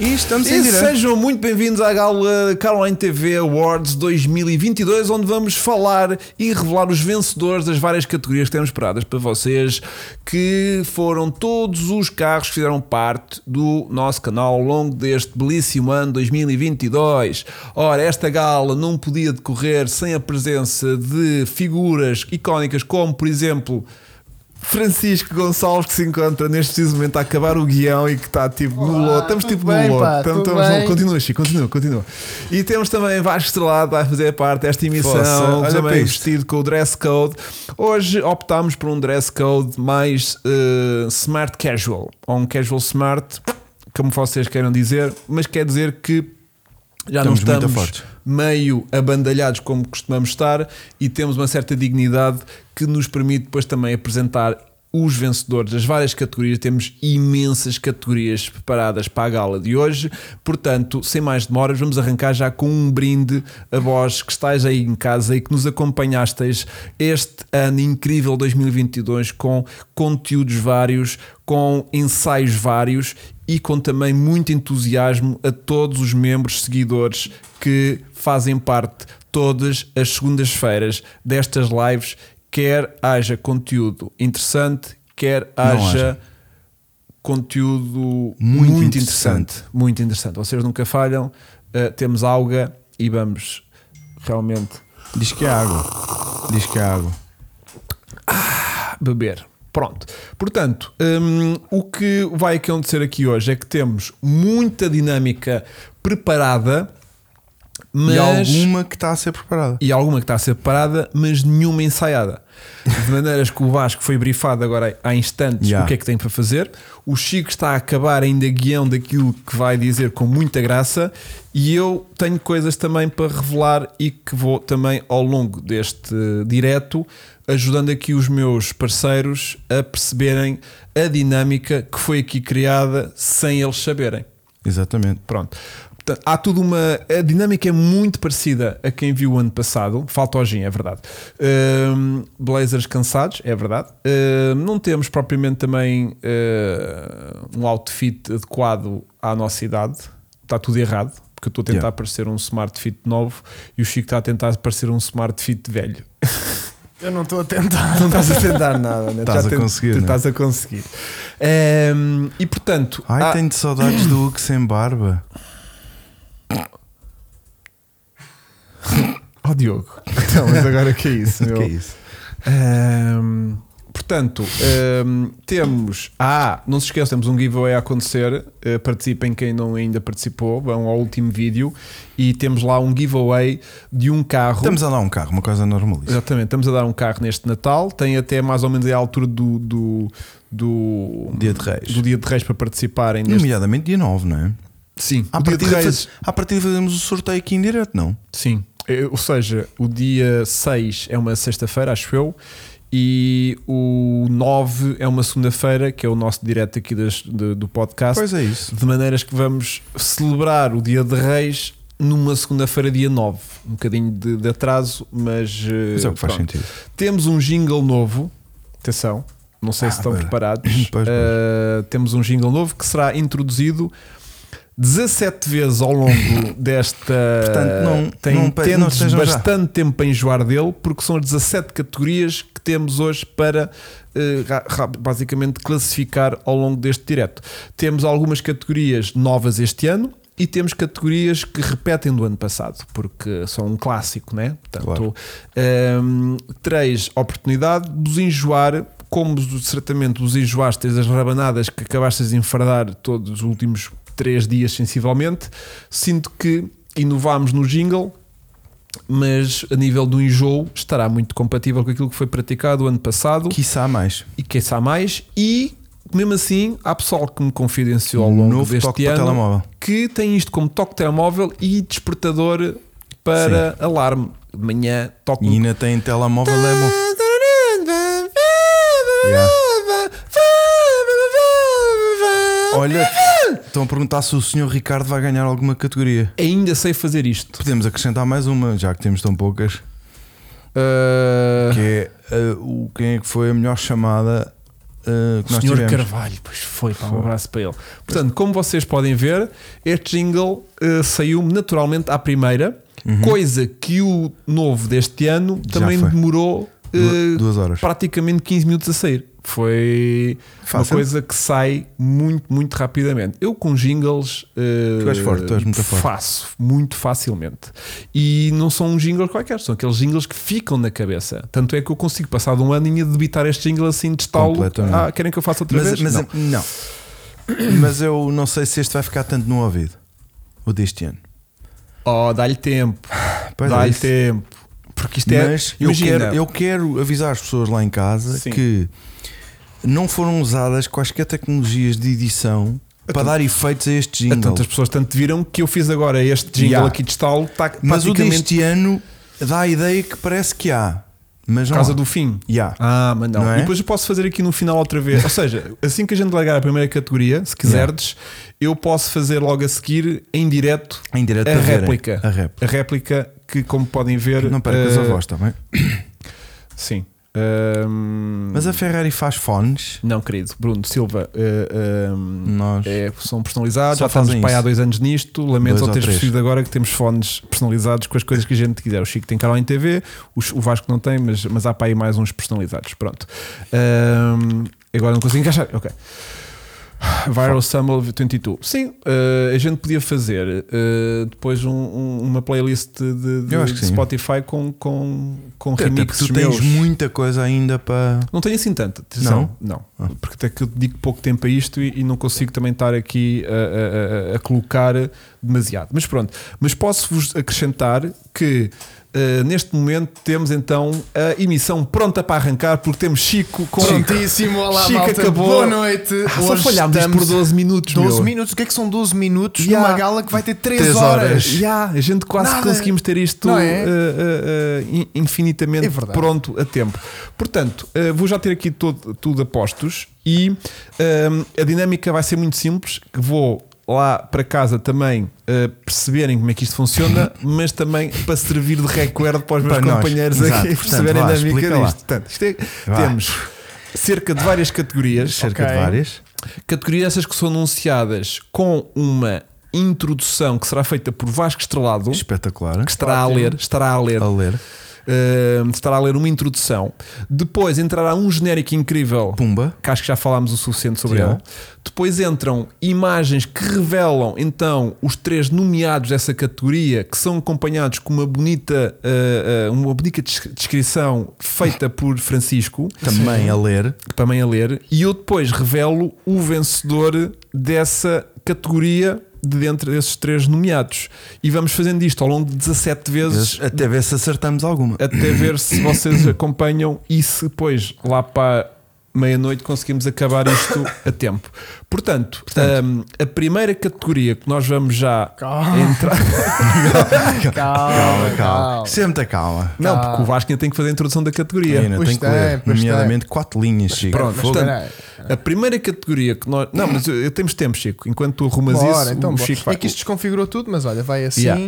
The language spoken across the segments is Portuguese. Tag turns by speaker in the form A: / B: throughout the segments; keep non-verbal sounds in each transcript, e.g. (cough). A: E estamos em
B: E
A: direto.
B: sejam muito bem-vindos à gala Caroline TV Awards 2022, onde vamos falar e revelar os vencedores das várias categorias que temos paradas para vocês, que foram todos os carros que fizeram parte do nosso canal ao longo deste belíssimo ano 2022. Ora, esta gala não podia decorrer sem a presença de figuras icónicas como, por exemplo, Francisco Gonçalves que se encontra neste preciso momento a acabar o guião e que está tipo no lote. Estamos
A: tudo
B: tipo
A: bem,
B: no lote.
A: pá,
B: Estamos-
A: tudo
B: estamos no-
A: bem.
B: Continua, Chico, continua, continua. E temos também Vasco Estrelado a fazer parte desta emissão,
A: Força, olha para
B: também
A: isto.
B: vestido com o dress code. Hoje optámos por um dress code mais eh, smart casual, ou um casual smart, como vocês queiram dizer, mas quer dizer que já
A: Estamos
B: não
A: muito
B: estamos
A: fortes.
B: meio abandalhados como costumamos estar e temos uma certa dignidade que nos permite depois também apresentar os vencedores das várias categorias. Temos imensas categorias preparadas para a gala de hoje. Portanto, sem mais demoras, vamos arrancar já com um brinde a vós que estáis aí em casa e que nos acompanhasteis este ano incrível 2022 com conteúdos vários, com ensaios vários e com também muito entusiasmo a todos os membros seguidores que fazem parte todas as segundas-feiras destas lives, quer haja conteúdo interessante, quer haja
A: haja.
B: conteúdo muito,
A: Muito
B: interessante. Muito interessante. Vocês nunca falham. Uh, temos alga e vamos realmente
A: Diz que é água. Diz que é água.
B: beber. Pronto. Portanto, hum, o que vai acontecer aqui hoje é que temos muita dinâmica preparada, mas.
A: E alguma que está a ser preparada.
B: e alguma que está a ser parada, mas nenhuma ensaiada. De maneiras que o Vasco foi brifado agora há instantes
A: Yeah.
B: o que é que tem para fazer. O Chico está a acabar ainda guião daquilo que vai dizer com muita graça. E eu tenho coisas também para revelar e que vou também ao longo deste eh, direto ajudando aqui os meus parceiros a perceberem a dinâmica que foi aqui criada sem eles saberem.
A: Exatamente.
B: Pronto. Portanto, há tudo uma. A dinâmica é muito parecida a quem viu o ano passado. Falta o Gin, é verdade. Hum, Blazers cansados, é verdade. Hum, não temos propriamente também hum, um outfit adequado à nossa idade. Está tudo errado. Porque eu estou a tentar
A: Yeah.
B: parecer um smart fit novo e o Chico está a tentar parecer um smart fit velho.
C: Eu não estou a
B: (laughs)
C: tentar.
B: Não estás a tentar nada, né?
A: Estás
B: Já
A: a
B: tent-
A: conseguir,
B: tu
A: né?
B: Estás a conseguir. Hum, e portanto.
A: Ai,
B: há-
A: tenho de saudades do Hugo sem
B: (laughs)
A: barba.
B: Oh, Diogo. (laughs) Então, mas agora o que é isso, meu?
A: Que é isso?
B: Ahm, portanto, ahm, temos. Ah, não se esqueçam, temos um giveaway a acontecer. Eh, participem quem não ainda participou. Vão ao último vídeo e temos lá um giveaway de um carro.
A: Estamos a dar um carro, uma coisa normalíssima.
B: Exatamente, estamos a dar um carro neste Natal. Tem até mais ou menos à altura do. do, do
A: Dia de Reis.
B: Do dia de Reis para participarem neste.
A: Nomeadamente dia 9, não é?
B: Sim,
A: À
B: o dia de
A: partida,
B: Reis.
A: faz- à partida fazemos o sorteio aqui em direto, não?
B: Sim, Eh, ou seja, o dia 6 é uma sexta-feira, acho eu, e o 9 é uma segunda-feira, que é o nosso direto aqui das- de- do podcast,
A: Pois é isso.
B: de maneiras que vamos celebrar o dia de Reis numa segunda-feira, dia 9. Um bocadinho de, de atraso, mas. eh,
A: Mas é o que faz
B: pronto.
A: sentido.
B: Temos um jingle novo, atenção, não sei
A: Ah,
B: se estão
A: agora.
B: preparados.
A: Pois, pois.
B: Eh, temos um jingle novo que será introduzido 17 vezes
A: (coughs)
B: ao longo desta.
A: Portanto, não-
B: tem,
A: não pe- não
B: tendes
A: estejam já.
B: bastante tempo para enjoar dele, porque são as 17 categorias que temos hoje para eh, ra- ra- basicamente classificar ao longo deste direto. Temos algumas categorias novas este ano. E temos categorias que repetem do ano passado, porque são um clássico, né? Portanto, ehm, três oportunidade de vos enjoar, como vos- certamente vos enjoastes as rabanadas que acabastes de enfardar todos os últimos três dias, sensivelmente. Sinto que inovámos no jingle, mas a nível do enjoo estará muito compatível com aquilo que foi praticado o ano passado
A: Quiçá mais.
B: e quem sabe mais. E mesmo assim, há pessoal que me confidenciou ao longo
A: Novo
B: deste
A: toque para
B: ano
A: telemóvel.
B: que tem isto como toque de telemóvel e despertador para alarme. De manhã toque um
A: E
B: no
A: ainda tem telemóvel, é bom. Olha, estão a perguntar se o senhor Ricardo vai ganhar alguma categoria.
B: Ainda sei fazer isto.
A: Podemos acrescentar mais uma, já que temos tão poucas,
B: Ah,
A: eh, que é ah, o, quem é que foi a melhor chamada ah, eh, que
B: O
A: nós
B: Senhor
A: tivemos.
B: Carvalho, pois foi, pá, um abraço para ele. Portanto, como vocês podem ver, este jingle eh, saiu naturalmente à primeira, coisa que o novo deste ano
A: Uhum. Já
B: também
A: foi.
B: demorou eh,
A: Du- Duas horas.
B: praticamente 15 minutos a sair. Foi
A: Fácil.
B: uma coisa que sai muito, muito rapidamente. Eu com jingles eh,
A: Tu és forte, tu és muito forte.
B: faço muito facilmente. E não são uns jingles qualquer, são aqueles jingles que ficam na cabeça. Tanto é que eu consigo passar de um ano e debitar este jingle assim de estalo.
A: Completamente.
B: Ah, querem que eu faça outra
A: Mas,
B: vez?
A: mas
B: não.
A: não. Mas eu não sei se este vai ficar tanto no ouvido. O deste ano. é-
B: Oh, dá-lhe (sighs) tempo.
A: Pois é
B: dá-lhe
A: isso.
B: tempo. Porque isto é.
A: Mas eu
B: imagina,
A: quero, eu quero avisar as pessoas lá em casa
B: Sim.
A: que não foram usadas quaisquer tecnologias de edição para dar efeitos a este
B: a
A: jingle.
B: tantas pessoas tanto viram que eu fiz agora este jingle
A: Yeah.
B: aqui de estalo. Tá
A: Mas o
B: praticamente
A: deste ano dá a ideia que parece que há. Mas
B: por
A: não
B: causa
A: há.
B: do fim.
A: Yeah.
B: Ah, mas não.
A: Não é?
B: E depois eu posso fazer aqui no final outra vez. Ou seja, assim que a gente largar a primeira categoria, se quiseres, eu posso fazer logo a seguir em direto
A: Em direto
B: a
A: para verem.
B: réplica.
A: A réplica.
B: A réplica que, como podem ver.
A: Não percas
B: eh,
A: a voz tá também.
B: Sim. Ahm,
A: Mas a Ferrari faz fones.
B: Não, querido. Bruno Silva. eh, ahm,
A: Nós.
B: é, são personalizados,
A: Só
B: já estamos
A: fazem
B: pai
A: isso.
B: há dois anos nisto. Lamento
A: Dois
B: só
A: ou
B: teres
A: três.
B: percebido agora que temos fones personalizados com as coisas que a gente quiser. O Chico tem canal em TV, o Ch- o Vasco não tem, mas, mas há para aí mais uns personalizados. Pronto. Ahm, agora não consigo encaixar. Ok. Viral Summer 22. Sim, ah, a gente podia fazer ah, depois um- um- uma playlist de, de-
A: Eu acho que
B: de
A: sim.
B: Spotify com, com, com
A: Até porque
B: remixes
A: tu tens
B: meus.
A: muita coisa ainda para.
B: Não tenho assim tanta, atenção. Não,
A: Ah.
B: porque até que eu dedico pouco tempo a isto e, e não consigo também estar aqui a, a- a- a colocar demasiado. Mas pronto, mas posso-vos acrescentar que eh, neste momento temos então a emissão pronta para arrancar, porque temos Chico com.
C: Prontíssimo, olá
B: Chico
C: malta,
B: acabou.
C: boa noite.
B: Ah, só falhámos isto por 12 minutos,
C: 12
B: meu.
C: minutos, o que é que são 12 minutos
B: Yeah.
C: numa gala que vai ter 3,
A: Três
C: horas?
A: horas.
B: Ya, a gente quase
C: Nada.
B: conseguimos ter isto
C: Não é?
B: eh, eh, eh, in- infinitamente
C: É verdade.
B: pronto a tempo. Portanto, eh, vou já ter aqui todo, tudo a postos e ehm, a dinâmica vai ser muito simples. Que vou lá para casa também eh, perceberem como é que isto
C: (laughs)
B: funciona, mas também para servir de recuerdo para os meus
A: Para nós.
B: companheiros
A: Exato.
B: aqui
A: Portanto,
B: (laughs) perceberem
A: vá,
B: a dinâmica
A: explica lá.
B: disto. Portanto, isto é-
A: Vá.
B: temos cerca de várias categorias
A: Cerca
C: Ok.
A: de várias.
B: categorias essas que são anunciadas com uma introdução que será feita por Vasco Estrelado, que
A: Espetacular.
B: estará a ler, estará a ler,
A: A ler.
B: eh, estará a ler uma introdução. Depois entrará um genérico incrível.
A: Pumba.
B: Que acho que já falámos o suficiente sobre
A: Já.
B: ele. Depois entram imagens que revelam então os três nomeados dessa categoria, que são acompanhados com uma bonita, eh, eh, uma bonita des- descrição feita por Francisco
A: Também a ler.
B: também a ler, e eu depois revelo o vencedor dessa categoria de dentro desses três nomeados. E vamos fazendo isto ao longo de 17 vezes.
A: Até ver se acertamos alguma.
B: Até ver se vocês
C: (coughs)
B: acompanham e se depois, lá para meia-noite, conseguimos acabar isto a tempo. Portanto, hum, a primeira categoria que nós vamos já
C: Calma.
B: entrar. Ah,
C: Calma, calma.
A: Sempre Senta calma.
B: Não, porque o Vasco ainda tem que fazer a introdução da categoria.
A: Ainda
C: Pois
A: tem que
C: tem,
A: ler.
C: pois
A: Nomeadamente quatro linhas, Chico.
B: Pronto,
A: Fogo.
B: portanto, a primeira categoria que nós. Não, mas eu, eu temos tempo, Chico. Enquanto tu arrumas
C: Bora,
B: isso,
C: então,
B: o
C: bora.
B: Chico vai.
C: É que isto desconfigurou tudo, mas olha, vai assim.
B: Yeah.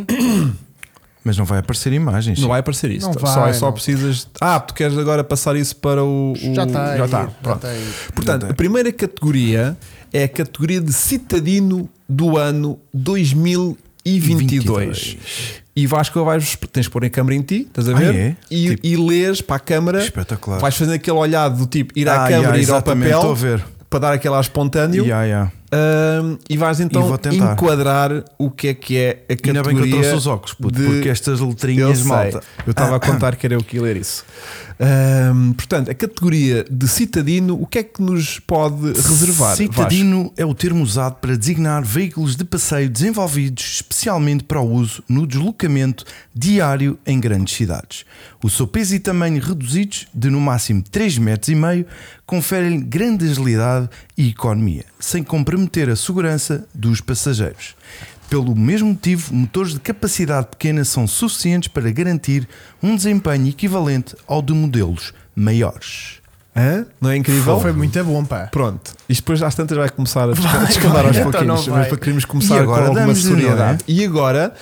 A: Mas não vai aparecer imagens.
B: Não
A: Chico.
B: vai aparecer isso.
C: Não
B: só,
C: vai,
B: só
C: não.
B: precisas. Ah, tu queres agora passar isso para o. o-
C: Já tá está.
B: Já tá. está. Pronto. Portanto,
A: tá.
B: a primeira categoria é a categoria de cidadino do ano 2022. E Vasco, vais, tens que pôr a câmera em ti, estás a
A: Ah,
B: ver?
A: é?
B: e,
A: Tipo-
B: e lês para a câmara,
A: Espetacular.
B: vais fazendo aquele olhado do tipo ir à
A: Ah,
B: câmara,
A: yeah,
B: ir ao
A: exatamente, estou
B: papel,
A: a ver.
B: para dar aquele ar espontâneo,
A: Yeah, yeah.
B: Ahm, e vais
A: E
B: então
A: vou tentar.
B: enquadrar o que é que é a categoria.
A: Ainda bem que eu trouxe os óculos, puto,
B: de-
A: porque estas letrinhas
B: eu sei. Ah.
A: malta.
B: Eu estava a contar que era eu que ia ler isso. Ahm, portanto, a categoria de citadino, o que é que nos pode reservar? Vasco?
A: Citadino é o termo usado para designar veículos de passeio desenvolvidos especialmente para o uso no deslocamento diário em grandes cidades. O seu peso e tamanho reduzidos, de no máximo 3,5 metros, e meio, conferem grande agilidade e economia, sem comprometer a segurança dos passageiros. Pelo mesmo motivo, motores de capacidade pequena são suficientes para garantir um desempenho equivalente ao de modelos maiores.
B: Hã? Não é incrível?
C: Foi muito bom, pá.
B: Pronto, isto depois às tantas vai começar a desca-
C: Vai,
B: descambar
C: vai,
B: aos
C: então não
B: pouquinhos,
C: vai.
B: mas para queremos começar
A: E agora
B: com alguma
A: damos-lhe, não é?
B: seriedade. E agora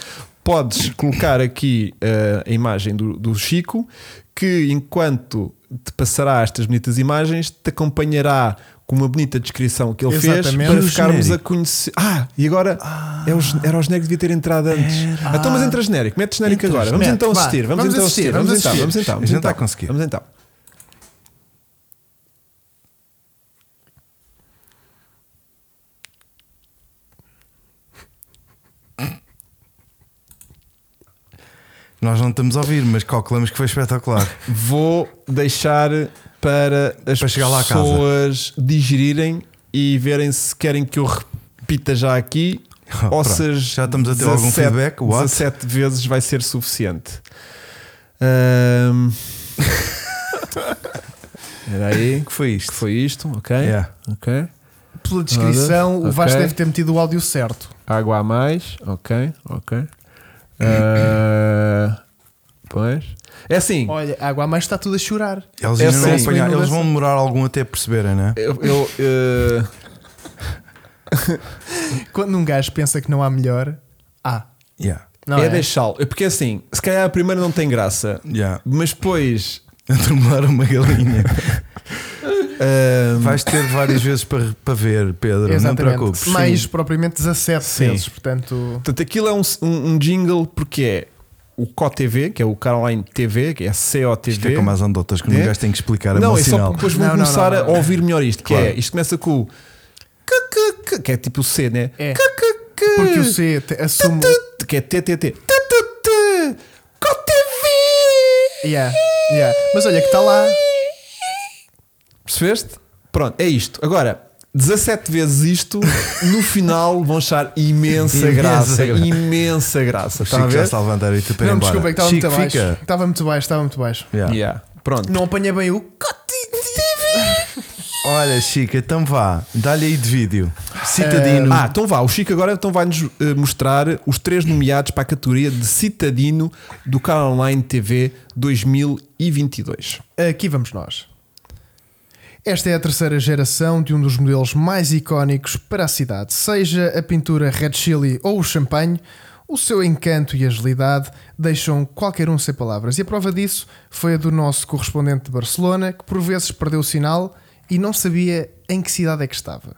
B: podes colocar aqui eh, a imagem do, do Chico, que enquanto te passará estas bonitas imagens, te acompanhará com uma bonita descrição que ele
C: Exatamente.
B: fez para
A: E o
B: ficarmos
A: genérico?
B: a conhecer. Ah, e agora é o, gen- era o genérico que devia ter entrado antes. Então, mas entra genérico, mete genérico
A: Entra,
B: agora. Vamos
C: mete,
B: então
C: vá.
B: assistir, vamos,
C: Vamos
B: então
C: assistir,
B: assistir,
C: vamos
B: vamos então,
C: assistir.
B: vamos
C: tá
B: então.
A: A
B: Vamos
A: gente vai
B: então.
A: conseguir.
B: Vamos então.
A: Nós não estamos a ouvir, mas calculamos que foi espetacular.
B: Vou deixar para as
A: Para chegar lá a casa.
B: pessoas digerirem e verem se querem que eu repita já aqui.
A: Ah,
B: (laughs) ou
A: pronto.
B: se
A: Já estamos a ter algum feedback, what?
B: 17 vezes vai ser suficiente. Ahm. (laughs) Era aí.
A: que foi
B: Que
A: isto?
B: foi isto, É. ok?
A: Yeah.
B: Ok.
C: Pela descrição,
B: Nada.
C: o Vasco
B: Ok.
C: deve ter metido o áudio certo.
B: Água a mais, ok, ok.
A: (coughs)
B: Ah, pois. É assim.
C: Olha, a água a mais está tudo a chorar.
A: Eles
B: É
A: ainda não
B: sim.
A: apanharam. Eles vão
C: Sim.
A: demorar algum até perceberem, né?
B: Eu, eu, eh,
C: Quando um gajo pensa que não há melhor, há.
A: Yeah.
C: Não
B: é,
C: é?
B: deixá-lo. É Porque assim, se calhar a primeira não tem graça,
A: Yeah. (laughs)
B: mas depois.
A: Atropelaram uma galinha.
B: ahm,
A: Vais ter várias vezes para, para ver, Pedro.
C: Exatamente.
A: Não te preocupes.
C: Mais propriamente 17
B: Sim.
C: vezes, portanto.
B: Portanto, aquilo é um, um- um jingle porque é o COTV, que é o Caroline TV, que é COTV.
A: Isto é como as andotas que
B: É?
A: um gajo tem que explicar a
B: não,
A: bom
B: é só
A: sinal.
B: porque depois vão
C: Não, não,
B: começar
C: não, não.
B: a ouvir melhor isto, que
A: Claro.
B: é isto começa com o que, que, que, que é tipo o C, né?
C: É.
B: Que, que, que.
C: Porque o C te- assume.
B: Tu, que é TTT. Tu, tu, tu. COTV!
C: Yeah, yeah. Mas olha que está lá.
B: Percebeste? Pronto, é isto. Agora, 17 vezes isto, no final vão achar imensa,
A: Imensa
B: graça,
A: graça.
B: Imensa graça.
A: O
B: Está a
A: Chico já
B: ver?
A: está a levantar e tu para ir
C: Não,
A: embora.
C: desculpa, é que estava
A: Chico,
C: muito baixo.
A: fica. É.
C: Estava muito baixo, estava muito baixo.
A: Yeah.
B: Yeah. Pronto.
C: Não apanha bem o.
A: Olha, Chico, então vá. Dá-lhe aí de vídeo. Citadino.
C: Citadino.
B: Ah, então vá, o Chico agora então vai-nos eh, mostrar os três nomeados para a categoria de Citadino do Canal Online TV 2022.
C: Aqui vamos nós. Esta é a terceira geração de um dos modelos mais icónicos para a cidade. Seja a pintura Red Chili ou o champanhe, o seu encanto e agilidade deixam qualquer um sem palavras. E a prova disso foi a do nosso correspondente de Barcelona, que por vezes perdeu o sinal e não sabia em que cidade é que estava.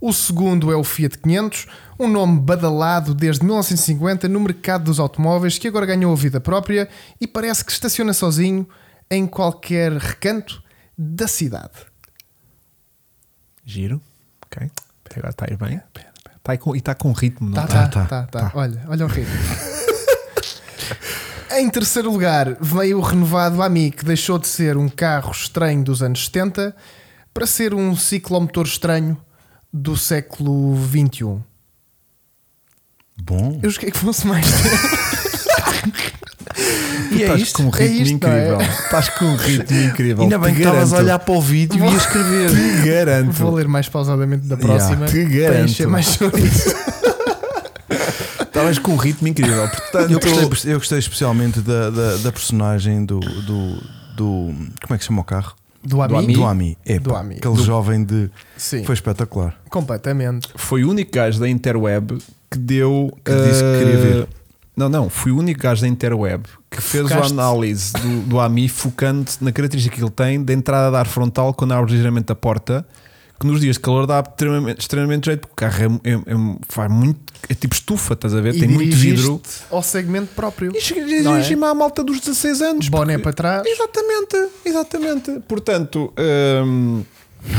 C: O segundo é o Fiat 500, um nome badalado desde 1950 no mercado dos automóveis que agora ganhou vida própria e parece que estaciona sozinho em qualquer recanto da cidade.
B: Giro. Ok. Até agora está a ir bem. Tá aí com, e está com ritmo, não
C: Tá,
B: está?
C: tá,
A: tá,
C: tá, tá, Olha, olha o ritmo. em terceiro lugar, veio o renovado Ami, que deixou de ser um carro estranho dos anos 70 para ser um ciclomotor estranho do século um. XXI.
A: Bom.
C: Eu esqueci que fosse mais.
A: E é
B: estás
A: isto.
B: com um ritmo
C: isto, não é?
B: incrível. Estás com um
A: (laughs)
B: ritmo incrível.
A: Ainda bem
B: Te
A: que estavas a
B: garanto.
A: olhar para o vídeo e a escrever.
B: Te garanto.
C: Vou ler mais pausadamente da
A: Yeah,
C: próxima.
B: te
C: Para
B: garanto.
C: encher mais chouriço.
B: Estavas com um
A: (laughs)
B: ritmo incrível. Portanto,
A: Eu gostei, eu gostei especialmente da, da, da personagem do, do, do- Como é que chama o carro?
C: Do
B: Do
C: Ami?
B: Ami?
A: Do Ami. Epá,
C: Do Ami.
A: Aquele
C: Do-
A: jovem de.
C: Sim,
A: Foi espetacular. (laughs)
C: completamente.
B: foi o único gajo da interweb que deu.
A: Que disse que queria ver.
B: eh, Não, não. Fui o único gajo da interweb que fez
C: Focaste-
B: o análise do, do AMI focando na característica que ele tem da entrada de ar frontal quando abre ligeiramente a porta. Que nos dias de calor dá extremamente, extremamente jeito, porque o carro é, é- é- faz muito. É tipo estufa, estás a ver?
C: E
B: Tem muito
C: dirigiste
B: vidro.
C: Ao segmento próprio.
B: E cheguei
C: Não é?
B: dirigir-me à malta dos 16 anos.
C: Boné
B: é porque-
C: para trás.
B: Exatamente, exatamente. Portanto, hum,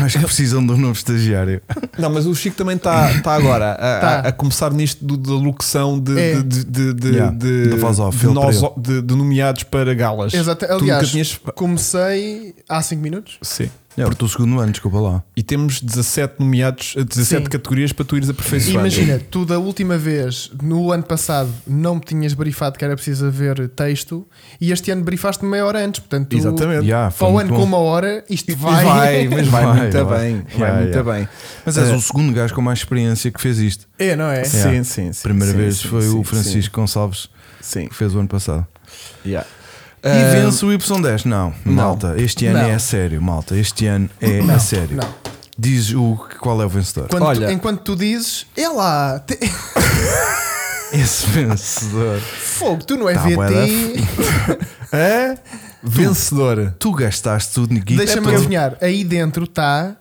A: Acho que precisam de um novo estagiário.
B: não, mas o Chico também está está agora a,
C: Tá.
B: a- a começar nisto do- da locução de,
C: É.
B: de, de, de,
A: Yeah,
B: de-
A: da voz off,
B: de
A: ele
B: nós-
A: para
B: de- de nomeados para galas.
C: Exato.
B: é Tu
C: Aliás,
B: nunca tinhas-
C: comecei há 5 minutos.
B: Sim.
A: É, Porque o segundo ano, desculpa lá.
B: E temos 17 nomeados, 17
C: Sim.
B: categorias para tu ires aperfeiçoando.
C: Imagina, tu da última vez, no ano passado, não me tinhas brifado que era preciso haver texto e este ano brifaste-me meia hora antes. Portanto,
B: Exatamente.
A: Yeah,
C: para
A: foi
C: o
A: muito
C: ano
A: bom.
C: com uma hora, isto
B: E Vai, mas vai,
A: Vai,
B: muito
A: vai.
B: bem. vai
A: Yeah,
B: muito
A: yeah.
B: bem.
A: Mas és um
B: Eh,
A: o segundo gajo com mais experiência que fez isto.
C: É, não é?
B: Sim,
A: Yeah.
B: sim, sim.
A: Primeira
B: sim,
A: vez
B: sim,
A: foi
B: sim,
A: o
B: sim,
A: Francisco Gonçalves
B: Sim.
A: que fez o ano passado.
B: Yeah.
A: E
B: Eh,
A: vence o Y10. Não, malta, este ano
C: Não.
A: é a sério, malta. Este ano é a sério.
C: não.
A: Diz o, qual é o vencedor.
C: Quando tu-
B: Olha.
C: enquanto tu dizes, é lá. te-
A: (laughs) Esse vencedor.
C: (laughs) Fogo, tu não é
A: Tá, bué da
C: VT.
B: É vencedora.
A: Tu gastaste tudo, Niki.
C: Deixa-me
A: É todo.
C: adivinhar. Aí dentro está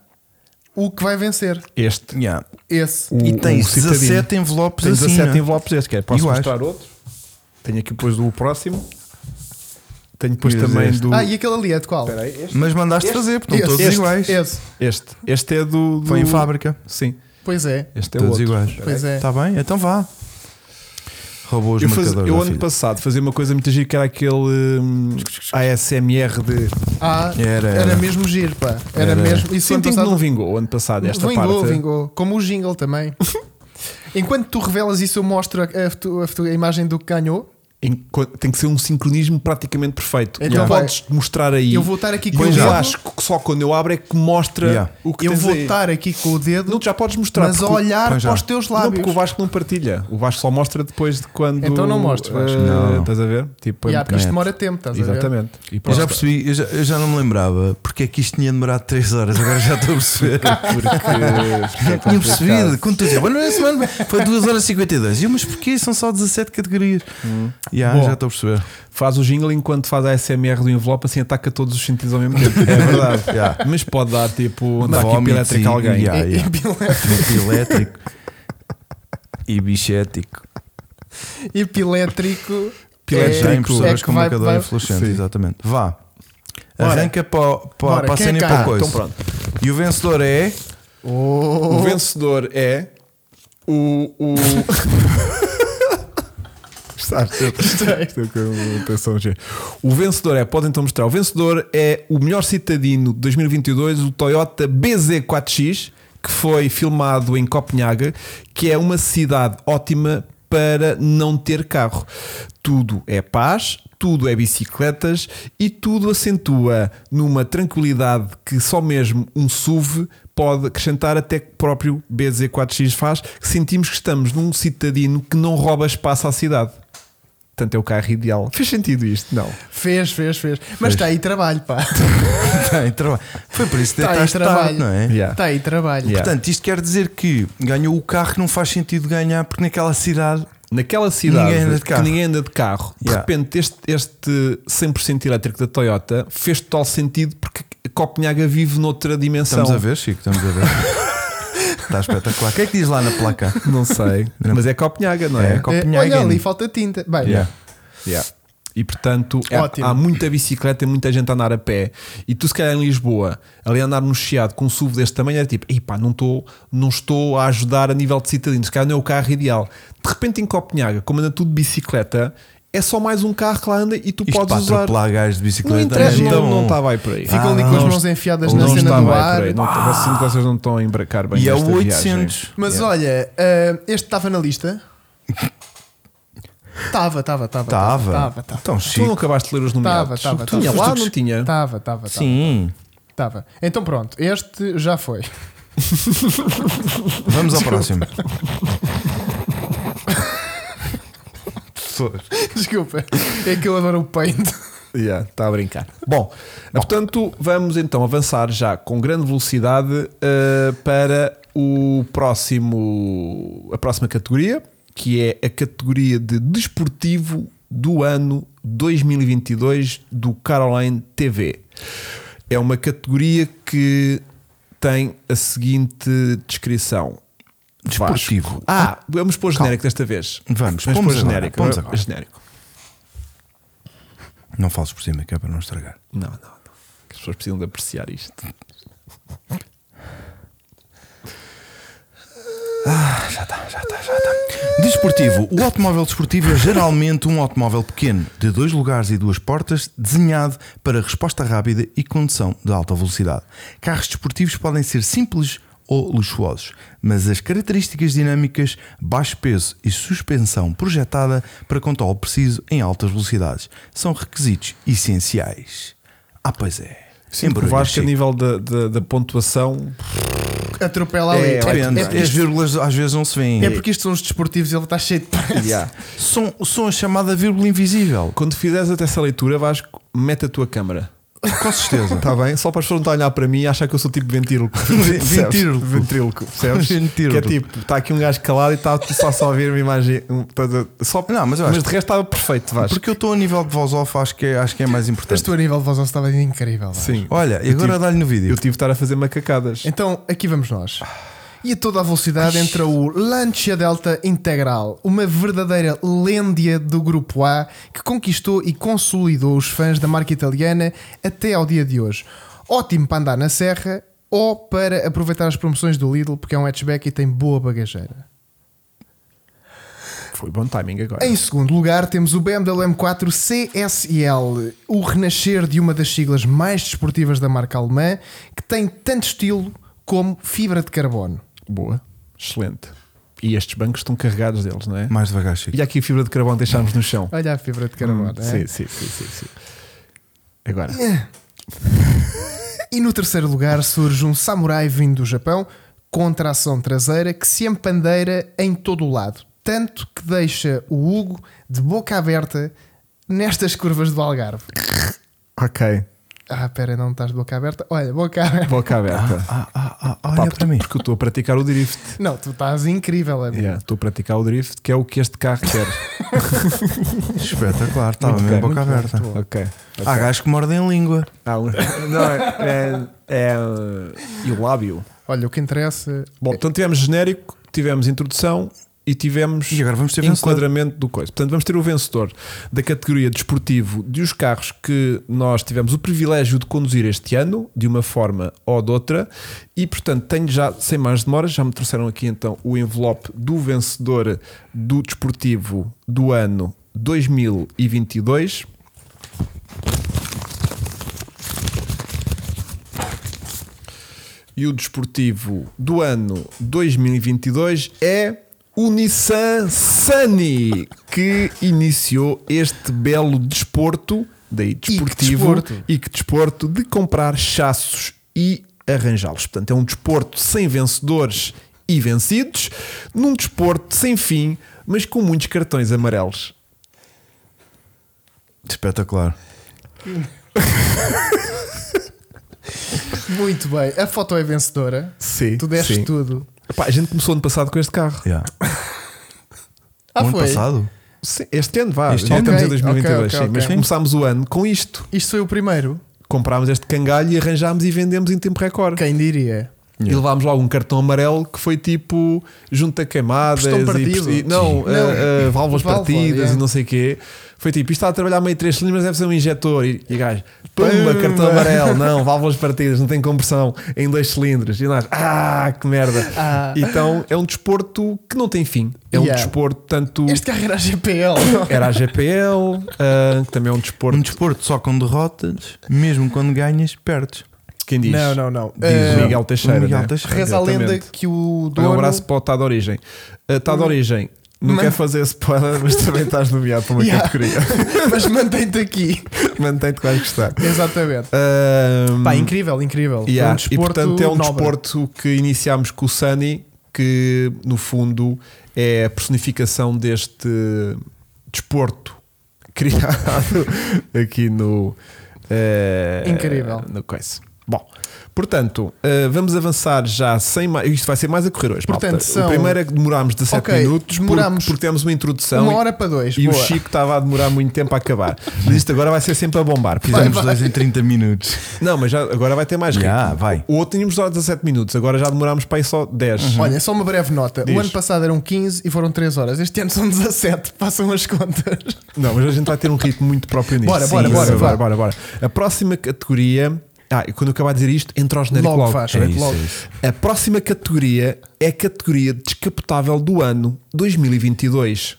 C: o que vai vencer.
B: Este.
A: Yeah.
C: Esse.
A: E
B: O-
A: tens
B: o citadino.
A: 17 envelopes
B: Tem 17
A: assim, não é?
B: envelopes este. Quer? Posso
A: Iguais.
B: mostrar outro? Tenho aqui depois do próximo. Tenho depois
A: Tens
B: também
A: este.
B: do.
C: Ah, e aquele ali é de qual?
B: Espera aí, este?
A: Mas mandaste fazer, porque estão todos
C: Esse.
A: iguais.
C: Esse.
B: Este. Este é do. do...
A: Foi em fábrica.
B: Sim.
C: Pois é.
B: Este é o
A: Todos
B: outro.
A: iguais.
C: Pois
B: Tá.
C: é.
A: Está bem? Então vá. Roubou os
B: Eu, faz-
A: marcadores.
B: eu
A: da
B: ano
A: filha.
B: passado fazia uma coisa muito gira que era aquele hum, ASMR de.
C: Ah,
A: Era,
C: era,
A: era.
C: mesmo giro, pá. Era,
A: Era.
C: mesmo. Isso
B: Senti
C: ano
B: que
C: passado
B: não vingou o ano passado, esta
C: vingou,
B: parte.
C: vingou. Como o jingle
B: (laughs)
C: também. Enquanto tu revelas isso, eu mostro a, a foto- a foto- a imagem do que ganhou.
B: Enquanto- Tem que ser um sincronismo praticamente perfeito.
C: Então
B: não
C: vai.
B: podes mostrar aí.
C: Eu vou estar aqui
B: e
C: com
B: eu
C: o
B: já
C: dedo.
B: acho que só quando eu abro é que mostra
A: Yeah.
B: o que
C: eu
B: tens
C: vou
B: aí.
C: estar aqui com o dedo,
B: Não, tu já podes mostrar.
C: mas a
B: porque o-
C: olhar
A: Pois já.
C: para os teus
B: Não,
C: lábios.
B: porque o Vasco não partilha. O Vasco só mostra depois de quando.
C: Então não mostres, Vasco.
B: eh,
A: Não.
B: Estás a ver? Tipo, põe
C: Yeah,
B: um
C: porque
B: bocadinho.
C: isto demora tempo, estás a ver?
B: Exatamente. E
A: Eu já
B: posta.
A: percebi, eu já, eu já não me lembrava porque é que isto tinha demorado 3 horas, agora já estou a perceber.
B: Porque- porque (laughs) é
A: Tinha percebido,
B: complicado.
A: quando tu dizes, "Mas não é semana, foi 2 horas e 52. E eu, mas porquê? São só 17 categorias. Yeah,
B: Bom.
A: já estou a perceber.
B: Faz o jingle enquanto faz a SMR do envelope, assim ataca todos os sentidos ao mesmo tempo. É verdade. Mas pode dar tipo um ataque
A: Vómitos
B: elétrico a
A: e-
B: alguém.
A: yeah,
C: E-
A: yeah.
C: (laughs)
A: Epilétrico e bichético.
C: Epilétrico.
B: Pilétrico.
A: já
C: é,
A: em
C: é
A: pessoas
C: que
A: com
C: vai-
A: marcador
C: vai-
A: fluorescente,
B: Sim.
A: exatamente. Vá.
C: Bora.
A: Arranca para, o- para,
C: Bora,
A: para a
C: quem é
A: cena e
C: que-
A: para a
C: Ah,
A: coisa.
B: Então pronto.
A: e o vencedor é.
C: Oh,
B: O vencedor é o. o... Sabes, (laughs) isto é que eu- atenção, gente. o vencedor é, pode então mostrar. O vencedor é o melhor citadino de 2022, o Toyota BZ4X, que foi filmado em Copenhaga, que é uma cidade ótima para não ter carro. Tudo é paz, tudo é bicicletas e tudo acentua numa tranquilidade que só mesmo um SUV pode acrescentar até que o próprio BZ4X faz, que sentimos que estamos num citadino que não rouba espaço à cidade. Portanto, é o carro ideal. Fez sentido isto? Não.
C: Fez, fez, fez. Mas está aí trabalho, pá. (laughs)
A: (laughs)
B: Tá
A: Tem trabalho. Tá Foi por isso que
C: Está aí
A: deitaste tarde,
C: trabalho.
A: não é?
B: Yeah.
C: Está aí trabalho.
B: Yeah.
A: Portanto, isto quer dizer que ganhou o carro que não faz sentido ganhar porque naquela cidade
B: Naquela cidade
A: Ninguém anda de carro.
B: que ninguém anda de carro,
A: Yeah.
B: de repente este, este 100% elétrico da Toyota fez total sentido porque Copenhaga vive noutra dimensão.
A: estamos a ver, Chico, estamos a ver. (laughs) Está espetacular. O que é que diz lá na placa?
B: Não sei, mas é Copenhaga, não
A: É,
B: é?
C: É,
A: Copenhagen.
C: olha ali, falta tinta. Bem,
A: Yeah.
B: Yeah. E portanto é-
C: Ótimo.
B: há muita bicicleta e muita gente a andar a pé. E tu, se calhar em Lisboa, ali a andar no Chiado com um SUV deste tamanho, era tipo: pá, não estou, não estou a ajudar a nível de citadino. Se calhar não é o carro ideal. De repente em Copenhaga, como anda tudo de bicicleta, é só mais um carro que lá anda e tu
A: Isto
B: podes
A: para
B: usar.
A: atropelar gajos de
B: Não
A: bicicleta.
B: interessa,
A: é
B: não-
A: tão-
B: não estava aí por aí.
C: ficam ali
A: Ah,
C: com as
A: não
C: mãos enfiadas na
B: não
C: cena
B: está
C: do
B: bem
C: ar.
B: por aí. Não, ah. Sinto que vocês não estão a embarcar bem.
A: E é
B: nesta
A: o
B: viagem.
A: 800.
C: Mas olha, ah, este estava
B: (laughs)
C: na lista? Estava, estava, estava.
A: Estava.
C: Estava, estava.
A: Então,
B: Tu não
A: Chico.
B: acabaste de ler os
C: Estava,
B: numerados.
C: estava.
B: Tinha lá, não tinha?
C: Estava, estava,
A: Sim.
C: estava. Então pronto, este já foi. (laughs)
A: Vamos
B: (laughs)
A: ao próximo. (laughs)
C: Desculpa, é que eu adoro o paint. (laughs)
B: Yeah, está a brincar. Bom, portanto, vamos então avançar já com grande velocidade uh, para o próximo, a próxima categoria, que é a categoria de desportivo do ano 2022 do Caroline TV. É uma categoria que tem a seguinte descrição.
A: Desportivo.
B: Vasco. Ah, vamos pôr genérico desta vez.
A: Vamos,
B: vamos
A: pomos
B: pôr
A: agora,
B: genérico.
A: pomos agora.
B: genérico.
A: Não fales por cima, que é para não estragar.
B: Não, não, não. As pessoas precisam de apreciar isto.
A: Desportivo. O automóvel desportivo é geralmente um automóvel pequeno, de dois lugares e duas portas, desenhado para resposta rápida e condução de alta velocidade. Carros desportivos podem ser simples ou luxuosos, mas as características dinâmicas, baixo peso e suspensão projetada para controle preciso em altas velocidades são requisitos essenciais. Ah, pois é.
B: Sim, o
A: Embrulha,
B: Vasco, a
A: Chico.
B: nível da, da, da (laughs) pontuação,
C: Atropela ali.
B: É,
A: Depende,
C: é, porque
A: as
C: isto-
A: vírgulas às vezes não se veem.
C: é porque isto são os desportivos e ele está cheio de pressa.
B: yeah.
A: São, são a chamada vírgula invisível.
B: quando fizeres até essa leitura, Vasco, mete a tua câmara.
A: Com certeza.
B: Está Tá bem? Só para as pessoas não estarem a olhar para mim e achar que eu sou tipo (laughs) ventríloco. Percebes?
A: Ventríloco.
B: Ventríloco, percebes?
A: Ventríloco.
B: Que é tipo, está aqui um gajo calado e está só só a ouvir uma imagem. um- estás a- só,
A: Não, mas eu
B: mas
A: acho-
B: de resto estava perfeito, Vasco.
A: Porque eu estou a nível de voz off, acho que é, acho que é mais
C: Mas
A: importante.
C: tu a nível de voz off estava incrível. Vasco.
B: Sim.
A: Olha, e
B: Eu
A: agora
B: tive-
A: dá-lhe no vídeo.
B: Eu tive de estar a fazer macacadas.
C: Então, aqui vamos nós. E a toda a velocidade entra o Lancia Delta Integral, uma verdadeira lêndia do grupo A que conquistou e consolidou os fãs da marca italiana até ao dia de hoje. Ótimo para andar na serra ou para aproveitar as promoções do Lidl, porque é um hatchback e tem boa bagageira.
B: Foi bom timing agora.
C: Em segundo lugar, temos o BMW M4 CSIL, o renascer de uma das siglas mais desportivas da marca alemã, que tem tanto estilo como fibra de carbono.
B: Boa. Excelente. E estes bancos estão carregados deles, não é?
A: Mais devagar, Chico.
B: E há aqui a fibra de carbono deixámos no chão.
C: Olha a fibra de carbono. é?
B: Hum, Sim, sim, sim, sim, sim. Agora.
C: (laughs) E no terceiro lugar surge um samurai vindo do Japão com tração traseira que se empandeira em todo o lado, tanto que deixa o Hugo de boca aberta nestas curvas do Algarve.
B: Ok.
C: Ah, pera, não estás de boca aberta? Olha, boca aberta.
B: Boca aberta.
A: Ah, ah, ah,
B: Pá,
A: olha para mim.
B: Porque eu estou a praticar o drift.
C: Não, tu estás incrível, amigo.
B: Yeah, Estou a praticar o drift, que é o que este carro
A: (laughs)
B: quer.
A: Espetacular, estava Tá, mesmo
B: bem,
A: boca
B: muito bem,
A: aberta.
B: ok.
A: Há gajos que mordem a língua.
B: Há um- Não, (laughs) é, é, é- E o lábio.
C: Olha, o que interessa.
B: Bom, então tivemos genérico, tivemos introdução e tivemos
A: E agora vamos ter vencedor.
B: enquadramento do coisa. Portanto, vamos ter o vencedor da categoria desportivo de os carros que nós tivemos o privilégio de conduzir este ano, de uma forma ou de outra. E, portanto, tenho já, sem mais demoras, já me trouxeram aqui então o envelope do vencedor do desportivo do ano 2022. E o desportivo do ano 2022 é o Nissan Sunny, que iniciou este belo desporto, daí desportivo, e que desporto,
C: desporto.
B: de comprar chassos e arranjá-los. Portanto, é um desporto sem vencedores e vencidos, num desporto sem fim, mas com muitos cartões amarelos.
A: Espetacular.
C: Muito bem, a foto é vencedora.
B: Sim,
C: Tu deste
B: sim.
C: tudo.
B: Epá, a gente começou ano passado com este carro.
A: Yeah.
C: Ah,
A: O ano
C: foi.
A: passado?
B: Sim, Este ano, vá.
A: Este
B: já
A: ano.
B: estamos em
C: Ok,
B: 2022,
C: ok,
B: sim,
C: ok,
B: mas
C: ok.
B: começámos o ano com isto.
C: Isto foi o primeiro.
B: comprámos este cangalho e arranjámos e vendemos em tempo recorde.
C: Quem diria?
B: E levámos logo um cartão amarelo que foi tipo junta queimadas
C: Pistão
B: e-
C: partido.
B: e- não,
C: Não.
B: ah, ah, válvulas
C: Válvula,
B: partidas
C: yeah.
B: e não sei o quê. Foi tipo, isto está a trabalhar meio 3 cilindros, mas deve ser um injetor. E, e gajo, pumba, cartão amarelo, não, válvulas partidas, não tem compressão em dois cilindros. E nós, ah, que merda.
C: Ah.
B: Então é um desporto que não tem fim. É um
C: Yeah.
B: desporto, tanto
C: Este carro era a GPL.
B: era a GPL, ah, que também é um desporto.
A: Um desporto só com derrotas, mesmo quando ganhas, perdes.
B: Quem diz?
C: não, não, não.
B: Diz
C: Ah,
B: o Miguel Teixeira.
A: Miguel
B: né?
A: Teixeira.
C: Reza a lenda
B: Exatamente.
C: que o
B: Um
C: dono.
B: abraço para o Tá de Origem. Uh, tá de Origem, não
C: Mas-
B: quer fazer spoiler, mas também estás nomeado para uma
C: (laughs) Yeah.
B: categoria.
C: (laughs) Mas mantém-te aqui.
B: Mantém-te que vais gostar.
C: Exatamente.
B: Um,
C: Pá, incrível, incrível.
B: yeah,
C: É um
B: E
C: desporto
B: portanto é um
C: nobre.
B: desporto que iniciámos com o Sunny, que no fundo é a personificação deste desporto (laughs) criado aqui no. eh,
C: Incrível.
B: No coisa. Bom, portanto, eh, vamos avançar já sem mais. Isto vai ser mais a correr hoje. malta.
C: Portanto, são-
B: O primeiro é que demorámos 17
C: Ok,
B: minutos por-
C: demorámos
B: porque temos uma introdução.
C: Uma
B: então, e-
C: hora para dois.
B: e o
C: boa.
B: Chico estava a demorar muito tempo a acabar. Mas isto agora vai ser sempre a
C: (laughs)
B: bombar.
A: Fizemos
C: vai.
A: dois em 30 minutos.
B: Não, mas já, agora vai ter mais ritmo.
A: Já, vai.
B: O outro tínhamos só 17 minutos, agora já demorámos para aí só 10.
C: Olha, só uma breve nota.
B: Diz.
C: O ano passado eram 15 e foram 3 horas. Este ano são 17. Passam as contas.
B: Não, mas a gente vai ter um ritmo muito próprio nisto.
C: Bora, bora, bora,
B: bora,
C: vá.
B: bora, bora. A próxima categoria. Ah, e quando eu acabar de dizer isto, entra ao genérico
C: Logo
B: logo.
C: faz,
A: É
C: Bem,
A: isso,
C: logo.
A: é isso.
B: A próxima categoria é a categoria descapotável do ano 2022.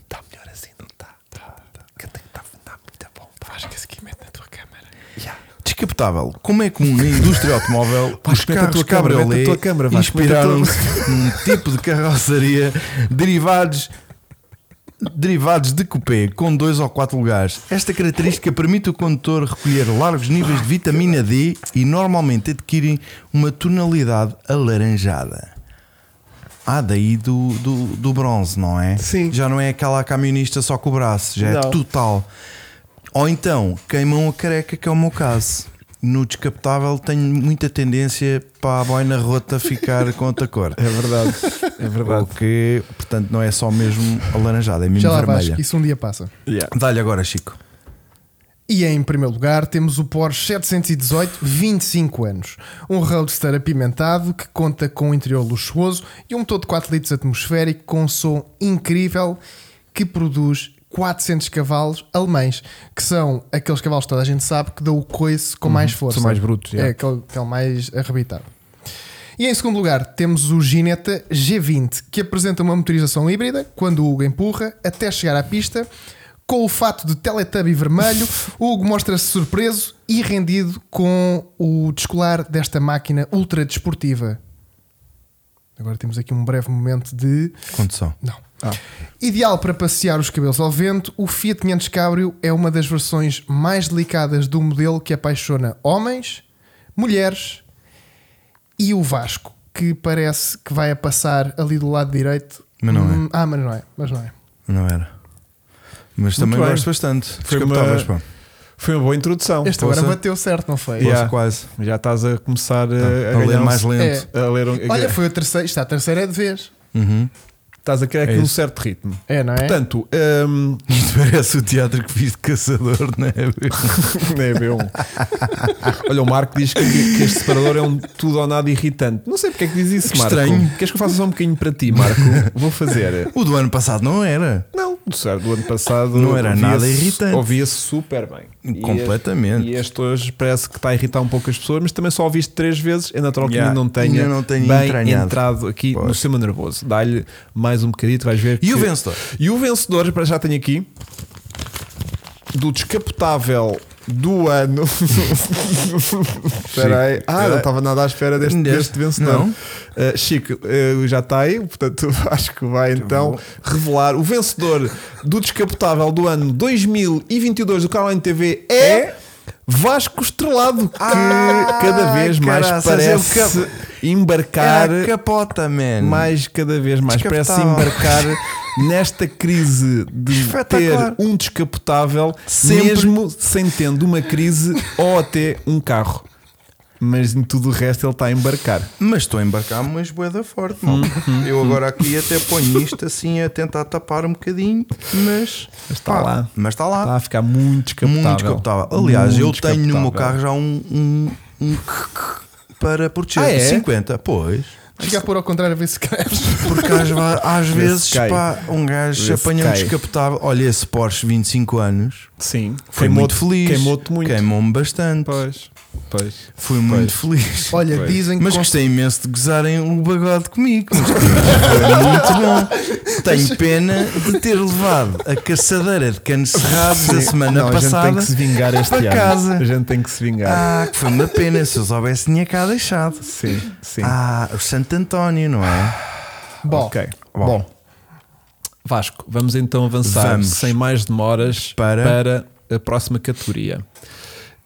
B: Está melhor assim, não Tá. está? Está, está. Está muito é bom. tá? Acho que esse aqui mete na tua câmera. Yeah.
A: Descapotável. Como é comum na indústria automóvel, um
B: Vasco,
A: os
B: mete a
A: carros
B: tua câmara, mete
A: cabriolé
B: a tua câmara, Vasco, mete a tua-
A: inspiraram-se num tipo de carroçaria derivados derivados de coupé com dois ou quatro lugares. Esta característica permite o condutor recolher largos níveis de vitamina D e normalmente adquirem uma tonalidade alaranjada. Ah, daí do, do, do bronze, não é?
B: Sim.
A: Já não é aquela camionista só com o braço, já
B: Não.
A: é total. Ou então, queimam a careca, que é o meu caso. No descapotável tenho muita tendência para a boina rota ficar com outra cor.
B: É verdade, é verdade.
A: Porque, portanto, não é só mesmo alaranjada, é mesmo
C: Já lá vais,
A: vermelha.
C: que isso um dia passa.
B: Yeah.
A: Dá-lhe agora, Chico.
C: E em primeiro lugar temos o Porsche 718 25 anos, um roadster apimentado que conta com um interior luxuoso e um motor de 4 litros atmosférico com um som incrível que produz 400 cavalos alemães, que são aqueles cavalos que toda a gente sabe que dão o coice com mais força.
B: Uhum. são mais brutos,
C: É
B: yeah.
C: aquele, aquele mais arrebitado. E em segundo lugar temos o Ginetta G20, que apresenta uma motorização híbrida quando o Hugo empurra até chegar à pista. Com o fato de Teletubby vermelho, o Hugo mostra-se surpreso e rendido com o descolar desta máquina ultra desportiva. Agora temos aqui um breve momento de.
A: Condução.
C: Não. Ideal para passear os cabelos ao vento, o Fiat 500 Cabrio é uma das versões mais delicadas do modelo que apaixona homens, mulheres e o Vasco, que parece que vai a passar ali do lado direito.
A: Mas não é.
C: Hum, ah, mas não é. Mas não é.
A: Não era. Mas também
B: bem.
A: gosto bastante.
B: Foi
A: Descapotáveis,
B: uma-
A: pá.
B: Foi uma boa introdução.
C: Este
A: Posso?
C: agora bateu certo, não foi?
B: Yeah.
A: Gosto quase.
B: Já estás a começar
C: Tá.
B: a,
A: A,
B: ganhar
A: ler
B: um-
A: mais lento.
C: É.
B: A ler um-
C: Olha, foi o terceiro. Isto é a terceira de vez.
A: Uhum.
B: Estás a criar aqui
A: É
B: um
A: isso.
B: certo ritmo.
C: É, não é?
B: Portanto, hum,
A: (laughs) Isto parece o teatro que fiz de caçador, não é?
B: não é bem um. Olha, o Marco diz que, que este separador é um tudo ou nada irritante. Não sei porque é que diz isso,
A: Que
B: Marco.
A: estranho.
B: Queres que eu faça só um bocadinho para ti, Marco? Vou fazer.
A: O do ano passado não era.
B: Não, do certo, do ano passado
A: Não era
B: ouvia-se-
A: nada irritante.
B: Ouvia-se super bem. E
A: Completamente.
B: este- E este hoje parece que está a irritar um pouco as pessoas, mas também só ouviste três vezes. É natural que
A: Yeah,
B: ainda não tenha
A: ainda não tenha
B: bem
A: entranhado.
B: entrado aqui no
A: Pois.
B: sistema nervoso. Dá-lhe mais um bocadito, vais ver.
A: E o
B: que-
A: vencedor?
B: E o vencedor, para já tenho aqui, do descapotável do
A: (laughs)
B: ano. Espera aí. Ah, não estava nada à espera deste,
A: Deste.
B: deste vencedor.
A: é? Não.
B: Uh, Chico, uh, já está aí, portanto (laughs) acho que vai então revelar o vencedor do descapotável do ano 2022 do Caroline TV é. Vasco Estrelado, que
A: Ah,
B: cada vez mais
A: caraças, é o É,
B: parece
A: cap-
B: embarcar
A: Era a capota, man.
B: mais cada vez mais parece
A: Descapotável.
B: embarcar
A: (laughs)
B: nesta crise de ter
A: Espetacular.
B: um descapotável
A: Sempre.
B: mesmo sem tendo uma crise ou até um carro mas em tudo o resto ele está a embarcar
A: Mas estou a embarcar umas boeda forte, mal.
B: Uhum.
A: Eu agora aqui até ponho isto assim a tentar tapar um bocadinho, mas.
B: Mas está
A: pá,
B: lá.
A: Mas está lá.
B: está a ficar muito descapotável
A: Muito descapotável. Aliás,
B: Tá Muito
A: eu tenho no meu
B: descapotável.
A: carro já um. um, um para proteger.
B: Ah, é?
A: 50, pois.
C: Chega a pôr ao contrário a ver se cresce.
A: Porque às, va- às
B: Vê se
A: vezes
B: cai.
A: pá, um gajo
B: Vê se
A: apanha um
B: cai.
A: descapotável. Olha, esse Porsche 25 anos
B: sim
A: foi muito feliz.
B: queimou-te muito
A: Queimou-me bastante.
B: pois pois
A: Foi muito feliz.
C: Olha,
B: Pois.
C: dizem que.
A: Mas
C: com-
A: gostei imenso de gozarem o bagode comigo. Mas Foi muito
B: (laughs)
A: bom. Tenho pena de ter levado a caçadeira de cano cerrado da semana
B: não, a gente tem
A: passada.
B: que se
A: (laughs)
B: vingar este
A: para
B: ano
A: casa.
B: a gente tem que se vingar
A: Ah, que foi uma pena. Se eu soubesse, tinha cá deixado.
B: sim sim
A: Ah, o Santo António, não é?
C: Bom,
B: ok
A: Bom.
B: Vasco, vamos então avançar
A: Vamos.
B: sem mais demoras para...
A: Para?
B: a próxima categoria.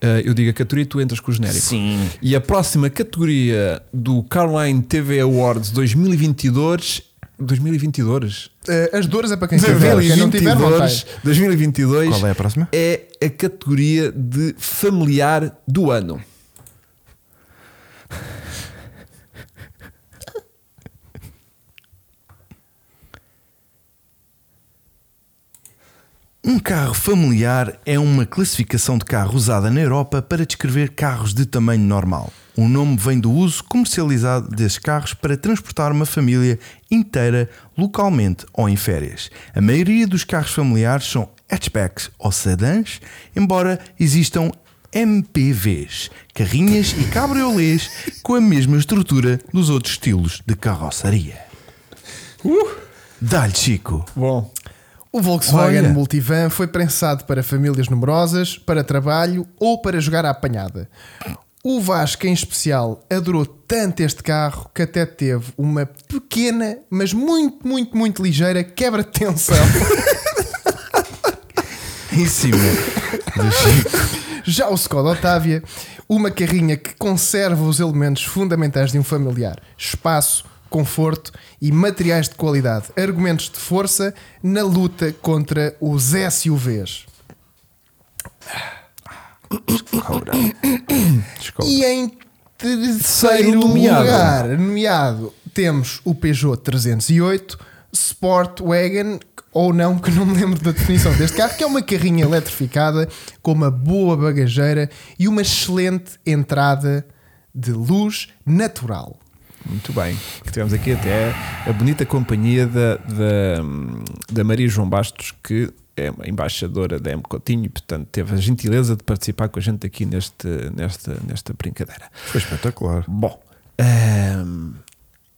B: Eh, eu digo a categoria e tu entras com o genérico.
A: Sim.
B: E a próxima categoria do Caroline TV Awards 2022. 2022?
C: eh, as dores é para quem tiver. Quem não tiver, não tem.
B: 2022
A: Qual é a próxima?
B: é a categoria de familiar do ano.
A: Um carro familiar é uma classificação de carro usada na Europa para descrever carros de tamanho normal. O nome vem do uso comercializado desses carros para transportar uma família inteira localmente ou em férias. A maioria dos carros familiares são hatchbacks ou sedãs, embora existam MPVs, carrinhas e cabriolés com a mesma estrutura dos outros estilos de carroçaria. Dá-lhe, Chico!
B: Bom,
C: O Volkswagen
A: Olha.
C: Multivan foi pensado para famílias numerosas, para trabalho ou para jogar à apanhada. O Vasco, em especial, adorou tanto este carro que até teve uma pequena, mas muito, muito, muito ligeira quebra de tensão. (laughs)
A: Em cima!
C: Já o Skoda Octavia, uma carrinha que conserva os elementos fundamentais de um familiar: espaço, conforto e materiais de qualidade. Argumentos de força na luta contra os SUVs.
A: Cobra. Desculpa.
C: E em terceiro
B: nomeado.
C: lugar, nomeado, temos o Peugeot 308 Sportwagen, ou não, que não me lembro da definição deste carro, que é uma carrinha eletrificada com uma boa bagageira e uma excelente entrada de luz natural.
B: Muito bem. Que tivemos aqui até a bonita companhia da, da, da Maria João Bastos, que é uma embaixadora da M Coutinho e, portanto, teve a gentileza de participar com a gente aqui neste, nesta, nesta brincadeira.
A: Foi espetacular.
B: Bom, ehm, ahm,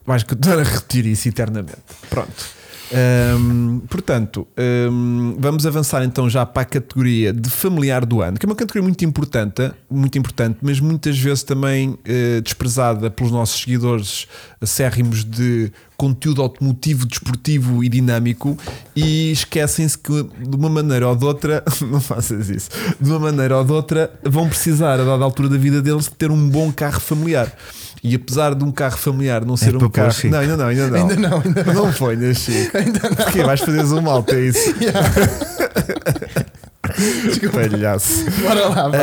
B: vais continuar a repetir isso eternamente. Pronto. Ahm, portanto, ahm, vamos avançar então já para a categoria de familiar do ano, que é uma categoria muito importante, muito importante, mas muitas vezes também eh, desprezada pelos nossos seguidores acérrimos de conteúdo automotivo, desportivo e dinâmico, e esquecem-se que de uma maneira ou de outra, (laughs) não faças isso, de uma maneira ou de outra, vão precisar, a dada altura da vida deles, de ter um bom carro familiar. E apesar de um carro familiar não
A: É
B: ser
A: para
B: um
A: pôr
B: carro.
A: Chico.
B: Não, ainda não, ainda não.
C: Ainda não, ainda
B: não. foi, né,
C: (laughs)
B: Chico? Ainda não. Porquê? Vais fazer um mal, é isso? (laughs) Palhaço.
C: Bora lá, Ah, vai.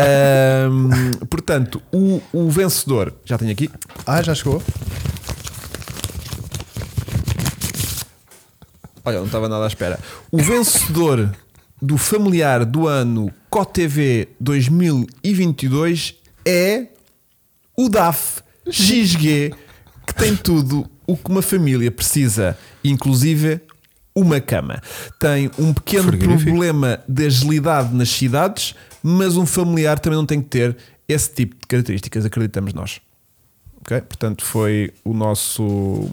B: Ahm, portanto, o, o vencedor, já tenho aqui,
C: Ah, já chegou?
B: Olha, não estava nada à espera. O vencedor do familiar do ano COTV 2022 é o DAF XG, que tem tudo o que uma família precisa, inclusive uma cama. Tem um pequeno
A: Frigorífico.
B: problema de agilidade nas cidades, mas um familiar também não tem que ter esse tipo de características, acreditamos nós. Ok? Portanto, foi o nosso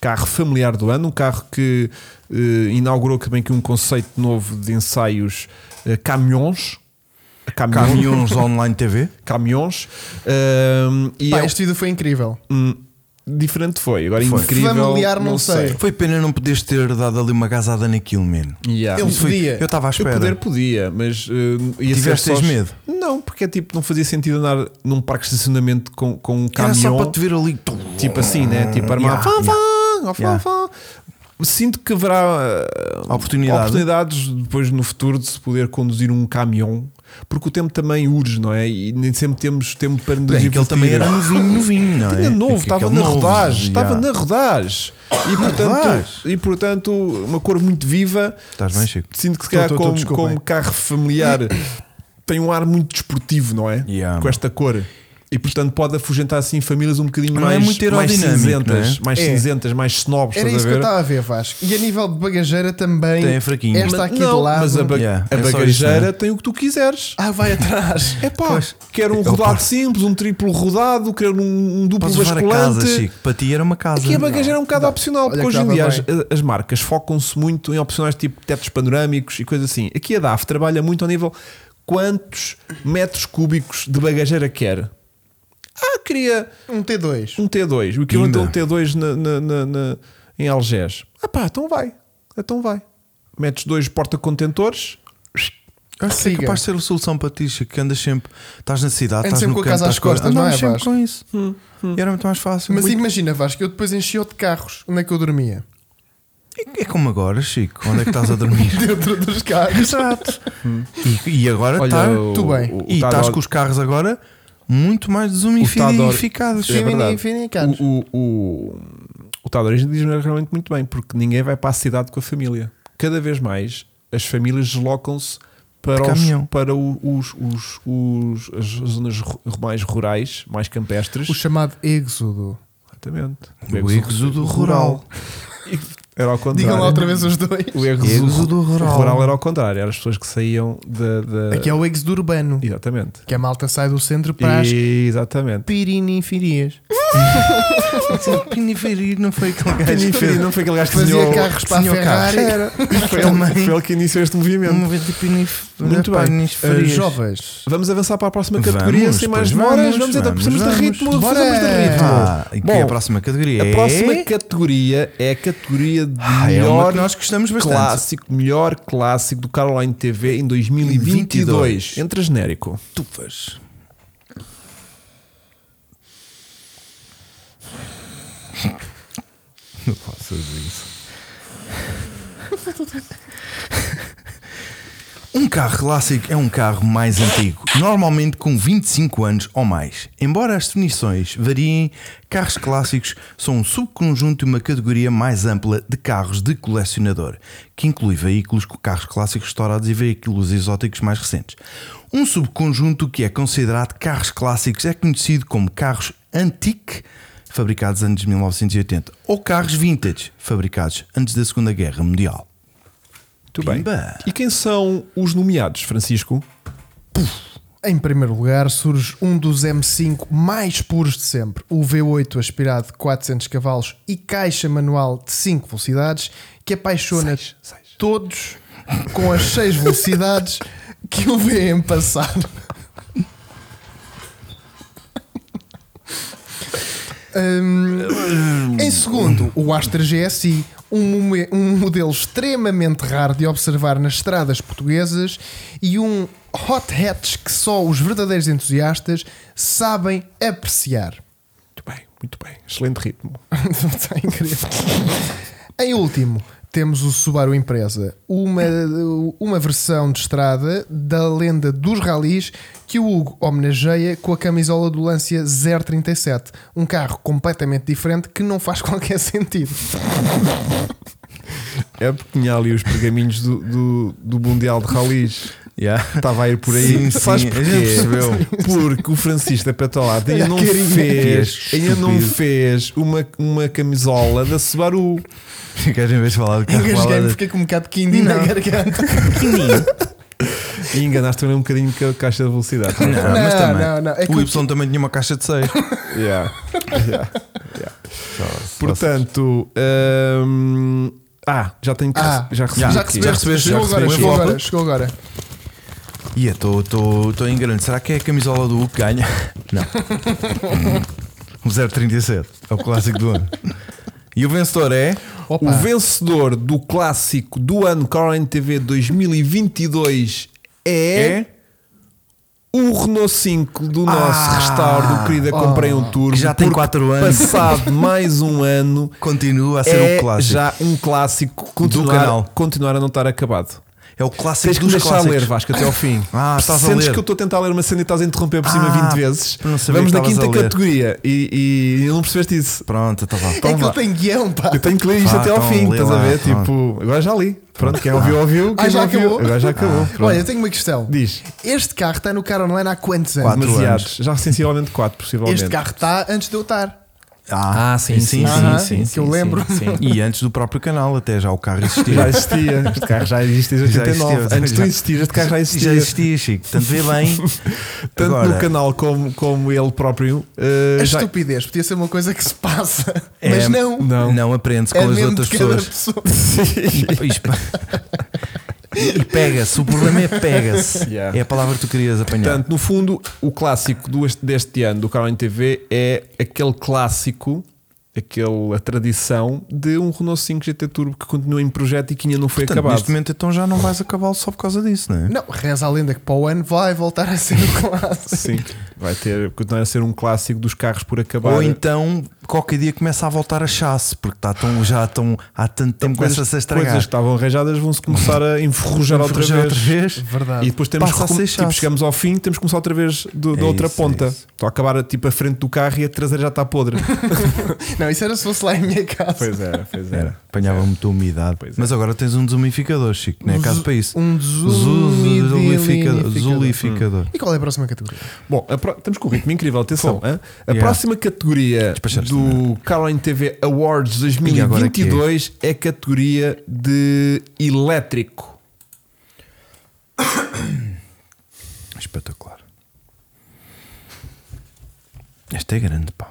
B: carro familiar do ano, um carro que eh, inaugurou também aqui um conceito novo de ensaios eh, caminhões.
A: (laughs)
B: Caminhões.
A: Caminhões online TV.
B: caminhões. Ahm, e
C: Pá,
B: é-
C: este vídeo foi incrível.
B: hum, diferente foi, agora
A: Foi.
B: incrível.
C: Familiar, não sei.
A: Foi pena não poderes ter dado ali uma gasada naquilo, man.
B: Yeah.
C: Ele
A: Isso foi-
C: podia.
A: Eu estava à
B: Eu
A: espera.
B: poder podia, mas uh, ia ser
A: Tiveste
B: sós-
A: medo?
B: Não, porque é tipo, não fazia sentido andar num parque de estacionamento com, com um
A: Era só
B: caminhão.
A: para te ver ali.
B: Tipo assim, né? Tipo
A: Yeah,
B: armar. Fá, fá, fá,
A: yeah.
B: fá. Sinto que haverá eh,
A: Oportunidade.
B: oportunidades depois no futuro de se poder conduzir um caminhão, porque o tempo também urge, não é? E nem sempre temos tempo para nos
A: Bem, aquele
B: divertir.
A: também era novinho, novinho, não é?
B: Tinha novo,
A: Aquele
B: estava na
A: novo,
B: rodagem,
A: já.
B: estava na rodagem. E portanto,
A: rodagem.
B: e portanto, uma cor muito viva.
A: Estás bem, Chico?
B: Sinto que se
C: Tô,
B: calhar
C: tô, tô,
B: como,
C: desculpa.
B: como carro familiar tem um ar muito desportivo, não é?
A: Yeah,
B: Com
A: mano.
B: esta cor. E portanto pode afugentar assim famílias um bocadinho
A: Não é
B: mais,
A: muito
B: mais
A: aerodinâmico,
B: cinzentas,
A: não é?
B: mais
C: É.
B: cinzentas, mais snobs,
C: Era
B: estás
C: isso
B: a
C: que eu
B: ver?
C: estava a ver, Vasco. E a nível de bagageira também.
A: Tem a fraquinha.
C: Esta aqui
B: Não,
C: de lado.
B: mas a, ba-
A: Yeah,
B: a
A: é só
B: bagageira
A: isso, não é?
B: tem o que tu
A: (laughs)
B: quiseres.
C: Ah, vai atrás.
B: É pá,
A: Pois.
B: quero um
A: Opa.
B: rodado simples, um triplo rodado, quero um, um duplo
A: Podes levar a
B: basculante.
A: casa, Chico. Para ti era uma casa.
B: Aqui a bagageira é um bocado opcional, porque
C: Olha
B: hoje
C: que
B: em
C: dava
B: dia as,
C: bem.
B: as marcas focam-se muito em opcionais tipo tetos panorâmicos e coisas assim. Aqui a DAF trabalha muito ao nível quantos metros cúbicos de bagageira quer. Ah, queria
C: Um T2.
B: um T2, o equivalente a um
A: Ainda.
B: T2 na, na- na- na- em Algés. Ah pá, então vai, então vai. Metes dois porta-contentores,
A: Acho que é
C: Siga.
A: capaz de ser a solução para ti, Chico, que andas sempre, estás na cidade, estás
C: Andas sempre
A: no
C: com a
A: campo,
C: casa às
A: estás com-
C: costas, não
A: Andavas
C: é,
A: sempre
C: Vasco?
A: com isso.
B: Hum,
A: E era muito mais fácil.
C: Mas
A: Muito-
C: imagina, Vasco, eu depois enchia de carros. Onde é que eu (laughs) dormia?
A: É como agora, Chico. Onde é que estás a
B: (laughs)
A: dormir?
C: Dentro dos carros.
A: Exato. E, e agora
B: Olha,
A: está.
B: o-
C: tu bem.
B: o- o
A: E estás
B: Tador-
A: com os carros agora muito mais desumidificados.
B: É
C: Fini-
B: verdade.
C: fini- caros.
B: O, o, o, o Tador diz-me realmente muito bem, porque ninguém vai para a cidade com a família. Cada vez mais as famílias deslocam-se para,
A: De
B: os-
A: caminhão.
B: para o- os, os, os- as zonas ru- mais rurais, mais campestres.
C: O chamado êxodo.
B: Exatamente.
A: O êxodo rural.
B: Era ao contrário.
C: Digam lá outra vez os dois.
B: O êxodo,
A: Êxodo
B: rural.
A: rural.
B: era ao contrário, eram as pessoas que saíam da. da-
C: Aqui é o êxodo urbano.
B: Exatamente.
C: Que a malta sai do centro para as
B: Exatamente.
C: piriniferias.
A: Piniferi não foi aquele gajo que
B: Não foi aquele gajo que
C: Fazia
B: desenhou-
C: carros para a
A: tinha o carro.
C: Ferrari.
B: Foi ele, foi ele que iniciou este movimento.
A: Uma vez de pinif...
B: Muito
A: pá,
B: bem. Ah,
C: Uh,
A: piniferias.
C: jovens.
B: Vamos avançar para a próxima
A: Vamos,
B: categoria, sem
A: pois
B: mais demoras.
A: vamos,
B: Vamos, então,
A: vamos,
B: precisamos de
A: vamos.
B: ritmo.
C: Bora!
B: Precisamos de ritmo.
A: Ah, e que é
B: Bom,
A: a próxima categoria?
B: a próxima
A: é...
B: categoria é a categoria de
A: Ah, é uma
B: melhor
A: que nós gostamos bastante.
B: clássico, melhor clássico do Caroline TV em 2022.
A: 22.
B: Entra genérico.
A: Tufas. Não posso fazer isso. Um carro clássico é um carro mais antigo, normalmente com 25 anos ou mais. Embora as definições variem, carros clássicos são um subconjunto de uma categoria mais ampla de carros de colecionador, que inclui veículos com carros clássicos restaurados e veículos exóticos mais recentes. Um subconjunto que é considerado carros clássicos é conhecido como carros antique, fabricados antes de 1980, ou carros vintage, fabricados antes da Segunda Guerra Mundial.
B: Muito bem.
A: Pimba.
B: E quem são os nomeados, Francisco?
C: Em primeiro lugar surge um dos M5 mais puros de sempre, o V8 aspirado de 400 cavalos e caixa manual de 5 velocidades, que apaixona todos com as 6 velocidades que o vêem passar. Hum, em segundo, o Astra GSI, um, mome- um modelo extremamente raro de observar nas estradas portuguesas e um hot hatch que só os verdadeiros entusiastas sabem apreciar. (laughs)
B: Muito bem, muito bem. Excelente ritmo.
C: Está Tá incrível. Em último, temos o Subaru Impreza, uma, uma versão de estrada da lenda dos ralis que o Hugo homenageia com a camisola do Lancia 037, um carro completamente diferente que não faz (laughs) qualquer sentido.
B: É porque tinha ali os pergaminhos do, do, do Mundial de Ralis.
A: Yeah.
B: Estava a ir por
A: Sim, sim,
B: aí. Sabes
A: a
B: porquê?
A: gente percebeu.
B: Porque o Francisco da Petolata ainda
C: Olha a
B: não
C: carinha.
B: fez,
A: Que
B: ainda não
A: estúpido.
B: fez uma, uma camisola da Subaru.
A: Queres em vez de falar de carro
C: Engasguei-me,
A: balada?
C: fiquei com um bocado de quindi na
A: Não.
C: garganta.
B: E enganaste também um bocadinho com a caixa de velocidade.
A: Não, mas
C: Não,
A: também.
C: não, não, é que
A: o
C: o
A: Y também tinha uma caixa de
B: (laughs)
A: 6.
B: Yeah. Yeah. Yeah. Portanto, hum, ah, já tenho que
C: (laughs) Ah,
B: já recebi.
C: já
B: aqui.
C: recebeste,
A: recebeste,
C: chegou
A: já
C: agora,
A: recebeste.
C: chegou
A: Envelope?
C: agora, chegou agora.
A: E é, estou em grande. Será que é a camisola do Hugo que ganha? (laughs)
B: (laughs)
A: Não. Um o 037. É o clássico do ano. E o vencedor é.
C: Opa.
B: O vencedor do clássico do ano Coral TV 2022 é,
A: É?
B: o Renault 5 do nosso
A: Ah! Oh.
B: restauro do querida Comprei um Turbo.
A: Já tem
B: porque
A: quatro anos.
B: Passado mais um ano,
A: Continua (laughs) a ser
B: é
A: o clássico.
B: já um clássico continuar,
A: canal.
B: continuar a não estar acabado.
A: É o clássico
B: Tens que me
A: dos
B: deixar
A: clássicos.
B: ler, Vasco, até ao fim.
A: Ah, estás a
B: Sentes
A: ler.
B: que eu estou a tentar ler uma cena e estás a interromper por cima
A: Ah,
B: 20 vezes.
A: não sabia
B: Vamos
A: que estavas
B: na quinta
A: a ler.
B: categoria e, e, e não percebeste isso.
A: Pronto, está bom.
C: É que
B: lá.
C: ele tem guião, pá.
B: Eu tenho que ler isto
A: Vá,
B: até ao
A: então,
B: fim,
A: lê
B: estás a
A: lá,
B: ver?
A: pronto.
B: Tipo, agora já li. Pronto, quem ouviu, ouviu. Quem
C: Ah, já
B: não ouviu,
C: acabou?
B: Agora já acabou. Pronto.
C: Olha, eu tenho uma questão.
B: Diz,
C: Este carro está no car online há quantos anos?
A: Quatro
B: demasiados. Já sensivelmente 4, possivelmente.
C: Este carro está antes de eu estar.
A: Ah, sim,
C: Aham,
A: sim,
C: que
A: sim,
C: eu lembro.
A: sim. E antes do próprio canal, até já o carro existia.
B: Já existia. (laughs) Este carro já existe desde
A: Já existia,
B: 89. Antes de tu
A: já-
B: existir, este carro já existia.
A: Já existia, Chico. Tanto vê bem.
B: (laughs) Tanto
A: Agora,
B: no canal como, como ele próprio. eh,
C: A
B: já-
C: estupidez podia ser uma coisa que se passa,
A: é-
C: mas não.
B: não.
A: Não aprende-se
C: É
A: com as
C: mesmo
A: outras
C: de cada
A: pessoas.
C: pessoa.
A: E- e espa- (laughs) E pega-se, o problema é pega-se.
B: Yeah.
A: É a palavra que tu querias apanhar.
B: Portanto, no fundo, o clássico do este- deste ano do Carolina TV é aquele clássico, aquele, a tradição de um Renault 5 GT Turbo que continua em projeto e que ainda não foi
A: Portanto,
B: acabado.
A: neste momento então já não vais acabá-lo só por causa disso, não é?
C: Não, reza a lenda que para o ano vai voltar a ser um clássico.
B: Sim, vai ter, continuar a ser um clássico dos carros por acabar.
A: Ou então qualquer dia começa a voltar a chasse, porque está tão, já tão, há tanto tempo
B: coisas,
A: começa-se a
B: coisas que
A: estragar.
B: estavam arranjadas vão-se começar a enferrujar,
A: Enferrujar
B: outra vez.
C: Verdade.
B: E depois temos
A: Passa a
B: que recom-
A: ser
B: tipo,
A: chato.
B: chegamos ao fim, temos que começar outra vez do- da
A: É
B: outra
A: isso, é
B: ponta.
A: isso.
B: Estou a acabar tipo a frente do carro e a traseira já
A: (laughs)
B: está podre.
C: Não, isso era se fosse lá em minha casa.
B: pois
A: é,
B: era, pois era.
A: Era, apanhava muita umidade.
B: Pois é.
A: Mas agora tens um desumificador, Chico, não é caso para isso.
C: Um
A: Zulificador.
C: desumidificador.
A: Zulificador.
C: E qual é a próxima categoria?
B: Bom, a pro- estamos com um ritmo incrível, atenção. hã? A
A: Yeah.
B: próxima categoria
A: Despachaste
B: do Caroline TV Awards
A: é? E agora que é?
B: 2022 é a categoria de elétrico.
A: Espetacular. Esta é grande, pá.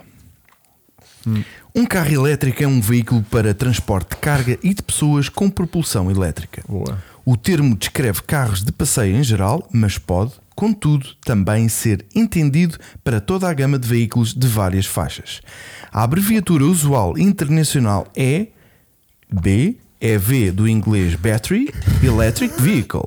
A: Um carro elétrico é um veículo para transporte de carga e de pessoas com propulsão elétrica.
B: Boa.
A: O termo descreve carros de passeio em geral, mas pode, contudo, também ser entendido para toda a gama de veículos de várias faixas. A abreviatura usual internacional é B, é V do inglês Battery Electric Vehicle.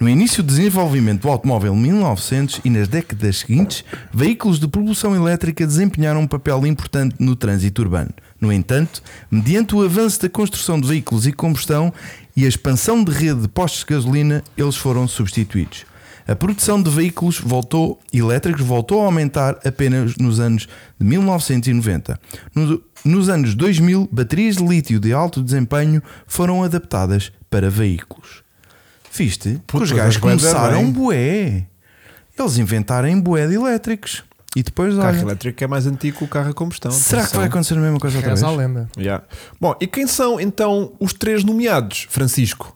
A: No início do desenvolvimento do automóvel 1900 e nas décadas seguintes, veículos de propulsão elétrica desempenharam um papel importante no trânsito urbano. No entanto, mediante o avanço da construção de veículos e combustão e a expansão de rede de postos de gasolina, eles foram substituídos. A produção de veículos voltou, elétricos voltou a aumentar apenas nos anos de 1990. No- Nos anos 2000, baterias de lítio de alto desempenho foram adaptadas para veículos. Viste?
B: Puta,
A: os gajos
B: mas bué da
A: começaram
B: bem.
A: bué. Eles inventaram bué de elétricos. E depois,
B: O carro
A: olha,
B: elétrico é mais antigo que o carro a combustão.
A: será que vai
B: atenção.
A: acontecer a mesma coisa outra
C: Reza a
A: vez?
C: lenda.
B: Yeah. Bom, e quem são então os três nomeados, Francisco?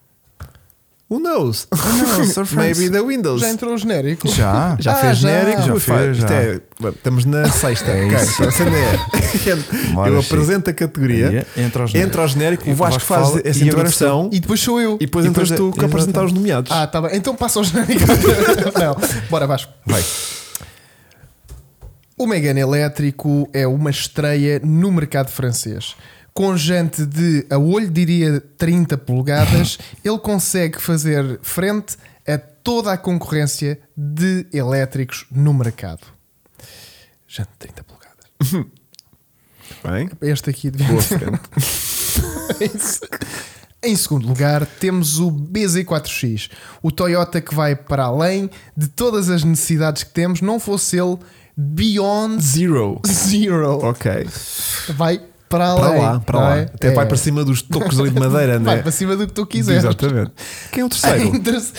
B: Who knows?
A: knows,
B: (laughs)
A: Sir Francis?
B: Maybe the Windows.
C: Já entrou o genérico.
A: Já?
B: Já
C: Ah,
B: fez
C: já.
B: genérico?
A: Já
B: Faz-
A: fez,
B: isto
A: já.
B: é- bom, estamos
A: (laughs)
B: na sexta. ok, então
A: isso.
B: essa não é.
A: Bora,
B: Eu
A: Chico.
B: apresento a categoria,
A: Aí, é, entra ao genérico.
B: entra ao genérico, o
A: E o
B: Vasco
A: Vasco
B: faz
A: fala,
B: essa
A: e agora
B: introdução
C: E depois sou eu.
B: e depois
A: e
B: entras
A: depois- é
B: tu que apresentar os nomeados.
C: Ah, tá bem. Então passa ao genérico. (laughs) Não. Bora, Vasco.
A: Vai.
C: O Megane elétrico é uma estreia no mercado francês. Com jante de, a olho diria, 30
B: (laughs)
C: polegadas, ele consegue fazer frente a toda a concorrência de elétricos no mercado. Jante de 30 polegadas.
B: Bem,
C: Este aqui
B: (laughs)
C: devia
B: boa frente.
C: Isso. (laughs) Em segundo lugar, temos o BZ4X, o Toyota que vai para além de todas as necessidades que temos, não fosse ele Beyond
B: Zero.
C: Zero.
B: Ok.
C: Vai para
B: Para
C: além.
B: lá, para
C: não
B: lá.
C: é?
B: Até vai
C: É.
B: para cima dos tocos ali de
C: (laughs)
B: madeira, não
C: Vai
B: é?
C: para cima do que tu quiseres.
B: Exatamente. Quem é o
C: (laughs) Em,
B: terceiro?
C: terce-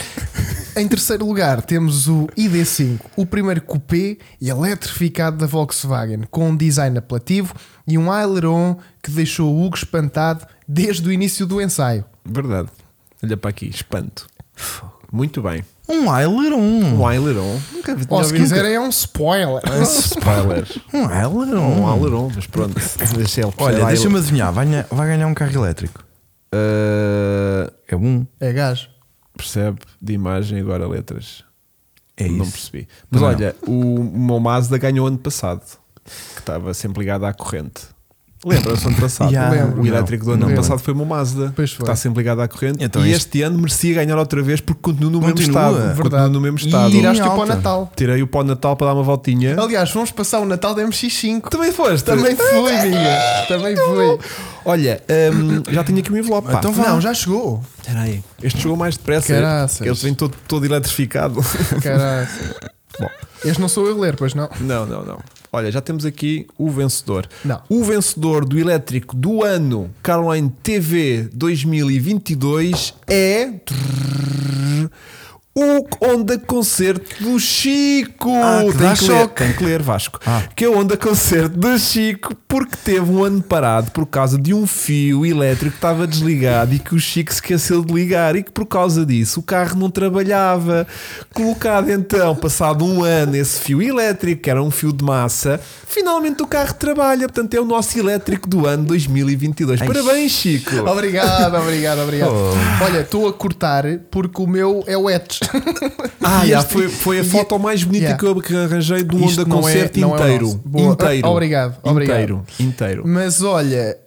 C: em terceiro lugar, temos o ID5, o primeiro coupé eletrificado da Volkswagen, com um design apelativo e um aileron que deixou o Hugo espantado desde o início do ensaio.
B: Verdade. Olha para aqui, espanto. Muito bem.
A: Um Aileron.
B: Um aileron. Nunca vi
C: Ou
B: tinha
C: se
B: ouvido.
C: quiser é um spoiler.
B: Spoiler.
A: Um Aileron.
B: Um aileron, mas pronto. Deixa ele.
A: Olha, deixa-me adivinhar, vai ganhar, vai ganhar um carro elétrico.
B: Uh,
A: É um.
C: (laughs) É gajo.
B: percebe de imagem agora letras.
A: É
B: não
A: isso.
B: percebi. Mas
A: Não.
B: olha, o meu Mazda ganhou ano passado, que estava sempre ligado à corrente. Lembra-se ano passado?
A: Ya.
C: Lembro.
B: O elétrico do ano
C: Lembro.
B: passado foi o meu Mazda,
C: Pois
B: que
C: foi.
B: está sempre ligado à corrente.
A: Então
B: e
A: isto-
B: este ano merecia ganhar outra vez porque continua no
A: Continua.
B: mesmo estado.
A: Verdade.
B: Continua no mesmo estado.
A: E-
C: Tiraste-o para o
A: alta.
C: Natal.
B: Tirei-o para o Natal para dar uma voltinha.
C: Aliás, vamos passar o Natal da MX5.
B: Também foste.
C: Também foi, minha. Também foi.
B: Olha, hum, já tinha aqui um envelope. pá.
A: Então vá.
C: Não, já chegou.
B: Espera aí. Este chegou mais depressa.
C: Caraças.
B: Ele vem todo, todo eletrificado. (laughs)
C: Caralho.
B: Bom.
C: Este não sou eu a ler, pois não.
B: Não, não, não. Olha, já temos aqui o vencedor.
C: Não.
B: O vencedor do elétrico do ano Caroline TV 2022 é. O Onda Concerto do Chico!
A: Ah, que dá
B: tem, que ler,
A: choque.
B: tem que ler, Vasco.
A: Ah.
B: Que é o Onda Concerto do Chico, porque teve um ano parado por causa de um fio elétrico que estava desligado e que o Chico se esqueceu de ligar e que por causa disso o carro não trabalhava. Colocado então, passado um ano, esse fio elétrico, que era um fio de massa, finalmente o carro trabalha. Portanto, é o nosso elétrico do ano 2022. Parabéns, Chico!
C: Obrigado, obrigado, obrigado. Olha, estou a cortar porque o meu é o (laughs) Etch.
B: Ah,
C: E
B: já,
C: este-
B: foi, foi a
C: e-
B: foto mais bonita
C: yeah.
B: que eu que arranjei do
C: Isto
B: Onda
C: não é-
B: Concerto
C: não é o
B: inteiro.
C: nosso. Boa.
B: Inteiro.
C: Obrigado, obrigado.
B: Inteiro. Inteiro.
C: Mas olha,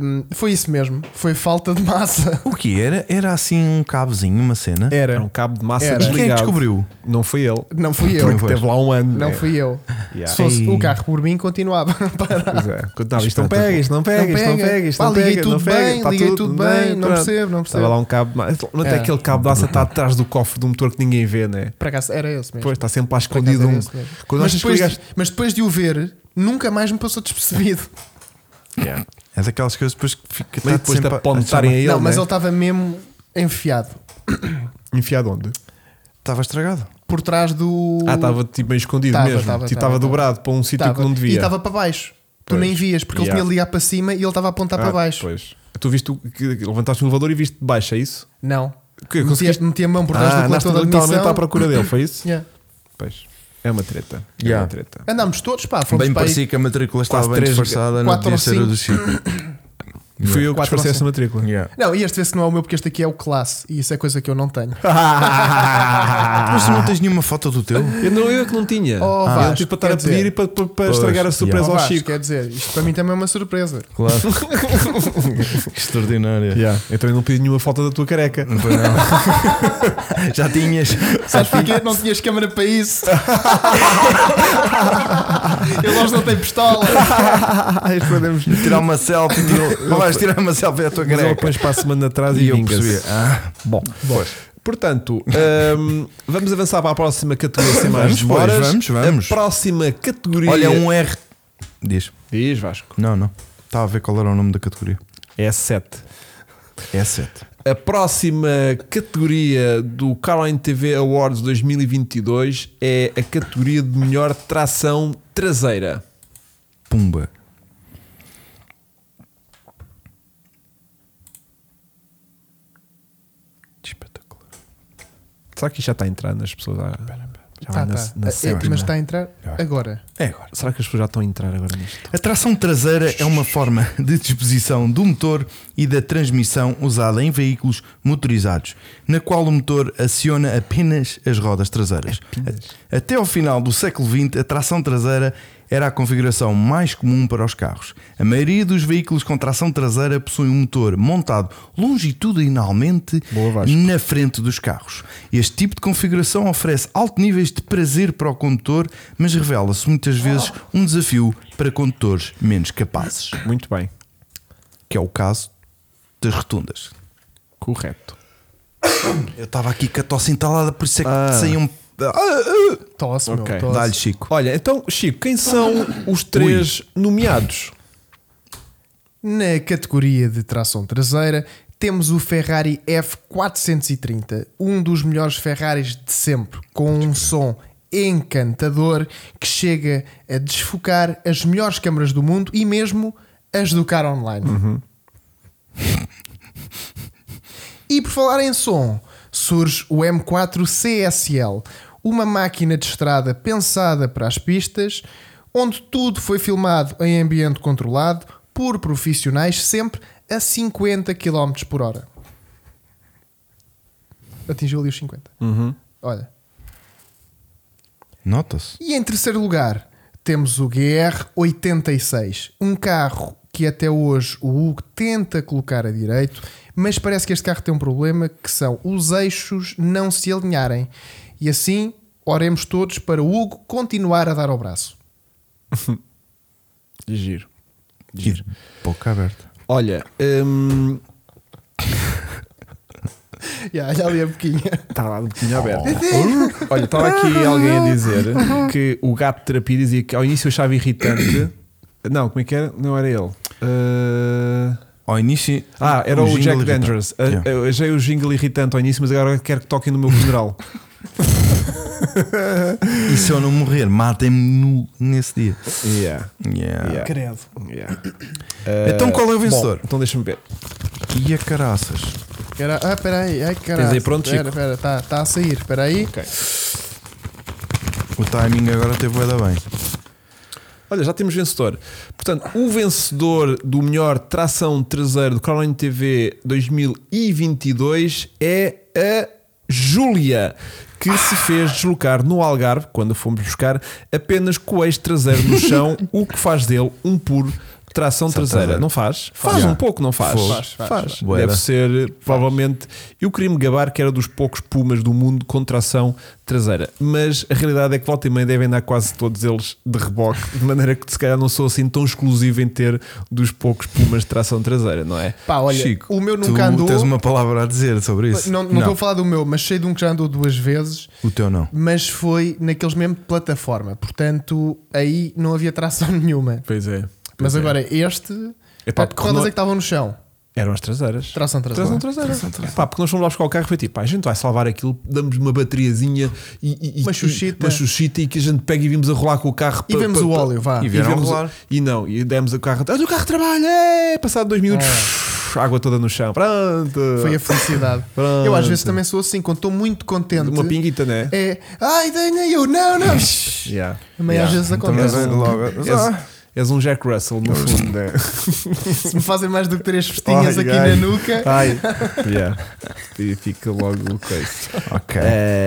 C: hum, foi isso mesmo. Foi falta de massa.
A: O que era? Era assim um cabozinho, uma cena.
B: Era
C: Era.
B: um cabo de massa
C: Era.
A: E quem é que
B: desligado.
A: descobriu?
B: Não foi ele.
C: Não fui eu.
A: Não
B: Porque
A: foi.
B: teve lá um ano.
C: Não
B: né?
C: fui eu.
B: Yeah.
C: Se fosse
A: Ei.
C: o carro por mim, continuava. (laughs) Para.
B: Pois é. Não, isto não pega, isto não pega,
C: Não
B: isto não
C: pega.
B: pega, isto
C: Pá,
B: não
C: liguei
B: pega.
C: tudo
B: não pega,
C: bem,
B: está
C: liguei
B: tudo
C: tudo bem, não
B: pronto.
C: percebo, não percebo.
B: Estava lá um cabo de massa. Não tem
C: É.
B: aquele cabo de massa que está atrás do cofre do motor que ninguém vê, né?
C: Por acaso era esse mesmo.
B: Pois está sempre lá
C: Por acaso
B: escondido
C: era
B: um.
C: esse mesmo.
B: Quando
C: mas,
B: achas que
C: depois,
B: ligaste.
C: mas depois de o ver, nunca mais me passou despercebido.
B: (laughs) Yeah.
A: É daquelas coisas depois que fica
B: Mas
A: tá
B: depois de
A: sempre a-
B: apontarem a
A: a chamar-
B: ele.
C: não, mas
B: né?
C: ele estava mesmo enfiado.
B: Enfiado onde?
A: Estava estragado.
C: Por trás do.
B: Ah, estava tipo meio escondido
C: Tava,
B: mesmo.
C: tava,
B: Tipo,
C: tava,
B: estava
C: tava.
B: dobrado para um sítio que
C: Tava.
B: não
C: E
B: devia.
C: estava para baixo. Tu
B: Pois.
C: nem vias, porque ele
B: Yeah.
C: tinha ligado para cima e ele estava a apontar para
B: Ah,
C: baixo.
B: Pois. Tu viste o, que, que levantaste o elevador e viste de baixo, é isso?
C: Não.
B: Que,
C: Meti,
B: conseguiste-
C: meti a mão por trás
B: ah,
C: do
B: andaste
C: coletor da
B: literalmente
C: admissão.
B: à procura dele, foi isso?
C: (coughs) Yeah.
B: Pois. É uma treta. É
A: Yeah.
B: uma treta.
C: Andámos todos, pá, fomos
A: bem
C: para aí.
A: parecia que a matrícula estava
B: Quase
A: bem
B: três-
A: disfarçada, não
C: quatro
A: podia
C: ou
A: ser a do Chico.
B: Fui eu que
C: Quatro
B: disfarcei
C: ou
B: essa matrícula. (laughs)
D: Yeah.
C: Não, e este vê-se não é o meu, porque este aqui é o classe. E isso é coisa que eu não
B: (laughs)
C: tenho.
A: Mas tu não tens nenhuma foto do (laughs) teu?
B: Eu, não, eu é que não tinha.
C: Oh,
B: eu
C: Vasco,
B: tive para estar a
C: quer
B: pedir
C: dizer-
B: e para, para- para
D: Pois,
B: estragar a
D: yeah.
B: surpresa
C: Oh,
B: ao
C: Vasco,
B: Chico.
C: quer dizer, isto para mim também é uma surpresa.
D: Claro. Extraordinária.
B: (laughs) Yeah. Eu também não pedi nenhuma foto da tua careca.
D: Pois não.
A: Já tinhas.
C: Sabes (laughs) porquê? Não tinhas câmara para (laughs) isso. Ele hoje não tem pistola.
B: podemos.
A: Tirar uma selfie. Tira... Não vais tirar uma selfie à tua
B: Mas ela
A: careca.
B: pões para a semana atrás e,
A: E eu
B: vingas.
A: percebi. Ah,
B: Bom, portanto, hum, vamos avançar para a próxima categoria sem mais
A: Vamos, pois,
B: demoras.
A: vamos, vamos.
B: A próxima categoria.
A: olha, um R. Diz.
B: Diz Vasco.
A: Não, não. Estava a ver qual era o nome da categoria.
B: É 7.
A: É 7.
B: A próxima categoria do Caroline TV Awards 2022 é a categoria de melhor tração traseira.
A: Pumba. Espetacular.
B: Será que isto já está a entrar nas pessoas? Ah, já vai
C: Tá,
B: na-
C: tá.
B: na
C: É,
B: sétima.
C: mas está a entrar
A: Eu acho.
C: agora.
A: É agora.
B: Será que as pessoas já estão a entrar agora nisto?
A: A tração traseira é uma forma de disposição do motor e da transmissão usada em veículos motorizados, na qual o motor aciona apenas as rodas traseiras. A- Até ao final do século XX, a tração traseira era a configuração mais comum para os carros. A maioria dos veículos com tração traseira possui um motor montado longitudinalmente
B: Boa, Vasco.
A: na frente dos carros. Este tipo de configuração oferece altos níveis de prazer para o condutor, mas revela-se muitas vezes um desafio para condutores menos capazes,
B: Muito bem.
A: que é o caso das rotundas.
B: Correto.
A: Eu estava aqui com a tosse entalada, por isso é que
B: Ah.
A: saía um. ah.
C: Tosse,
B: Ok.
C: meu. Tosse.
A: Dá-lhe, Chico.
B: Olha, então, Chico, quem são os três nomeados?
C: Na categoria de tração traseira, temos o Ferrari F430, um dos melhores Ferraris de sempre, com um som encantador que chega a desfocar as melhores câmaras do mundo e mesmo as do Car Online. E por falar em som, surge o M4 CSL, uma máquina de estrada pensada para as pistas, onde tudo foi filmado em ambiente controlado por profissionais sempre a 50 km por hora. Atingiu ali os 50. Olha.
A: Nota-se.
C: E em terceiro lugar, temos o GR86, um carro que até hoje o Hugo tenta colocar a direito, mas parece que este carro tem um problema que são os eixos não se alinharem. E assim, oremos todos para o Hugo continuar a dar ao braço.
B: Giro.
A: Giro. Boca aberta.
B: Olha, hum,
C: Já, já li a boquinha.
B: Estava um bocadinho
A: Oh.
B: aberto. Olha, estava aqui alguém a dizer que o gato de terapia dizia que ao início eu achava irritante. Não, como é que era? Não era ele. Uh,
A: Ao início.
B: Ah, era o,
A: jingle
B: Jack
A: irritante.
B: Dangerous. A-
A: tá. Yeah.
B: Eu achei o jingle irritante ao início, mas agora quero que toquem no meu funeral.
A: E se eu não morrer, matem-me nu nesse dia.
B: yeah.
A: Yeah.
B: Yeah.
C: Credo.
B: Yeah.
A: Então qual é o
B: Bom,
A: vencedor?
B: então deixa-me ver.
A: E a caraças?
C: Era, ah, peraí, ai caralho.
B: Tens aí pronto,
C: Espera,
B: Chico?
C: espera, está tá a sair, espera aí.
A: O timing agora teve bué da bem.
B: Olha, já temos vencedor. Portanto, o vencedor do melhor tração traseiro do Caroline TV 2022 é a Júlia, que se fez deslocar no Algarve, quando fomos buscar, apenas com o eixo traseiro no (laughs) chão, o que faz dele um puro tração traseira.
A: traseira.
B: Não faz? Faz
A: Já.
B: um pouco, não faz?
A: Fogo.
C: Faz, faz, faz.
A: Bué
B: Deve
A: da.
B: ser, eh, provavelmente, eu queria me gabar que era dos poucos Pumas do mundo com tração traseira, mas a realidade é que volta e meia devem andar quase todos eles de reboque, de maneira que se calhar não sou assim tão exclusivo em ter dos poucos Pumas de tração traseira, não é?
C: Pá, olha,
A: Chico,
C: o meu
A: tu
C: nunca andou.
A: tens uma palavra a dizer sobre isso?
C: Não estou a falar do meu, mas sei de um que já andou duas vezes.
A: O teu não.
C: mas foi naqueles mesmo de plataforma, portanto aí não havia tração (laughs) nenhuma.
B: Pois é.
C: Mas agora este,
B: Epá,
C: Ah, que
B: porque
C: rodas
B: não-
C: é que estavam no chão?
B: Eram as traseiras.
C: Tração traseira.
B: Tração traseira. Pá, porque nós fomos lá buscar o carro e foi tipo, pá, a gente vai salvar aquilo, damos uma bateriazinha e, e- e-
C: Uma xuxita.
B: uma xuxita e que a gente pega e vimos a rolar com o carro
C: E
B: pa-
C: vemos
B: pa-
C: o
B: pa-
C: óleo, vá.
A: E vieram
B: vimos-
A: rolar.
B: E não, e demos o carro, olha o carro trabalha, é, passado dois minutos, água toda no chão, pronto.
C: Foi a felicidade.
B: (laughs) Pronto.
C: Eu às vezes também sou assim, quando estou muito contente.
B: uma pinguita, né?
C: É, ai, tenho eu, não, não.
B: Yeah.
C: Também
B: Yeah. um-
C: às vezes
A: Também
C: acontece.
A: logo. Ah.
B: És, És um Jack Russell, no fundo.
C: (laughs)
B: é.
C: Se me fazem mais do que três festinhas
B: Ai,
C: aqui
B: ai. Tá.
C: na nuca,
B: Ai, yeah. E fica logo o coice.
A: Ok.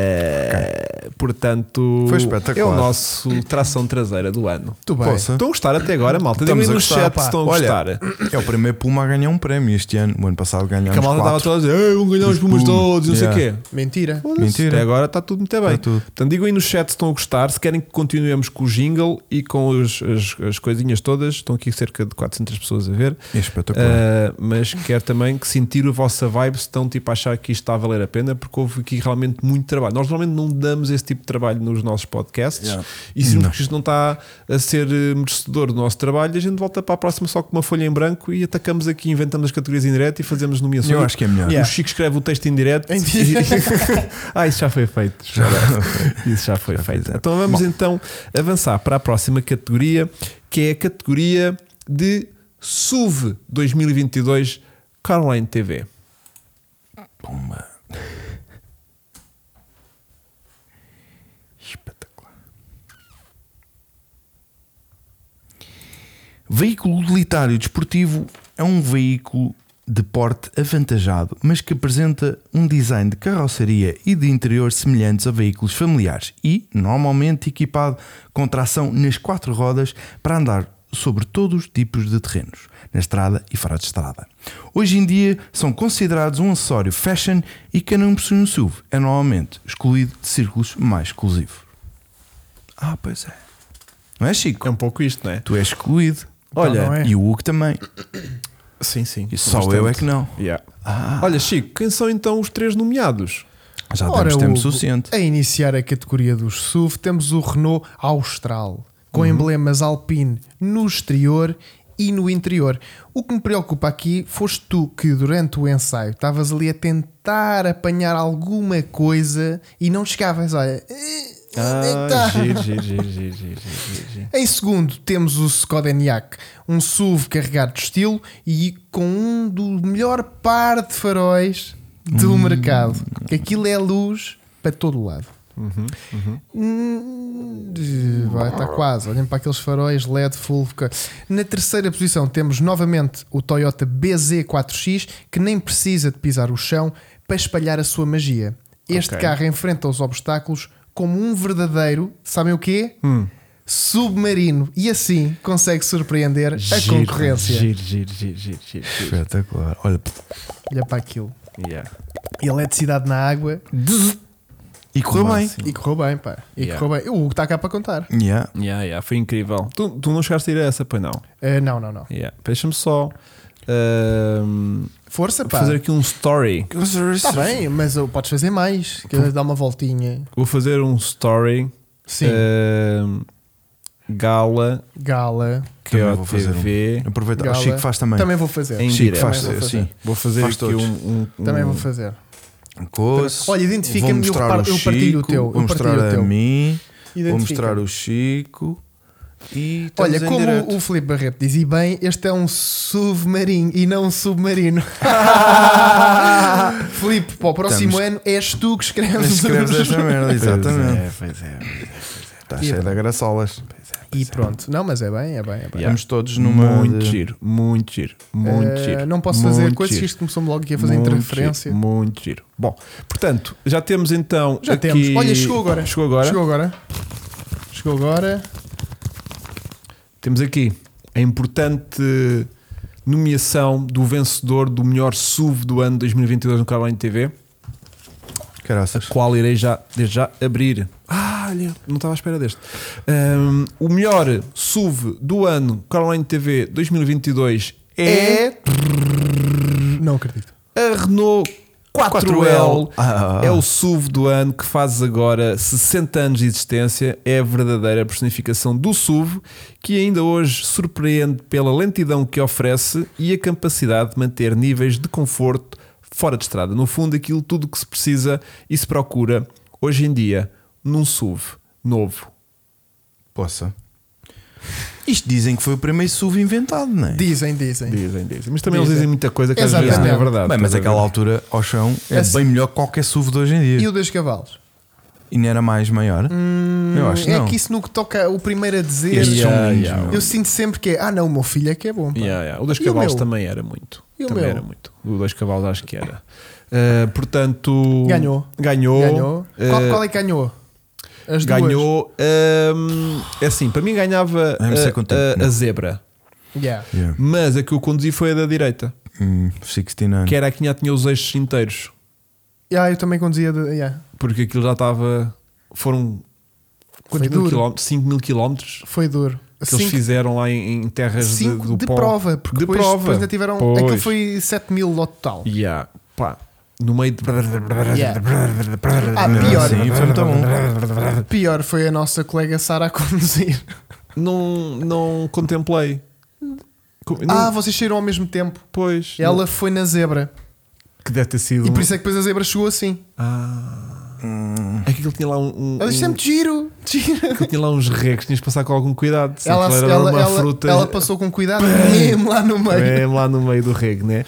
B: É, Portanto,
A: Foi espetacular.
B: é o nosso tração traseira do ano.
C: muito bem.
A: Posso?
B: Estão a gostar até agora, malta.
A: Estamos
B: Digam-me
A: a
B: no
A: gostar,
B: chat
A: pá.
B: se estão a
A: Olha,
B: gostar.
A: É o primeiro Puma a ganhar um prémio este ano. O ano passado ganhámos
B: Que a malta estava
A: quatro.
B: toda a dizer, "Ei, vão ganhar os
A: Os
B: Pumas
A: Pumas,
B: todos, não sei o
A: yeah.
B: quê.
C: Mentira.
B: Foda-se,
A: Mentira.
B: Até agora está tudo muito bem.
A: Está tudo.
B: Portanto, digam aí no chat se estão a gostar, se querem que continuemos com o jingle e com os- as, as coisinhas todas. Estão aqui cerca de 400 pessoas a ver.
A: É espetacular.
B: Ah, mas quero também que sentir a vossa vibe se estão tipo, a achar que isto está a valer a pena, porque houve aqui realmente muito trabalho. Nós normalmente não damos esse tipo de trabalho nos nossos podcasts
A: Yeah.
B: e se vimos
A: Não.
B: que isto não está a ser eh, merecedor do nosso trabalho, a gente volta para a próxima só com uma folha em branco e atacamos aqui, inventamos as categorias em direto e fazemos nomeações.
A: Eu acho que é melhor.
B: O Chico escreve o texto em direto.
C: Em
B: e- (laughs) ah, isso já foi feito. Isso já foi feito.
A: fizemos.
B: Então vamos então avançar para a próxima categoria, que é a categoria de SUV 2022 Caroline TV.
A: Puma. Espetacular. Veículo utilitário desportivo é um veículo de porte avantajado, mas que apresenta um design de carroceria e de interior semelhantes a veículos familiares e normalmente equipado com tração nas quatro rodas para andar sobre todos os tipos de terrenos, na estrada e fora de estrada. Hoje em dia são considerados um acessório fashion e quem não possui um SUV é normalmente excluído de círculos mais exclusivos. Ah, pois é. Não é, Chico?
B: É um pouco isto, não é?
A: Tu és excluído. Então
B: Olha,
C: não é?
A: E o Hugo também.
B: Sim, sim. Ah.
A: E só eu é que não.
B: Yeah. Olha, Chico, quem são então os três nomeados?
A: Já
C: Ora,
A: Ah, temos tempo
C: Hugo,
A: suficiente.
C: A iniciar a categoria dos SUV, temos o Renault Austral, com
A: Uhum.
C: emblemas Alpine no exterior e no interior. O que me preocupa aqui foste tu que, durante o ensaio, estavas ali a tentar apanhar alguma coisa e não chegavas. Olha, eh,
A: Ah,
C: onde é que está?
B: Ah, giro, giro, giro, giro, giro, giro, giro.
C: Em segundo, temos o Skoda Enyaq, um SUV carregado de estilo e com um do melhor par de faróis do
A: Hum.
C: mercado. Que aquilo é luz para todo o lado. Hum, de- vai, Está quase, olhem para aqueles faróis LED full. co- Na terceira posição temos novamente o Toyota BZ4X que nem precisa de pisar o chão para espalhar a sua magia. Este
B: Ok.
C: carro enfrenta os obstáculos como um verdadeiro, sabem o quê?
B: Hum.
C: Submarino e assim consegue surpreender a
B: Giro,
C: concorrência.
B: Giro, giro, giro, giro, giro, giro.
A: Espetacular. Olha,
C: Olha para aquilo.
B: Yeah.
C: E eletricidade na água
A: e correu
B: Como
A: bem.
B: assim?
C: e correu bem, pá. E
B: Yeah.
C: correu bem. O Hugo está cá para contar.
A: Yeah.
B: Yeah, yeah, foi incrível. Tu, tu não chegaste a ir a essa, pois não?
C: Eh, não, não, não.
B: Yeah. Deixa-me só ahm,
C: Força, pá.
B: fazer aqui um story.
C: Está Tá bem, mas eu- podes fazer mais. Que dá uma voltinha.
B: Vou fazer um story
C: Sim.
B: Eh, ahm, Gala
C: Gala.
A: Também vou fazer um-
B: QOTV.
A: Aproveita.
C: Gala.
A: O Chico faz também.
C: Também vou fazer.
B: Em
A: Chico
B: direto.
A: faz.
C: Também vou fazer.
A: Sim.
B: Vou fazer
A: Faz
B: aqui
A: todos.
B: um, um- um-
C: Também vou fazer.
A: Coço.
C: Olha, identifica-me,
A: Vou
C: eu
A: mostrar ao
C: par- eu partilho o
A: Chico,
C: teu, eu
A: Vou mostrar
C: partilho o
A: a
C: teu.
A: mim. Vou
C: Identifica.
A: mostrar o Chico. E estamos
C: Olha,
A: em
C: como
A: direto.
C: o Filipe Barreto diz, e bem, este é um submarino e não um submarino. Filipe, para o próximo
A: Estamos-
C: ano és tu que escreves,
A: Escreves esta merda,
B: Pois
A: exatamente.
B: é, pois é.
A: Está cheio de graçolas.
C: (laughs) E pronto, não, mas é bem, é bem, é bem.
B: Yeah.
A: Estamos todos numa.
B: Muito
A: de-
B: giro, muito giro, muito
C: Eh,
B: giro.
C: não posso fazer
B: muito
C: coisas que
B: giro.
C: isto começou-me logo aqui a fazer
B: Muito
C: interferência.
B: giro, muito giro. Bom, portanto, já temos então.
C: Já
B: aqui-
C: temos. Olha, chegou agora.
B: Chegou agora.
C: Chegou agora. Chegou agora.
B: Temos aqui a importante nomeação do vencedor do melhor SUV do ano 2022 no Caroline TV, a
A: Caraças.
B: qual irei já, desde já abrir. Ah, olha, não estava à espera deste. Ahm, o melhor SUV do ano Caroline TV 2022 é...
C: Não acredito.
B: A Renault 4L
A: 4L. Ah.
B: é o SUV do ano que faz agora 60 anos de existência. É a verdadeira personificação do SUV que ainda hoje surpreende pela lentidão que oferece e a capacidade de manter níveis de conforto fora de estrada. No fundo, aquilo tudo que se precisa e se procura hoje em dia num SUV novo.
A: Poça. Isto dizem que foi o primeiro SUV inventado, não é?
C: Dizem, dizem.
B: Dizem, dizem. Mas também eles
C: Dizem.
B: dizem muita coisa que às vezes
C: Exatamente.
B: não é verdade.
A: Bem, mas
B: Estás a ver?
A: aquela altura ao chão é
C: Esse-
A: bem melhor que qualquer SUV de hoje em
C: E
A: dia.
C: o dois cavalos?
A: E não era mais maior? eu acho que
C: é
A: não.
C: que isso no que toca o primeiro a dizer.
A: Estes são
B: Yeah,
A: lindos,
B: yeah.
A: meu.
C: Eu sinto sempre que é, ah não, o meu filho é que é bom.
B: ah,
C: pá."
B: Yeah, yeah. O dois
C: E o
B: cavalos
C: meu?
B: também era muito.
C: E o
B: também
C: meu?
B: era muito. O dois cavalos acho que era. Uh, portanto.
C: Ganhou.
B: Ganhou.
C: Ganhou. qual,
B: uh,
C: qual é que ganhou? As duas.
B: ganhou. um, é assim, para mim ganhava
A: Ah, não sei quanto
B: a-
A: tempo,
B: a, a
A: não.
B: zebra.
C: Yeah.
A: Yeah.
B: Mas a que eu conduzi foi a da direita,
A: Hum, 69.
C: é
B: que era a que já tinha os eixos inteiros.
C: Yeah, eu também conduzia. De, yeah.
B: Porque aquilo já estava. Foram. Quantos mil
C: Foi duro.
B: quilómetros? 5 mil quilómetros
C: Foi duro.
B: que eles
C: Cinco-
B: fizeram lá em, em terras de-
C: cinco
B: do
C: de
B: pó.
C: prova, porque
B: De
C: depois,
B: prova.
C: depois ainda tiveram.
B: Pois.
C: Aquilo foi 7 mil no total.
B: Yeah. Pá, no meio de.
C: Yeah. Ah, pior.
A: Sim, foi muito bom.
C: Pior foi a nossa colega Sara a (laughs) conduzir.
B: Não, não contemplei. Co- Não,
C: Ah, vocês saíram ao mesmo tempo.
B: pois.
C: Ela foi na zebra.
B: não- que deve ter sido.
C: E por
B: um-
C: isso é que depois a zebra chegou assim.
B: Ah. É que aquilo tinha lá um. um,
C: Ela disse
B: um
C: sempre giro, giro.
B: aquilo tinha lá uns regos, tinhas de passar com algum cuidado. senão
C: Ela,
B: aquilo era
C: ela,
B: uma
C: ela-
B: fruta.
C: ela passou com cuidado mesmo lá no meio. Hum.
B: É, lá no meio do rego, né?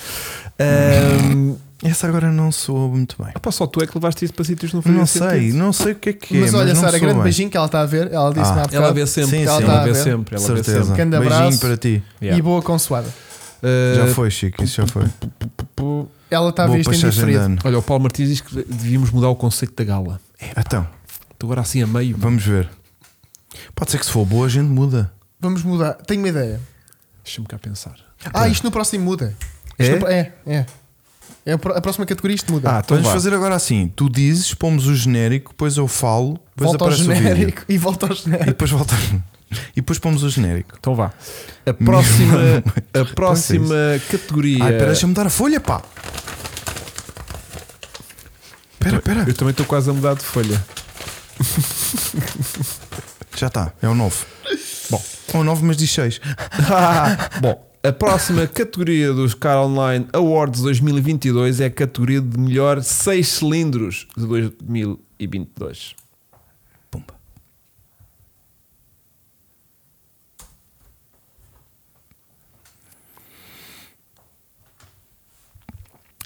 B: Ahm,
A: Essa agora não soou muito bem.
B: opá, só tu é que levaste isso para sítios que não faziam
A: Não sei,
B: sentido.
A: não sei o que é que é.
C: mas olha,
A: não
C: Sara,
A: soou
C: grande
A: bem.
C: beijinho que ela está a ver. Ela disse
A: Ah,
C: há
B: Ela
C: bocado.
B: vê sempre,
A: Sim,
B: ela,
A: sim.
B: Vê
C: Ela vê.
B: sempre, ela vê
A: Certeza.
B: sempre.
C: um Grande abraço.
A: Beijinho para ti.
C: E boa consoada.
A: Já
B: Ah,
A: foi, Chico, isso já foi.
B: pô,
C: Ela está a
A: Boa
C: ver isto em
A: passagem de
C: diferente.
A: ano.
B: Olha, o Paulo Martins diz que devíamos mudar o conceito da gala.
A: Então,
B: Estou agora assim a meio.
A: vamos ver. Pode ser que se for boa, a gente muda.
C: Vamos mudar. Tenho uma ideia.
B: Deixa-me cá pensar.
C: Ah, isto no próximo muda. Isto
B: É?
C: no pro- é, é. É a pro- a próxima categoria isto muda.
B: Ah,
A: Vamos
B: vá.
A: fazer agora assim: tu dizes, pomos o genérico, depois eu falo, depois
C: volta ao
A: aparece o vídeo.
C: genérico e volta ao
A: E (laughs)
C: genérico.
A: depois volta. (laughs) E depois pomos o genérico.
B: Então vá. Então é A (laughs) próxima, a próxima
A: Pois
B: categoria.
A: Ai, pera, deixa-me mudar a folha, pá! Espera, espera,
B: Eu também estou quase a mudar de folha. (laughs)
A: já está, é o 9. Bom, é o 9, mas diz 6.
B: Bom, a próxima categoria dos Car Online Awards 2022 é a categoria de melhor 6 cilindros de 2022.
A: Pumba.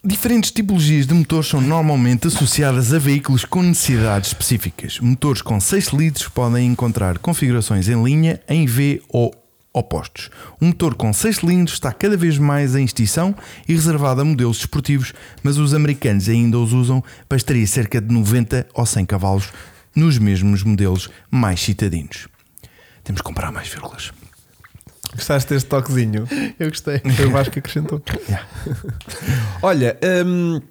A: Diferentes tipologias de motores são normalmente associadas a veículos com necessidades específicas. Motores com 6 cilindros podem encontrar configurações em linha, em V ou opostos. Um motor com 6 cilindros está cada vez mais em extinção e reservado a modelos desportivos, mas os americanos ainda os usam para extrair cerca de 90 ou 100 cavalos nos mesmos modelos mais citadinos. Temos que comprar mais vírgulas.
B: Gostaste deste toquezinho?
C: Eu gostei.
B: Foi o Vasco
A: (laughs)
B: que acrescentou.
A: Yeah.
B: Olha, hum,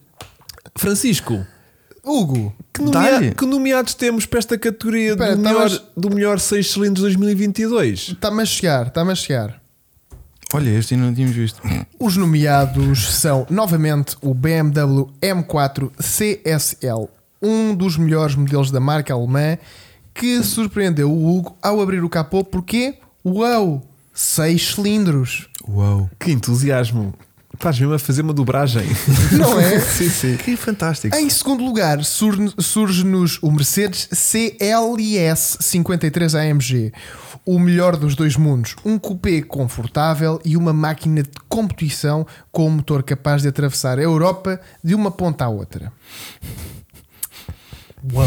B: Francisco,
C: Hugo,
B: que, nomea-
A: Dá-lhe.
B: que nomeados temos para esta categoria
C: Espera,
B: do, melhor,
C: estavas-
B: do melhor 6 cilindros 2022?
C: está-me a chegar, está-me a chegar.
A: Olha, este ainda não tínhamos visto.
C: Os nomeados são novamente o BMW M4 CSL, um dos melhores modelos da marca alemã, que surpreendeu o Hugo ao abrir o capô porque, uau, 6 cilindros.
A: (laughs) Uau!
B: Que entusiasmo! Estás mesmo a fazer uma (laughs) dobragem.
C: Não é?
B: sim, sim.
A: Que fantástico!
C: Em segundo lugar, sur- surge-nos o Mercedes CLS 53 AMG, o melhor dos dois mundos, um coupé confortável e uma máquina de competição com um motor capaz de atravessar a Europa de uma ponta à outra. Uau!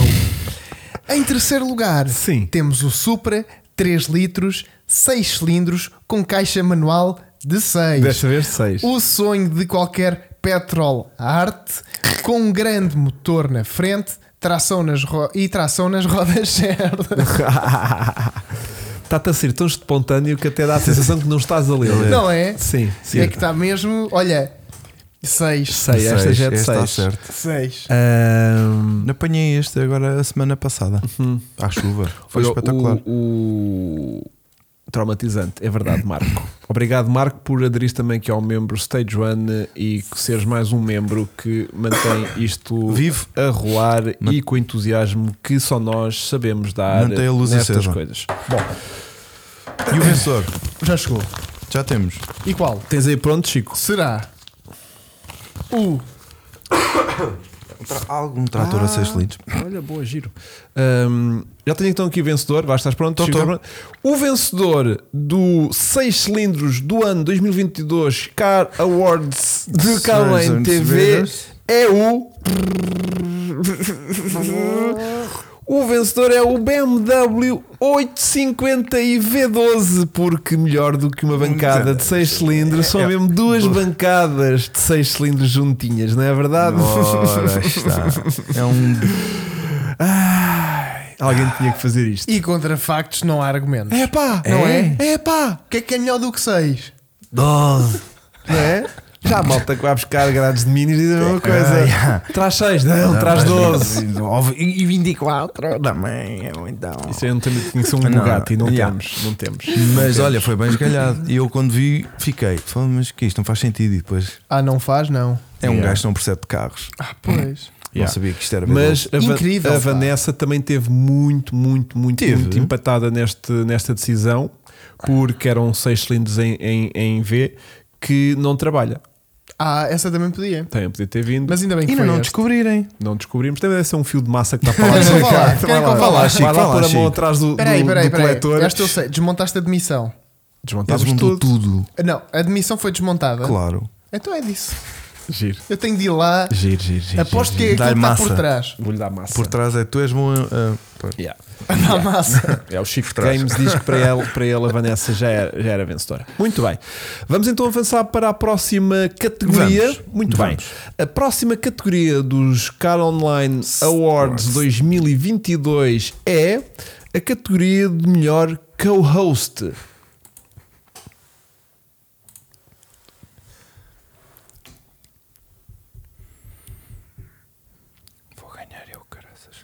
C: Em terceiro lugar,
B: Sim.
C: temos o Supra 3 litros, 6 cilindros com caixa manual de 6.
B: Desta vez 6.
C: O sonho de qualquer petrol art com um grande motor na frente tração nas ro- e tração nas rodas (laughs) certas.
B: Está-te a ser tão espontâneo que até dá a sensação que não estás a ler.
C: Não é?
B: Sim, sim.
C: É que está mesmo. Olha, 6.
B: Sei, esta já é de
A: Esta está
B: 6.
A: certo.
C: 6.
A: Não Apanhei este agora a semana passada. À chuva. Foi espetacular.
B: O, o- Traumatizante, é verdade, Marco. Obrigado, Marco, por aderir também aqui ao membro Stage One e que seres mais um membro que mantém isto
A: Vivo.
B: a rolar e com entusiasmo que só nós sabemos dar
A: Mantém a luz
B: nestas
A: acesa.
B: coisas.
A: E o vencedor?
C: Já chegou.
A: Já temos.
C: E qual?
B: Tens aí pronto, Chico?
C: Será o
A: Algum trator a 6 litros.
B: Olha, boa, giro. Ahm, já tenho então aqui o vencedor. Vai, estás pronto?
A: Tô,
B: Chico,
A: tô.
B: estás pronto? O vencedor do 6 cilindros do ano 2022 Car Awards de Carlin é
A: Seis
B: TV
A: cilindros.
B: é o. O vencedor é o BMW 850 e V12, porque melhor do que uma bancada de 6 cilindros, são
A: É.
B: mesmo duas bancadas de 6 cilindros juntinhas, não é verdade?
A: Ora está. É um.
B: Ai, (laughs) alguém tinha que fazer isto.
C: E contra factos não há argumentos.
B: É pá,
C: Não é?
B: É pá,
C: O que é que é melhor do que seis?
A: Dose.
B: não é? Já a malta que vai buscar grades de minis diz a mesma
A: Ah,
B: coisa.
A: yeah.
B: Traz 6, não, traz 12.
A: E 24 também, então.
B: Isso aí não tem, tinha que ser um
A: Não, não.
B: Bugatti, não,
A: Yeah.
B: temos, não temos.
A: Mas olha, foi bem esgalhado. E eu quando vi, fiquei. Falei, mas que isto não faz sentido. E depois
C: Ah, não faz, não.
A: é um
B: Yeah.
A: gajo que não percebe de carros.
C: Ah, pois.
A: Não
B: Yeah.
A: sabia que isto era B12.
B: Mas a, Va-
C: Incrível,
B: a
C: pá.
B: Vanessa também teve muito, muito, muito,
A: Teve.
B: muito empatada neste, nesta decisão, porque eram seis cilindros em, em, em V que não trabalha.
C: Ah, essa também podia.
B: Também podia ter vindo,
C: Mas ainda bem que
A: ainda
C: foi
A: não
C: este.
A: descobrirem.
B: não descobrimos. Também deve ser um fio de massa que está (laughs) para lá.
C: Então vá lá,
B: Vai
C: quem é que
B: lá,
C: vai
B: vai lá,
C: lá,
B: Chico,
A: Chico,
B: vai lá
A: vai lá,
B: pôr a mão
A: Chico.
B: atrás do, do,
C: Peraí, peraí,
B: do
C: peraí.
B: coletor.
C: Esta eu sei. Desmontaste a demissão.
A: Eles
B: Desmontávamos
A: montou
B: tudo.
A: tudo.
C: Não, a demissão foi desmontada.
A: Claro.
C: Então é disso.
B: Giro.
C: Eu tenho de ir lá.
B: Giro, giro, giro.
C: Aposto que é
A: giro.
C: aquilo que
A: Dá-lhe
C: está por
A: massa.
C: trás.
B: Vou-lhe dar massa.
A: Por trás é tu és bom. ah, pois.
B: (laughs) Yeah.
C: Na
B: (laughs)
C: massa.
B: É o Chico
A: trás.
B: Games diz que para (laughs) ele, para ele a Vanessa já era, já era vencedora. Muito bem. Vamos então avançar para a próxima categoria.
A: Vamos.
B: Muito
A: Vamos.
B: bem. A próxima categoria dos Car Online Awards 2022 é a categoria de melhor co-host.
A: Vou ganhar eu, caraças.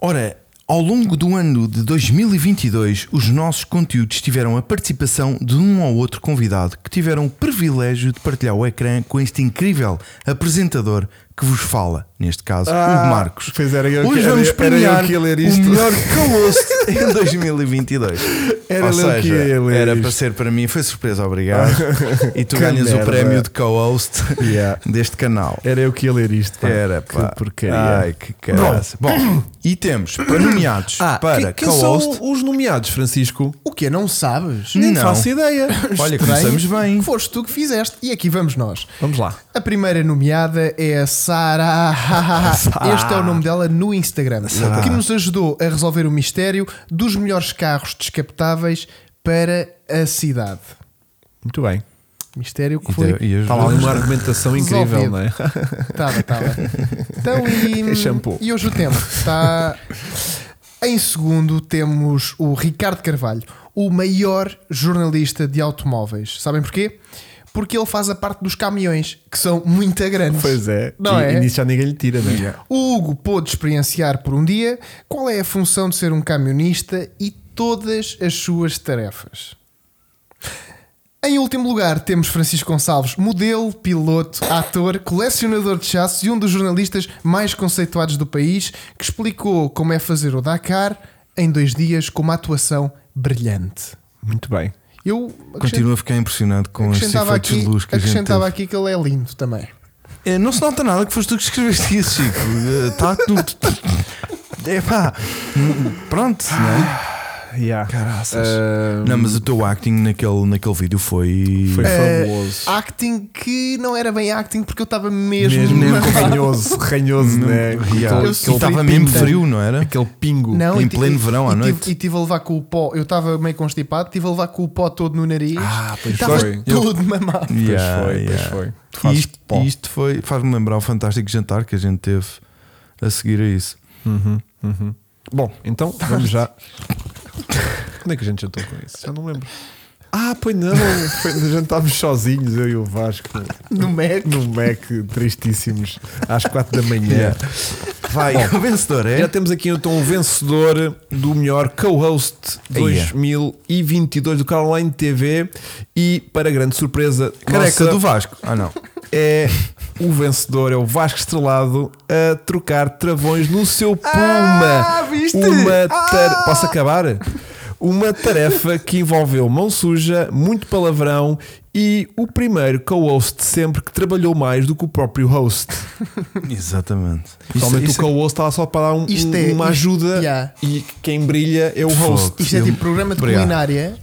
A: Ora, ao longo do ano de 2022, os nossos conteúdos tiveram a participação de um ou outro convidado que tiveram o privilégio de partilhar o ecrã com este incrível apresentador que vos fala, neste caso,
B: Ah,
A: o Marcos.
B: pois era eu que-
A: Hoje
B: era-
A: vamos
B: era eu que ia
A: premiar
B: ler
A: o
B: isto. (laughs)
A: melhor co-host em 2022.
B: Era
A: Ou
B: eu que
A: seja,
B: ia ler
A: era
B: isto.
A: para ser para mim, foi surpresa,
B: (laughs)
A: obrigado. E tu
B: Que
A: ganhas
B: merda.
A: o prémio de co-host
B: Yeah.
A: deste canal.
B: Era eu que ia ler isto. pá.
A: Era pá.
B: Que porcaria.
A: Ai, que caraça. Bom, e
B: (coughs)
A: temos para nomeados
B: Ah,
A: para
B: que- quem
A: co-host.
B: são os nomeados, Francisco?
C: O que Não sabes?
B: Nem
A: Não.
B: faço (laughs) ideia.
A: Olha,
C: Estranho
A: começamos bem.
C: que Foste tu que fizeste. E aqui vamos nós.
B: Vamos lá.
C: A primeira nomeada é a Sara. Este é o nome dela no Instagram. Que nos ajudou a resolver o mistério dos melhores carros descapotáveis para a cidade.
B: Muito bem.
C: Mistério que
A: E
C: foi.
A: deu- e
B: Está Tá lá
A: ajudou-nos.
B: uma argumentação incrível,
C: Resolvido.
B: não é?
C: Estava, estava.
B: (laughs)
C: Então, e,
B: Shampoo.
C: e hoje o tempo está. Em segundo, temos o Ricardo Carvalho, o maior jornalista de automóveis. Sabem porquê? Porque ele faz a parte dos caminhões, que são muito grandes.
B: (laughs) Pois é.
C: (laughs) Não
B: e,
C: é?
B: e nisso já ninguém lhe tira, não é?
C: O Hugo pôde experienciar por um dia qual é a função de ser um camionista e todas as suas tarefas. Em último lugar, temos Francisco Gonçalves, modelo, piloto, ator, colecionador de chassos e um dos jornalistas mais conceituados do país, que explicou como é fazer o Dakar em dois dias com uma atuação brilhante.
B: Muito bem.
C: Eu acrescent-
A: Continuo a ficar impressionado com estes
C: acrescentava,
A: efeitos
C: aqui,
A: de luz que a gente
C: acrescentava
A: teve.
C: aqui que ele é lindo também.
A: Eh, Não se nota nada que foste tu que escreveste isso, Chico. Eh, Tá tudo. (laughs) É pá. Pronto, não é?
B: Yeah. Ah,
A: Caraças. Não, mas o teu acting naquele, naquele vídeo foi. É,
B: Foi
C: Eh,
B: fabuloso.
C: acting que não era bem acting porque eu estava mesmo,
B: mesmo
C: na-
B: (laughs) ranhoso, ranhoso, né?
A: Yeah.
B: Com aquele- né?
C: Eu
A: Aquele
C: sofri
A: estava mesmo
C: pinta.
A: frio, não era?
B: Aquele pingo.
C: Não,
A: Em
C: e ti-
A: pleno
C: e-
A: verão à
C: e tive-
A: noite.
C: E tive a levar com o pó, eu estava meio constipado, tive a levar com o pó todo no nariz.
B: Ah, pois
C: estava
B: foi.
C: todo mamado.
B: Pois
A: Yeah,
B: foi, pois
A: yeah.
B: foi.
A: E
B: Tu fazes
A: isto,
B: pó.
A: e isto foi. Faz-me lembrar o fantástico jantar que a gente teve a seguir a isso.
B: Bom, então vamos já. (laughs) Quando é que a gente jantou com isso? Já não lembro. Ah, pois não. Foi, jantámos sozinhos, eu e o Vasco.
C: No Mac.
B: No Mac, tristíssimos. Às quatro da manhã.
A: Yeah. Vai, (laughs) o vencedor é.
B: Já temos aqui então o vencedor do melhor co-host
A: Aí é.
B: 2022 do Caroline TV e para grande surpresa
A: Careca
B: nossa,
A: do Vasco. Ah,
B: (laughs)
A: não.
B: é o vencedor é o Vasco Estrelado a trocar travões no seu Puma
A: Ah, viste?
B: uma tar-
A: Ah!
B: posso acabar? Uma tarefa que envolveu mão suja, muito palavrão e o primeiro co-host de sempre que trabalhou mais do que o próprio host.
A: Exatamente.
B: Principalmente o
A: é-
B: co-host estava só para dar um-
C: Isto
B: um-
C: é-
B: uma
C: isto-
B: ajuda
C: yeah.
B: e quem brilha é o host.
C: Isto é tipo programa de
A: Obrigado.
C: culinária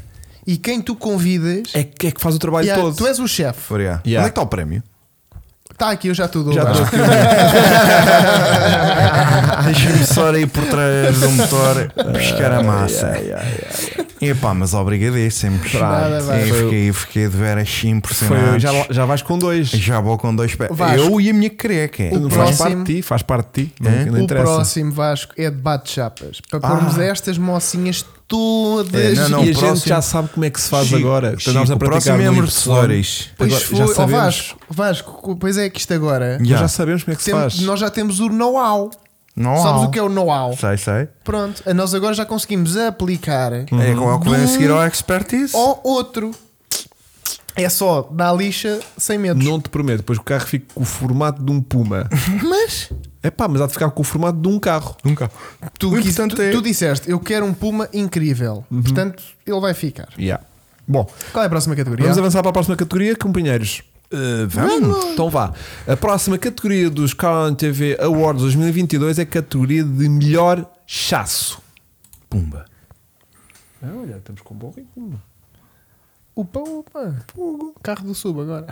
C: e quem tu convidas
B: É que, é que faz o trabalho
C: yeah,
B: todo.
C: tu és o chefe.
A: Faria.
B: Yeah.
A: Onde é que está o prémio?
C: Está aqui, eu já tudo.
A: Já
C: acho.
A: estou aqui.
B: (laughs)
A: Deixa-me só ir por trás do motor
B: Ah,
A: buscar a massa. Epá, mas obrigadíssimos.
C: Nada,
A: Eu
C: vai.
A: fiquei, eu fiquei de veras
B: Foi,
A: impressionado.
B: já,
A: Já,
B: já vais com dois.
A: vou com dois pés.
C: Vasco.
A: Eu e a minha creca.
C: O
B: faz parte
C: próximo-
B: de ti, faz parte de ti. Não,
A: É?
B: não
C: O
B: interessa. Ah.
C: próximo Vasco é de bate-chapas. Para pormos estas mocinhas todas.
A: É, não, não,
B: e a
A: o próximo-
B: gente já sabe como é que se faz
A: Chico,
B: agora.
A: Chico,
B: Estamos a
A: o
B: praticar
A: próximo é
B: no
A: amor de
B: Y.
A: flores.
C: Pois
B: Agora,
C: foi,
B: já
C: ó
B: sabemos.
C: Vasco, Vasco, pois é que isto agora.
A: Já.
B: Nós já sabemos como é que se
C: tem-
B: faz.
C: Nós já temos o know-how.
A: Não
C: Sabes
A: há.
C: o que é o know-how?
A: Sei, sei.
C: Pronto, a nós agora já conseguimos aplicar
B: Uhum.
A: É qual é o que vem a seguir ao expertise.
C: ao outro. É só dar lixa sem medo.
B: Não te prometo, depois o carro fica com o formato de um Puma.
C: Mas
B: É pá, (laughs) mas há de ficar com o formato de um carro.
A: Nunca.
C: tu,
A: O
C: quis-
A: importante
C: tu-
A: é- Uhum.
C: tu disseste, eu quero um Puma incrível. Portanto, ele vai ficar.
B: Yeah. Bom,
C: Qual é a próxima categoria?
B: vamos avançar para a próxima categoria, companheiros.
A: vamos.
B: Então vá. A próxima categoria dos Car TV Awards 2022 é a categoria de melhor chasso.
A: Pumba.
B: Ah, Olha, estamos com um bom ritmo.
C: O pão, opa, fogo. carro do sub agora.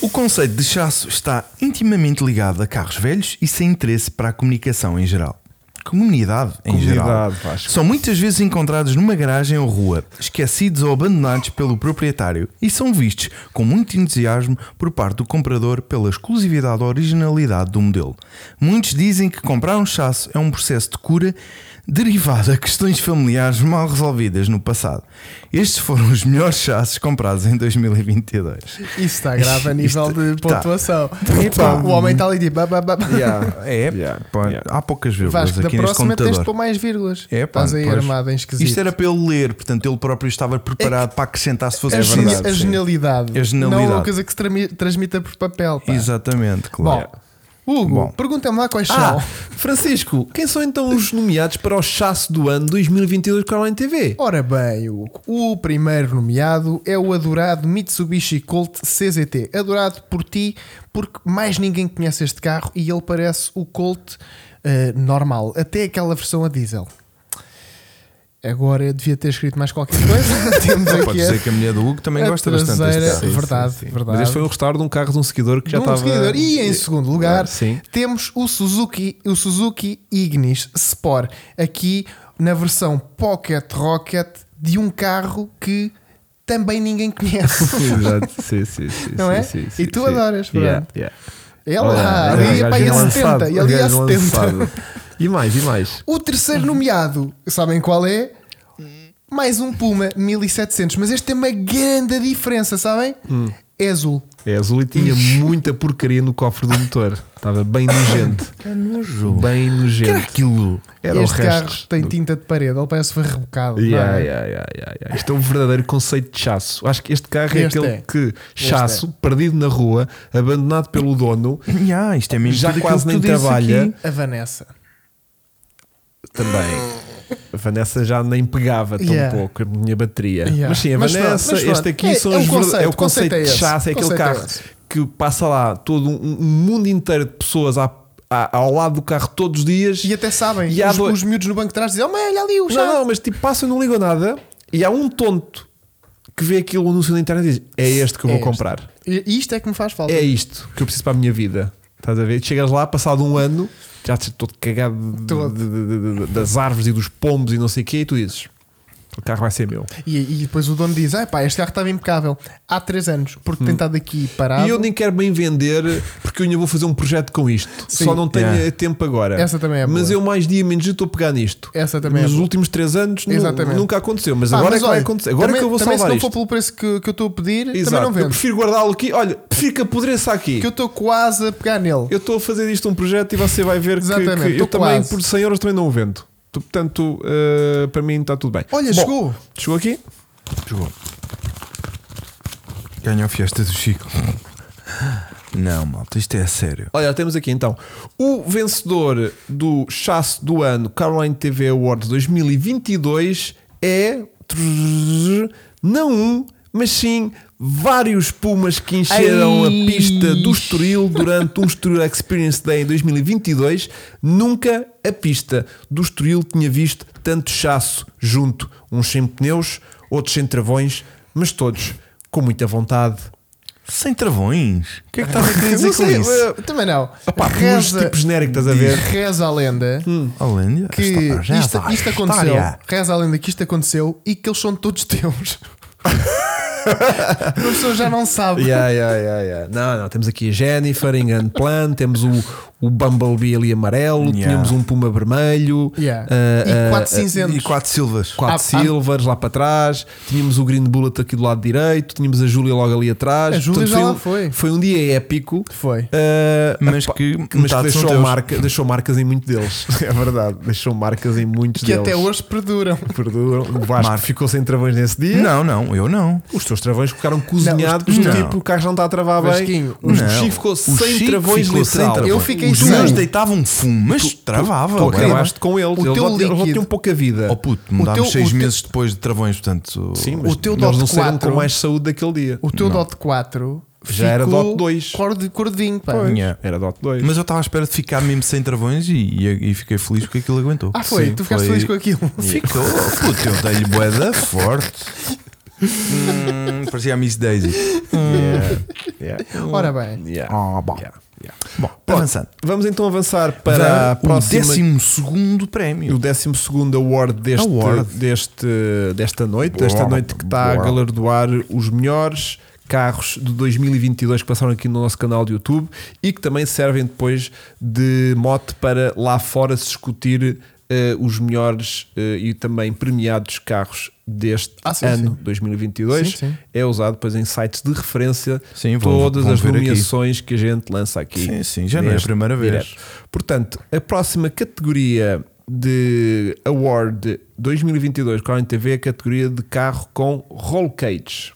A: O conceito de chasso está intimamente ligado a carros velhos e sem interesse para a comunicação em geral. Comunidade em
B: Comunidade,
A: geral.
B: Vasco.
A: São muitas vezes encontrados numa garagem ou rua, esquecidos ou abandonados pelo proprietário e são vistos com muito entusiasmo por parte do comprador pela exclusividade ou originalidade do modelo. Muitos dizem que comprar um chasso é um processo de cura derivado a questões familiares mal resolvidas no passado. Estes foram os melhores chassos comprados em 2022.
C: Isso está grave a nível de
A: Isto- tá.
C: pontuação.
A: Epá.
C: O homem está ali tipo. Bah, bah, bah, bah.
A: É,
B: Yeah,
A: pá,
B: yeah.
A: há poucas vírgulas
C: Vasco, da
A: aqui neste
C: próxima tens de
A: computador.
C: pôr mais vírgulas.
A: É, pá,
C: Estás aí
A: pois.
C: armado em esquisito. É
A: Isto era para ele ler, portanto ele próprio estava preparado para acrescentar se fosse
C: a, gene-
A: preciso.
C: a genialidade.
A: A genialidade.
C: Não é uma coisa que se trami- transmita por papel. Pá.
A: Exatamente,
C: Bom,
A: claro.
C: Hugo,
A: Bom.
C: pergunta-me lá quais
B: Ah,
C: são.
B: Francisco, quem são então os nomeados para o chasso do ano 2022 Caroline TV?
C: Ora bem, Hugo, o primeiro nomeado é o adorado Mitsubishi Colt CZT. Adorado por ti, porque mais ninguém conhece este carro e ele parece o Colt eh, normal, até aquela versão a diesel. Agora eu devia ter escrito mais qualquer coisa. (laughs) Temos
A: Pode
C: aqui
A: dizer que a mulher do Hugo também
C: é a,
A: gosta
C: a
A: bastante deste
C: traseira.
A: carro.
C: Verdade, verdade.
B: Mas este foi o restauro de um carro de um seguidor que já
C: Num
B: estava. É.
C: seguidor. E em segundo lugar, (laughs)
B: Sim.
C: temos o Suzuki, o Suzuki Ignis Sport, aqui na versão Pocket Rocket de um carro que também ninguém conhece.
B: Exato, sim, sim, sim,
C: Não
B: sim,
C: é?
B: sim,
C: E
B: sim,
C: tu
B: sim.
C: adoras,
B: Yeah,
C: pronto.
B: yeah. (laughs)
C: É
B: Olha,
C: lá, ali
B: gajo
C: é pá, e a
B: lançado,
C: 70, e ali é a
B: gajo
C: 70.
B: lançado. E mais, e mais.
C: O terceiro nomeado, sabem qual é? Mais um Puma 1700, mas este tem uma grande diferença, sabem?
B: Hum.
C: É azul.
B: É azul e tinha muita porcaria no cofre do motor. Estava bem nojento.
A: Que É nojo.
B: Bem
A: Que era
B: nojento.
A: aquilo.
B: Era o
C: este carro
B: resto.
C: tem
B: do-
C: tinta de parede, ele parece foi rebocado. não
B: Yeah,
C: é?
B: yeah, yeah, yeah, yeah. Isto é um verdadeiro conceito de chasso. Acho que este carro é
C: Este
B: aquele
C: é.
B: que chasso, perdido na rua, abandonado pelo dono,
A: Ya, isto é mesmo
B: já
A: tudo aquilo
B: quase
A: que
B: nem
A: tu dizes
B: trabalha.
A: aqui.
C: A Vanessa.
B: Também. A Vanessa já nem pegava tão
C: Yeah.
B: pouco a minha bateria.
C: Yeah.
B: Mas sim, a
C: Mas pronto,
B: Vanessa,
C: mas pronto.
B: este aqui
C: É-
B: são
C: é o
B: os verd-
C: conceito,
B: é o
C: o conceito
B: conceito
C: é
B: de
C: esse,
B: chasse, é
C: o
B: aquele
C: conceito é
B: carro
C: esse.
B: que passa lá todo um, um mundo inteiro de pessoas à- à- ao lado do carro todos os dias.
C: E até sabem,
B: E há
C: os,
B: dois-
C: os miúdos no banco de trás dizem: Oh, mãe, olha ali o chá.
B: Não, não, mas tipo, passam e não ligam nada. E há um tonto que vê aquilo anúncio na internet e diz: É este que eu
C: É
B: vou
C: este.
B: comprar.
C: E isto é que me faz falta.
B: É isto que eu preciso para a minha vida. Estás a ver? Chegas lá, passado um ano, já estás todo cagado de-
C: Todo.
B: de- de- de- de- das árvores e dos pombos e não sei o quê, e tu dizes: O carro vai ser meu.
C: E, e depois o dono diz: Ah, pá, este carro estava impecável há 3 anos, porque tem estado aqui parado.
B: Hum. E eu nem quero bem vender porque eu ainda vou fazer um projeto com isto.
C: Sim.
B: Só não tenho
A: Yeah.
B: tempo agora.
C: Essa também é
B: Mas
C: boa.
B: eu mais dia menos dia estou a pegar nisto.
C: Essa também é
B: Nos
C: boa.
B: últimos três anos nu-
C: Exatamente.
B: nunca aconteceu. Mas
C: Pá,
B: agora é
C: mas
B: que vai
C: olha,
B: acontecer. Agora
C: também,
B: é que eu vou
C: também
B: salvar
C: se não
B: isto.
C: for pelo preço que, que eu estou a pedir, também
B: Exato.
C: não
B: Eu
C: vendo.
B: prefiro guardá-lo aqui. Olha, prefiro que apodreça aqui.
C: Que eu estou quase a pegar nele.
B: Eu estou a fazer isto um projeto e você vai ver que,
C: Exatamente,
B: que eu
C: estou
B: também
C: quase.
B: por 100 euros também não o vendo. Tu- Portanto, eh, para mim está tudo bem.
C: Olha,
B: Bom,
C: chegou.
B: Chegou aqui?
A: Jogou. Ganhou a fiesta do Chico. Não, malta, isto é sério.
B: Olha, temos aqui então o vencedor do chasse do ano Caroline TV Awards 2022 é não um, mas sim vários pumas que encheram
C: Ai.
B: a pista do Estoril durante um Estoril Experience Day em 2022. Nunca a pista do Estoril tinha visto tanto chasso junto, uns sem pneus, outros sem travões, mas todos com muita vontade.
A: Sem travões? O que é que estás a querer dizer
C: Não
A: com
C: sei,
A: isso?
C: eh, Também não.
B: Opá, pus tipo Hum, genérico, estás a ver?
C: Reza a lenda
A: Olha,
C: que
A: esta já
C: isto,
A: vai,
C: isto aconteceu.
A: história.
C: Reza a lenda que isto aconteceu e que eles são todos teus. (laughs) a pessoa já não sabe.
B: Yeah, yeah, yeah, yeah. Não, não, temos aqui a Jennifer em grande plano, temos o, o Bumblebee ali amarelo,
A: Yeah.
B: tínhamos um puma vermelho,
C: Yeah.
B: ah,
C: e
B: ah,
C: quatro cinzentos.
A: E quatro silvas.
B: quatro
C: Ah,
B: silvers lá para trás, tínhamos o Green Bullet aqui do lado direito, tínhamos a Júlia logo ali atrás.
C: A Júlia já
B: foi,
C: lá
B: um-
C: foi.
B: foi um dia épico.
C: Foi.
B: ah,
A: Mas
B: epá,
A: que
B: mas que
A: metade são
B: deixou,
A: teus.
B: marca, deixou marcas em muitos deles. (laughs) É verdade, deixou marcas em muitos
C: Que
B: deles.
C: até hoje perduram.
B: Perdoam, o Vasco
A: Marco.
B: ficou sem travões nesse dia.
A: Não, não, eu não.
B: Os teus travões ficaram cozinhados,
A: os-
B: do
A: não.
B: tipo, o carro não está a travar bem.
C: Vasquinho,
B: O
A: não.
B: Chico ficou
A: O
B: sem
A: Chico
B: travões
A: ficou
B: literal.
A: sem travões.
C: Eu fiquei
A: Os
C: sem.
A: meus deitavam fumo, mas travava.
B: Tu
A: ué.
B: acabaste com eles.
C: O
B: eles
C: teu
B: já- eles já
C: líquido-
B: tinham pouca vida.
A: Oh puto,
C: teu-
A: mudámos
C: o
A: seis
C: teu-
A: meses depois de travões, portanto.
B: Sim, mas
C: o teu
B: eles não
C: Dot
B: saíram com
C: 4
B: mais saúde daquele dia.
C: (laughs) O teu DOT 4
B: Já era
C: ficou
B: Dot 2.
C: cor de Cordinho, pá.
A: Tinha.
B: Era Dot 2.
A: Mas eu estava à espera de ficar mesmo sem travões e, e- e fiquei feliz que aquilo aguentou.
C: Ah, foi? tu ficaste feliz com aquilo?
A: Ficou, puto, eu dei-lhe boeda forte. Hum, parecia a Miss Daisy.
B: Yeah.
C: Ora bem.
B: Yeah.
A: Ah, bom.
B: Yeah. Yeah.
A: Bom,
B: Pronto,
A: avançando.
B: Vamos então avançar para a
A: o
B: próxima.
A: décimo segundo prémio.
B: O 12 award deste,
A: Award.
B: deste- desta noite, desta noite que está a
A: Boa.
B: galardoar os melhores carros de 2022 que passaram aqui no nosso canal de YouTube e que também servem depois de mote para lá fora se discutir eh, os melhores eh, e também premiados carros deste
C: Ah, sim,
B: ano
C: sim.
B: 2022
C: Sim, sim.
B: é usado depois em sites de referência
A: Sim, vão-
B: todas
A: vão
B: as
A: ver aqui.
B: nomeações que a gente lança aqui
A: Sim, sim, já não é a
B: neste
A: primeira vez.
B: direto. Portanto, a próxima categoria de Award 2022 com a NTV é a categoria de carro com roll cage.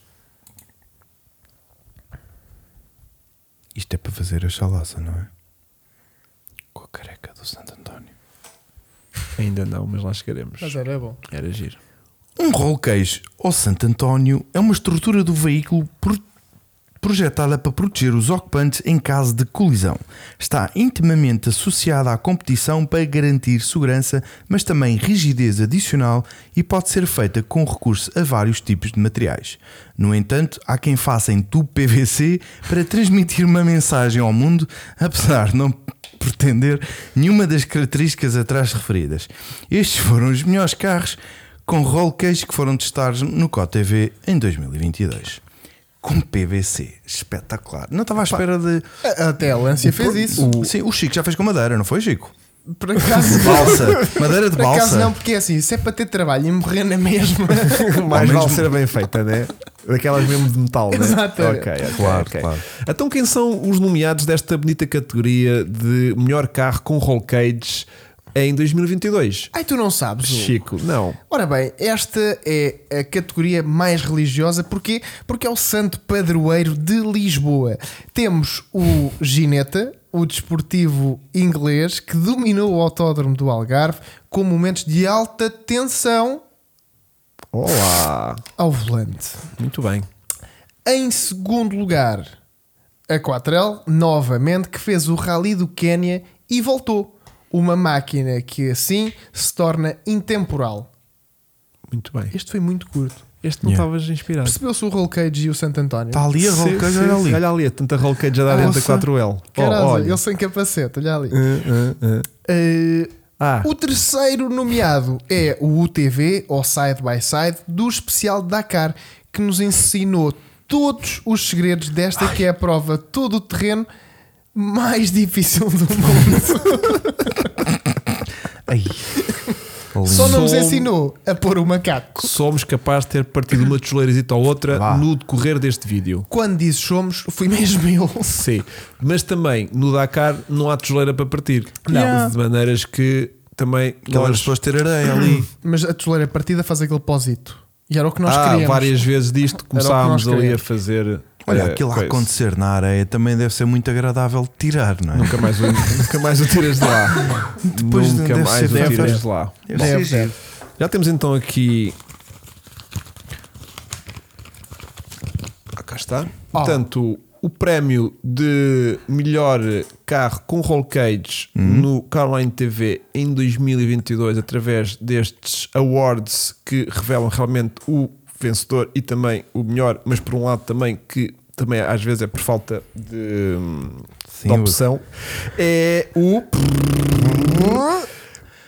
A: Isto é para fazer a chalaça, não é? Com a careca do Santo António.
B: Ainda não, mas lá chegaremos.
C: Mas é. era bom.
B: Era giro.
A: Um roll cage ou Santo António é uma estrutura do veículo pro- projetada para proteger os ocupantes em caso de colisão. Está intimamente associada à competição para garantir segurança, mas também rigidez adicional e pode ser feita com recurso a vários tipos de materiais. No entanto, há quem faça em tubo PVC para transmitir uma mensagem ao mundo, apesar de não pretender nenhuma das características atrás referidas. Estes foram os melhores carros com roll cage que foram testados no COTV em 2022. Com PVC, espetacular. Não estava à espera de.
C: A- Até a Lancia fez isso.
A: O... Sim, o Chico já fez com madeira, não foi, Chico?
C: Por acaso.
A: Balsa, madeira de
C: Por acaso
A: balsa.
C: não, porque é assim, se é para ter trabalho e morrer na (laughs) mesma.
B: (laughs) Mais
A: Ao
B: vale
A: menos-
B: ser (laughs) bem feita, né? Daquelas mesmo de metal, né?
C: Exato.
B: Ok, ok,
A: Claro,
B: ok.
A: claro.
B: Então, quem são os nomeados desta bonita categoria de melhor carro com roll cage em 2022?
C: Ai, tu não sabes. Hugo.
B: Chico, não.
C: Ora bem, esta é a categoria mais religiosa, porquê? Porque é o santo padroeiro de Lisboa. Temos o Gineta, o desportivo inglês, que dominou o autódromo do Algarve com momentos de alta tensão
B: Olá.
C: ao volante.
B: Muito bem.
C: Em segundo lugar, a Quatrel, novamente, que fez o Rally do Quénia e voltou. Uma máquina que assim se torna intemporal.
B: Muito bem.
C: Este foi muito curto.
B: Este não
A: Yeah.
B: estavas inspirado.
C: Percebeu-se o Roll Cage e o Santo António?
B: Tá
A: Está ali a roll
B: Sim,
A: cage,
B: sim,
A: olha
B: sim.
A: ali.
B: Olha ali, é tanta roll cage a dar
A: Nossa.
B: dentro da 4L. Oh,
C: Caralho,
B: olha.
C: ele sem capacete, olha ali.
B: Ah, ah,
C: Eh,
B: ah. Ah,
C: o terceiro nomeado é o UTV, ou Side by Side, do especial Dakar, que nos ensinou todos os segredos desta que é a prova todo o terreno mais difícil
B: (laughs)
C: do mundo.
A: (laughs) Ai.
C: Só não nos
B: Som-
C: ensinou a pôr o macaco.
B: Somos capazes de ter partido uma tijoleirasita ou outra
A: Vá.
B: no decorrer deste vídeo.
C: Quando disse somos, fui mesmo (laughs) eu.
B: Sim. Mas também no Dakar não há tijoleira para partir.
A: Não. Yeah.
B: De maneiras que também
A: Aquelas
B: nós-
A: pessoas ter areia ali.
C: Mas a toleira partida faz aquele pósito. E era o que nós
B: ah,
C: queríamos.
B: várias vezes disto começámos ali a
C: queríamos.
B: fazer.
A: Olha,
B: eh,
A: aquilo a
B: coisa.
A: acontecer na areia também deve ser muito agradável de tirar, não é?
B: Nunca mais, o, (laughs) nunca mais o tiras de lá.
A: Depois
B: nunca
A: deve
B: mais
A: ser
B: o tiras
A: febre.
B: de lá.
A: Deve ser
C: Deve,
A: giro.
C: deve.
B: Já temos então aqui. Ah, cá está. Portanto, o prémio de melhor carro com roll cage no Caroline TV em 2022, através destes awards que revelam realmente o vencedor e também o melhor, mas por um lado também que também às vezes é por falta de, hum,
A: Sim,
B: de opção, é o.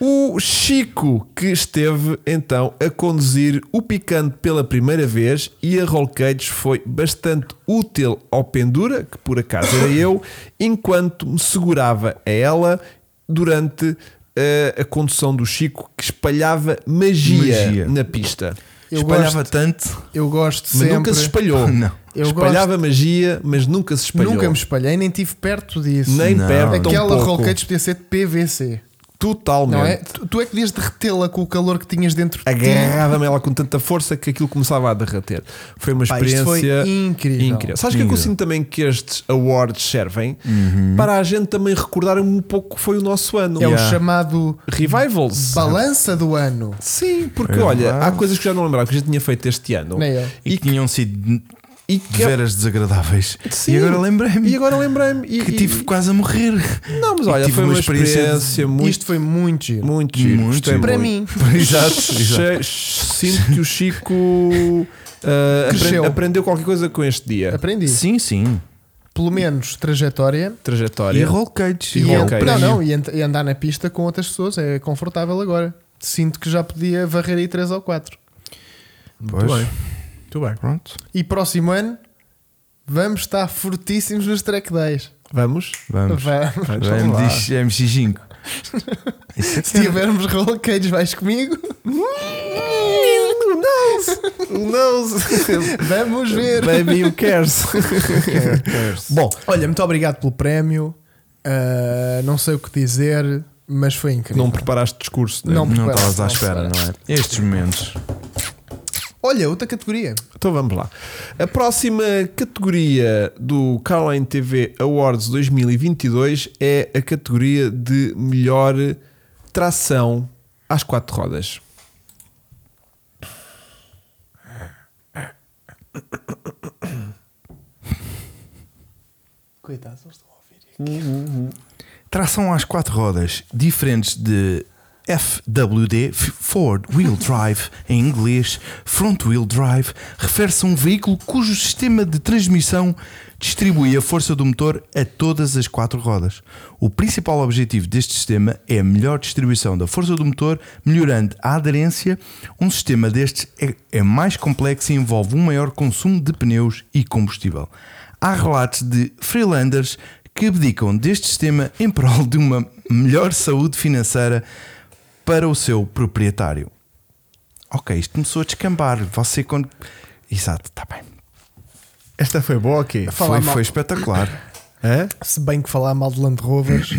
B: O Chico, que esteve então a conduzir o picante pela primeira vez e a Rollcage foi bastante útil ao Pendura, que por acaso era eu, enquanto me segurava a ela durante eh, a condução do Chico, que espalhava magia,
A: Magia.
B: na pista.
C: Eu
A: Espalhava
C: gosto,
A: tanto.
C: eu gosto
B: Mas
C: sempre.
B: nunca se espalhou.
A: Não.
C: Eu
B: Espalhava magia, mas nunca se espalhou.
C: Nunca me espalhei, nem tive perto disso.
B: Nem
A: Não.
B: perto,
C: Aquela
B: tampouco.
C: roll cage podia ser de PVC.
B: Totalmente.
C: Não é? Tu, tu é que podias derretê-la com o calor que tinhas dentro de ti.
B: agarrava-me ela com tanta força que aquilo começava a derreter. Foi uma
C: Pá, isto
B: experiência
C: foi incrível.
B: Sabes que é que eu sinto também que estes awards servem
A: Uhum.
B: para a gente também recordar um pouco que foi o nosso ano.
C: É o chamado
B: Revivals.
C: balança do ano.
B: Sim,
A: É
B: porque olha, há coisas que eu já não lembrava que a gente tinha feito este ano.
C: Nem eu.
A: E, que tinham sido
B: E
A: de veras desagradáveis.
B: é Sim.
A: E agora lembrei-me
B: E agora lembrei-me. E,
A: que
B: e-
A: tive quase a morrer.
B: Não, mas
A: e
B: olha,
A: tive
B: foi
A: uma
B: uma,
A: experiência
B: experiência,
A: de-
B: muito,
C: Isto foi muito giro.
B: muito giro.
A: Muito
B: gostei
A: giro.
C: Para
B: muito.
A: (laughs)
B: (laughs)
C: mim,
A: exato, exato.
B: Che- Sinto que o
A: (laughs)
B: Chico uh, apre-
C: Cresceu.
B: aprendeu qualquer coisa com este dia.
C: aprendi.
A: Sim, sim.
C: Pelo menos trajetória.
A: E
B: Trajetória.
A: roll cage.
B: E
C: E
B: roll
C: an-
B: cage.
C: não, não, e, ent- e andar na pista com outras pessoas é confortável agora. Sinto que já podia varrer aí 3 ou 4.
A: Pois,
B: Muito bem.
A: pronto.
C: E próximo ano vamos estar fortíssimos nos track days.
B: Vamos.
A: Vamos.
C: Vamos.
B: Vamos
A: Já me
B: lá.
A: diz MX5. Isso é
C: (laughs) Se tivermos roll cage, vais comigo? (laughs)
B: O nose! (laughs) O nose!
C: Vamos
B: (laughs)
C: ver.
B: Baby, who (laughs) cares? Bom,
C: Olha, muito obrigado pelo prémio. Ah, não sei o que dizer, mas foi incrível.
B: não preparaste discurso, né?
C: Não.
A: Não estavas à
C: Nossa.
A: espera, não é? Estes momentos.
C: Olha, outra categoria.
B: Então vamos lá. A próxima categoria do Caroline TV Awards 2022 é a categoria de melhor tração às quatro rodas.
C: Coitados, eles estão a ouvir.
A: Tração às quatro rodas, diferentes de FWD, F- Ford Wheel Drive, em inglês, Front Wheel Drive, refere-se a um veículo cujo sistema de transmissão distribui a força do motor a todas as quatro rodas. O principal objetivo deste sistema é a melhor distribuição da força do motor, melhorando a aderência. Um sistema destes é, é mais complexo e envolve um maior consumo de pneus e combustível. Há relatos de freelanders que abdicam deste sistema em prol de uma melhor saúde financeira para o seu proprietário. Ok, isto começou a descambar. Você quando. Exato, está bem.
B: Esta foi boa aqui. É um
C: Falar
A: Foi,
C: mal.
A: foi espetacular.
B: Hã?
C: Se bem que falar mal de
B: (coughs)
C: Land Rovers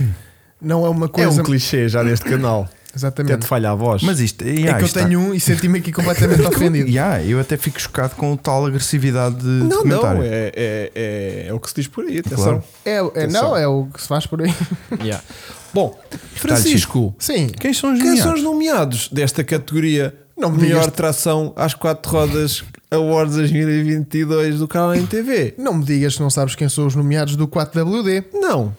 C: não é uma coisa.
B: É um clichê já neste canal. Até te
C: Exatamente.
B: falha a voz.
A: Mas isto. tá-
C: É que eu tenho um e senti-me aqui
B: (coughs)
C: completamente ofendido.
A: Yeah, eu até fico chocado com tal agressividade de
B: não, não,
A: comentário.
B: é, é, é, é o que se diz por aí, atenção.
A: Claro.
C: É, é- não, é o que se faz por aí.
B: Yeah. Bom, Francisco,
C: Sim.
A: Quem são os
B: Tá, quem são
A: nomeados?
B: os nomeados desta categoria?
C: Não me
B: melhor
C: digas-
B: tração às quatro rodas (laughs) Awards 2022 do canal TV?
C: Não me digas que não sabes quem são os nomeados do 4WD.
B: Não.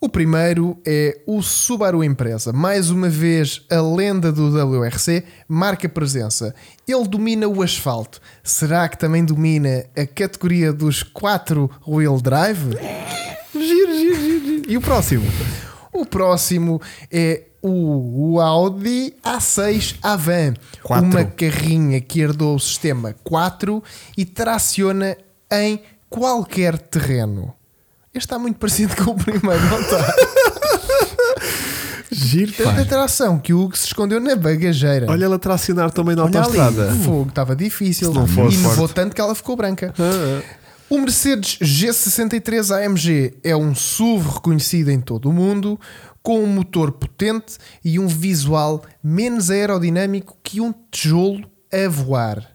C: O primeiro é o Subaru Impreza. Mais uma vez, a lenda do WRC marca presença. Ele domina o asfalto. Será que também domina a categoria dos 4-wheel drive?
B: Giro, giro, giro, giro. E o próximo?
C: O próximo é o Audi A6 Avan,
B: Quatro.
C: uma carrinha que herdou o sistema 4 e traciona em qualquer terreno. Este está muito parecido (laughs) com o primeiro, não está?
B: (laughs) (laughs) Giro,
C: Tanta tração que o Hugo se escondeu na bagageira.
B: Olha ela tracionar também na
C: Olha
B: autoestrada.
C: ali, fogo, estava difícil.
B: Se não fosse
C: Inovou
B: forte.
C: tanto que ela ficou branca.
B: Ah,
C: O Mercedes G63 AMG é um SUV reconhecido em todo o mundo, com um motor potente e um visual menos aerodinâmico que um tijolo a voar.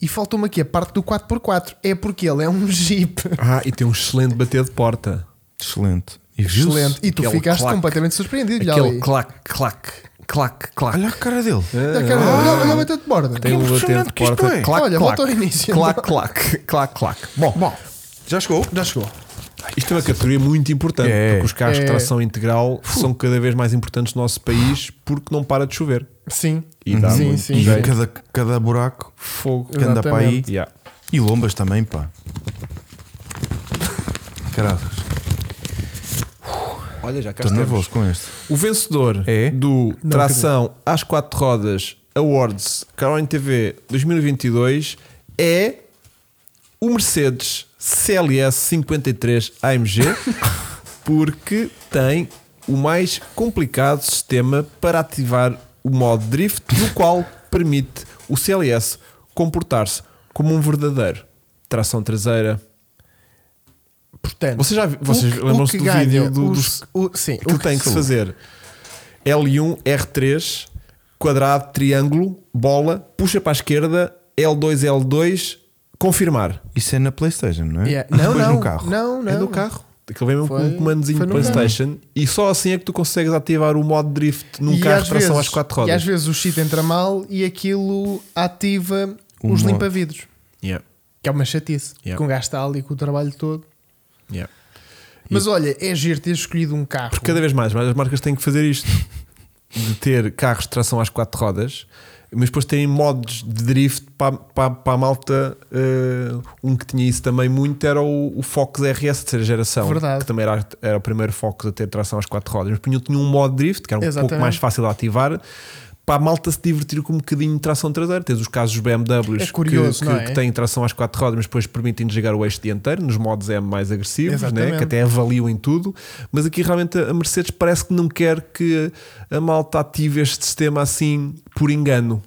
C: E faltou-me aqui a parte do 4x4. É porque ele é um (laughs) Jeep.
B: Ah, e tem um excelente bater de porta.
A: Excelente. E viu-se?
C: Excelente. E tu
B: Aquele
C: ficaste
B: claque.
C: completamente surpreendido. Olha
B: Aquele
C: ali.
B: clac, clac, clac, clac.
A: Olha a cara dele.
C: Olha, cara, olha, olha, olha, olha, é de borda.
B: Ah. Tem um bater
A: impressionante
B: de
A: que isto
B: porta.
A: é.
B: Clac, clac.
C: Olha, volta ao início.
B: Clac, clac, clac, clac. Bom,
A: Já chegou?
C: Já chegou.
B: Isto é uma categoria muito importante,
A: É.
B: porque os carros
C: É.
B: de tração integral são cada vez mais importantes no nosso país porque não para de chover.
C: Sim.
B: um- E dá
C: Sim,
B: muito
C: sim.
A: e
B: jeito.
A: cada, cada buraco
B: Fogo.
A: que anda para aí.
C: Exatamente.
B: Yeah.
A: E lombas também, pá. Caralho,
B: Olha, já cá
A: estou
B: estamos.
A: nervoso com este.
B: O vencedor
A: É?
B: do
C: Não
B: Tração às quatro Rodas Awards Caroline TV 2022 é o Mercedes CLS 53 AMG, porque tem o mais complicado sistema para ativar o modo drift, no qual permite o CLS comportar-se como um verdadeiro tração traseira.
C: Portanto,
B: Vocês já vi- vocês
C: o que-
B: lembram-se
C: o que
B: do vídeo
C: ganha
B: do-
C: os- o- sim,
B: Aquilo
C: o
B: tem que se fazer L1, R3, quadrado, triângulo, bola, puxa para a esquerda, L2, L2, confirmar.
A: Isso é na Playstation, não é?
C: Yeah. Não,
A: Depois
C: não,
A: no carro.
C: não, não.
B: É no carro. Aquilo vem mesmo com
C: Foi-
B: um comandozinho
C: foi
B: de
C: no carro.
B: PlayStation e só assim é que tu consegues ativar o modo drift num
C: E
B: carro de
C: às
B: tração
C: vezes-
B: às quatro
C: E às
B: rodas.
C: vezes o cheat entra mal e aquilo ativa
A: O
C: os
A: modo.
C: limpa-vidros.
B: Yeah,
C: Que é uma chatice.
B: Yeah.
C: Com um gajo está ali com o trabalho todo.
B: yeah.
C: Mas olha, é giro ter escolhido um carro.
B: Porque cada vez mais, mais as marcas têm que fazer
C: (laughs)
B: isto: de ter carros de tração às quatro rodas, mas depois terem modos de drift para, para, para a malta. eh, um que tinha isso também muito era o, o Fox RS, terceira geração,
C: Verdade.
B: que também era, era o primeiro Fox a ter tração às quatro rodas, mas punha tinha um modo drift que era um pouco
C: Exatamente.
B: mais fácil de ativar. Para a malta se divertir com um bocadinho de tração traseira, tens os casos BMWs
C: É curioso,
B: que, que,
C: não é?
B: que têm tração às quatro rodas, mas depois permitem jogar o eixo dianteiro nos modos M mais agressivos, né?
C: Exatamente.
B: que até até avaliam em tudo, mas aqui realmente a Mercedes parece que não quer que a malta ative este sistema assim por engano.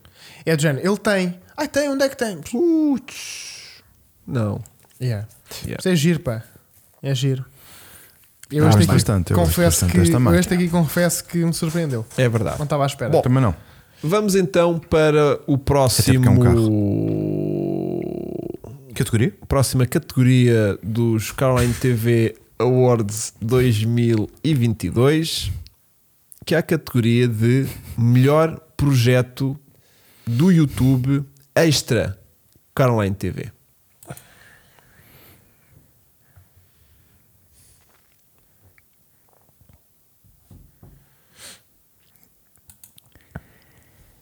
C: É do género. Ele tem. Ai, tem. Onde é que tem?
B: Putz, não.
C: Yeah.
B: Yeah. Ah,
C: Isto é giro, pá. É giro. Eu
A: Gosto
C: este aqui
A: bastante, eu gosto
C: confesso
A: bastante
C: que
A: desta
C: eu
A: marca.
C: este aqui confesso que me surpreendeu.
B: É
C: Não
B: verdade.
C: estava à espera.
B: Bom,
A: Também não.
B: Vamos então para o
A: Até porque é um
B: próximo.
A: Categoria?
B: Próxima categoria dos Caroline TV Awards 2022, que é a categoria de melhor projeto do YouTube extra Caroline TV.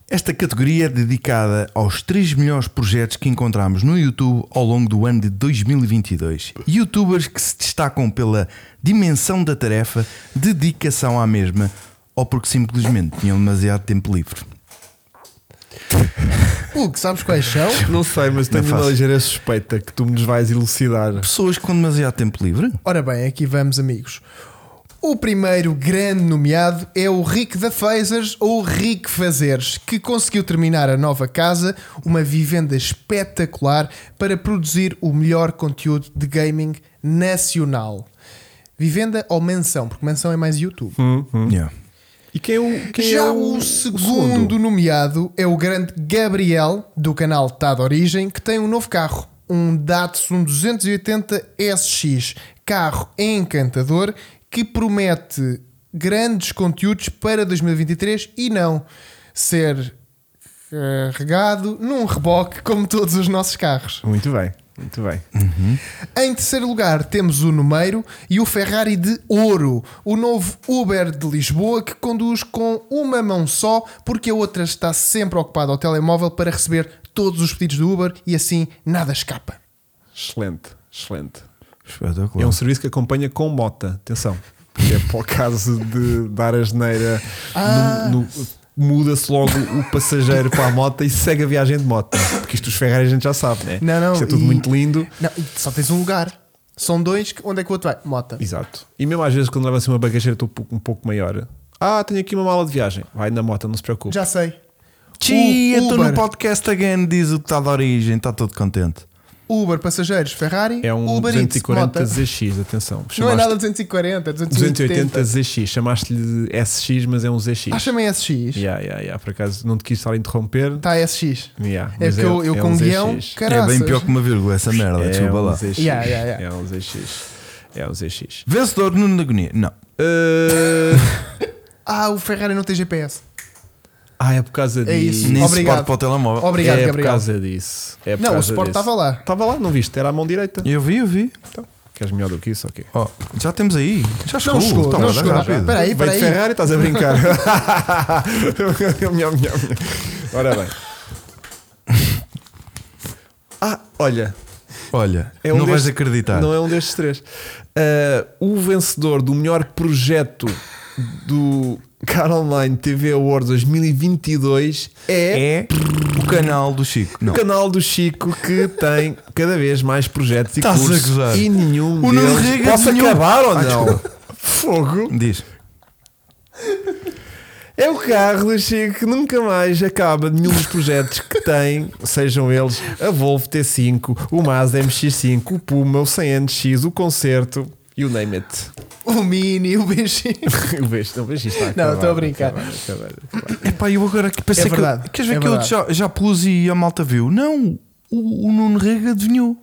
A: Esta categoria é dedicada aos três melhores projetos que encontramos no YouTube ao longo do ano de 2022. Youtubers que se destacam pela dimensão da tarefa, dedicação à mesma ou porque simplesmente tinham demasiado tempo livre.
C: Hugo, sabes
B: (laughs)
C: quais são?
B: Não sei, mas
A: Não
B: tenho uma
A: faço.
B: ligeira suspeita que tu me nos vais elucidar.
A: Pessoas com demasiado tempo livre?
C: Ora bem, aqui vamos, amigos. O primeiro grande nomeado é o Rick da Fazers ou Rick Fazeres, que conseguiu terminar a nova casa, uma vivenda espetacular, para produzir o melhor conteúdo de gaming nacional. Vivenda ou mansão? Porque mansão é mais YouTube.
A: Yeah.
B: E quem é o, quem
C: Já
B: é
C: o, segundo, nomeado é o grande Gabriel, do canal Tá de Origem, que tem um novo carro, um Datsun 280 SX. Carro encantador que promete grandes conteúdos para 2023 e não ser eh, regado num reboque como todos os nossos carros.
B: Muito bem, muito bem.
C: Em terceiro lugar, temos o Numeiro e o Ferrari de Ouro, o novo Uber de Lisboa que conduz com uma mão só, porque a outra está sempre ocupada ao telemóvel para receber todos os pedidos do Uber e assim nada escapa.
B: Excelente, excelente.
A: Espetacular.
B: É um serviço que acompanha com mota, atenção, porque é para o caso de dar a geneira,
C: Ah.
B: no- no- muda-se logo o passageiro para a moto e segue a viagem de moto. Porque isto os Ferrari a gente já sabe, né?
C: Não, não,
B: Isto é tudo
C: e-
B: muito lindo.
C: Não, e só tens um lugar. São dois, que- onde é que o outro vai? Mota.
B: Exato. E mesmo às vezes quando leva assim uma bagageira um pouco- um pouco maior, ah, tenho aqui uma mala de viagem, vai na moto, não se preocupe.
C: Já sei.
A: Tia,
C: O
A: estou
C: Uber.
A: no podcast again, diz o deputado de origem, está todo contente.
C: Uber, passageiros, Ferrari,
B: É um
C: Uber Eats,
B: 240
C: mota.
B: ZX, atenção.
C: Não é
B: Chamaste
C: nada 240,
B: 280
C: 280.
B: ZX, chamaste-lhe SX, mas é um ZX.
C: Ah, chamei SX.
B: Yeah, yeah, yeah. Por acaso não te quis estar a interromper.
C: Está SX.
B: Yeah,
C: É
B: mas
C: porque eu, eu
B: é
C: com
B: um
C: guião,
B: ZX.
C: caraças.
A: É bem pior que uma vírgula essa merda,
B: É
A: desculpa
B: um
A: lá.
B: ZX.
C: Yeah, yeah, yeah.
B: É um ZX. É um (laughs) ZX.
A: Vencedor Nuno da Agonia. Não.
B: Uh,
C: Ah, o Ferrari não tem GPS.
B: Ah, é por causa disso.
C: É isso.
A: Nem se
C: Obrigado.
A: pode para o telemóvel.
C: Obrigado,
B: é por
C: Gabriel.
B: causa disso. É por
C: Não, o
B: causa
C: Sport
B: disso.
C: estava lá.
B: Estava lá, não viste? Era a mão direita.
A: Eu vi, eu vi.
B: Queres melhor do que isso? Ok.
A: Oh, já temos aí. Já chegou.
C: Não chegou,
A: Tá
C: não
A: lá,
C: chegou.
A: dá rápido.
C: Espera
B: Vem
C: aí, espera
B: de
C: aí.
B: Ferrari, estás a (laughs) brincar. Nham, nham, nham. Ora (laughs) bem. Ah, olha,
A: Olha,
B: É um
A: não vais
B: destes-
A: acreditar.
B: Não é um destes três. Ah, o vencedor do melhor projeto do Car Online TV Awards 2022 é,
A: É o canal do Chico.
B: o
A: Não.
B: canal do Chico que tem cada vez mais projetos e
A: Estás a
B: cursos
A: gozar.
B: e nenhum
A: O Nuno
B: deles
A: Rega
B: posso
A: de nenhum-
B: acabar ou
A: Ah,
B: não?
A: desculpa.
B: Fogo.
A: Diz.
B: É o carro do Chico que nunca mais acaba nenhum dos projetos que tem, sejam eles a Volvo T5, o Mazda MX5, o Puma, o 100NX, o Concerto, you name it.
C: O Mini, o bichinho.
B: O beijo, não, o beijo está
C: Não, estou a brincar.
A: Epá, eu agora que pensei
C: É
A: que.
C: verdade,
A: Queres ver
C: é
A: que eu
C: verdade.
A: já, já pus e a malta viu? Não, o, o Nuno Rega adivinhou.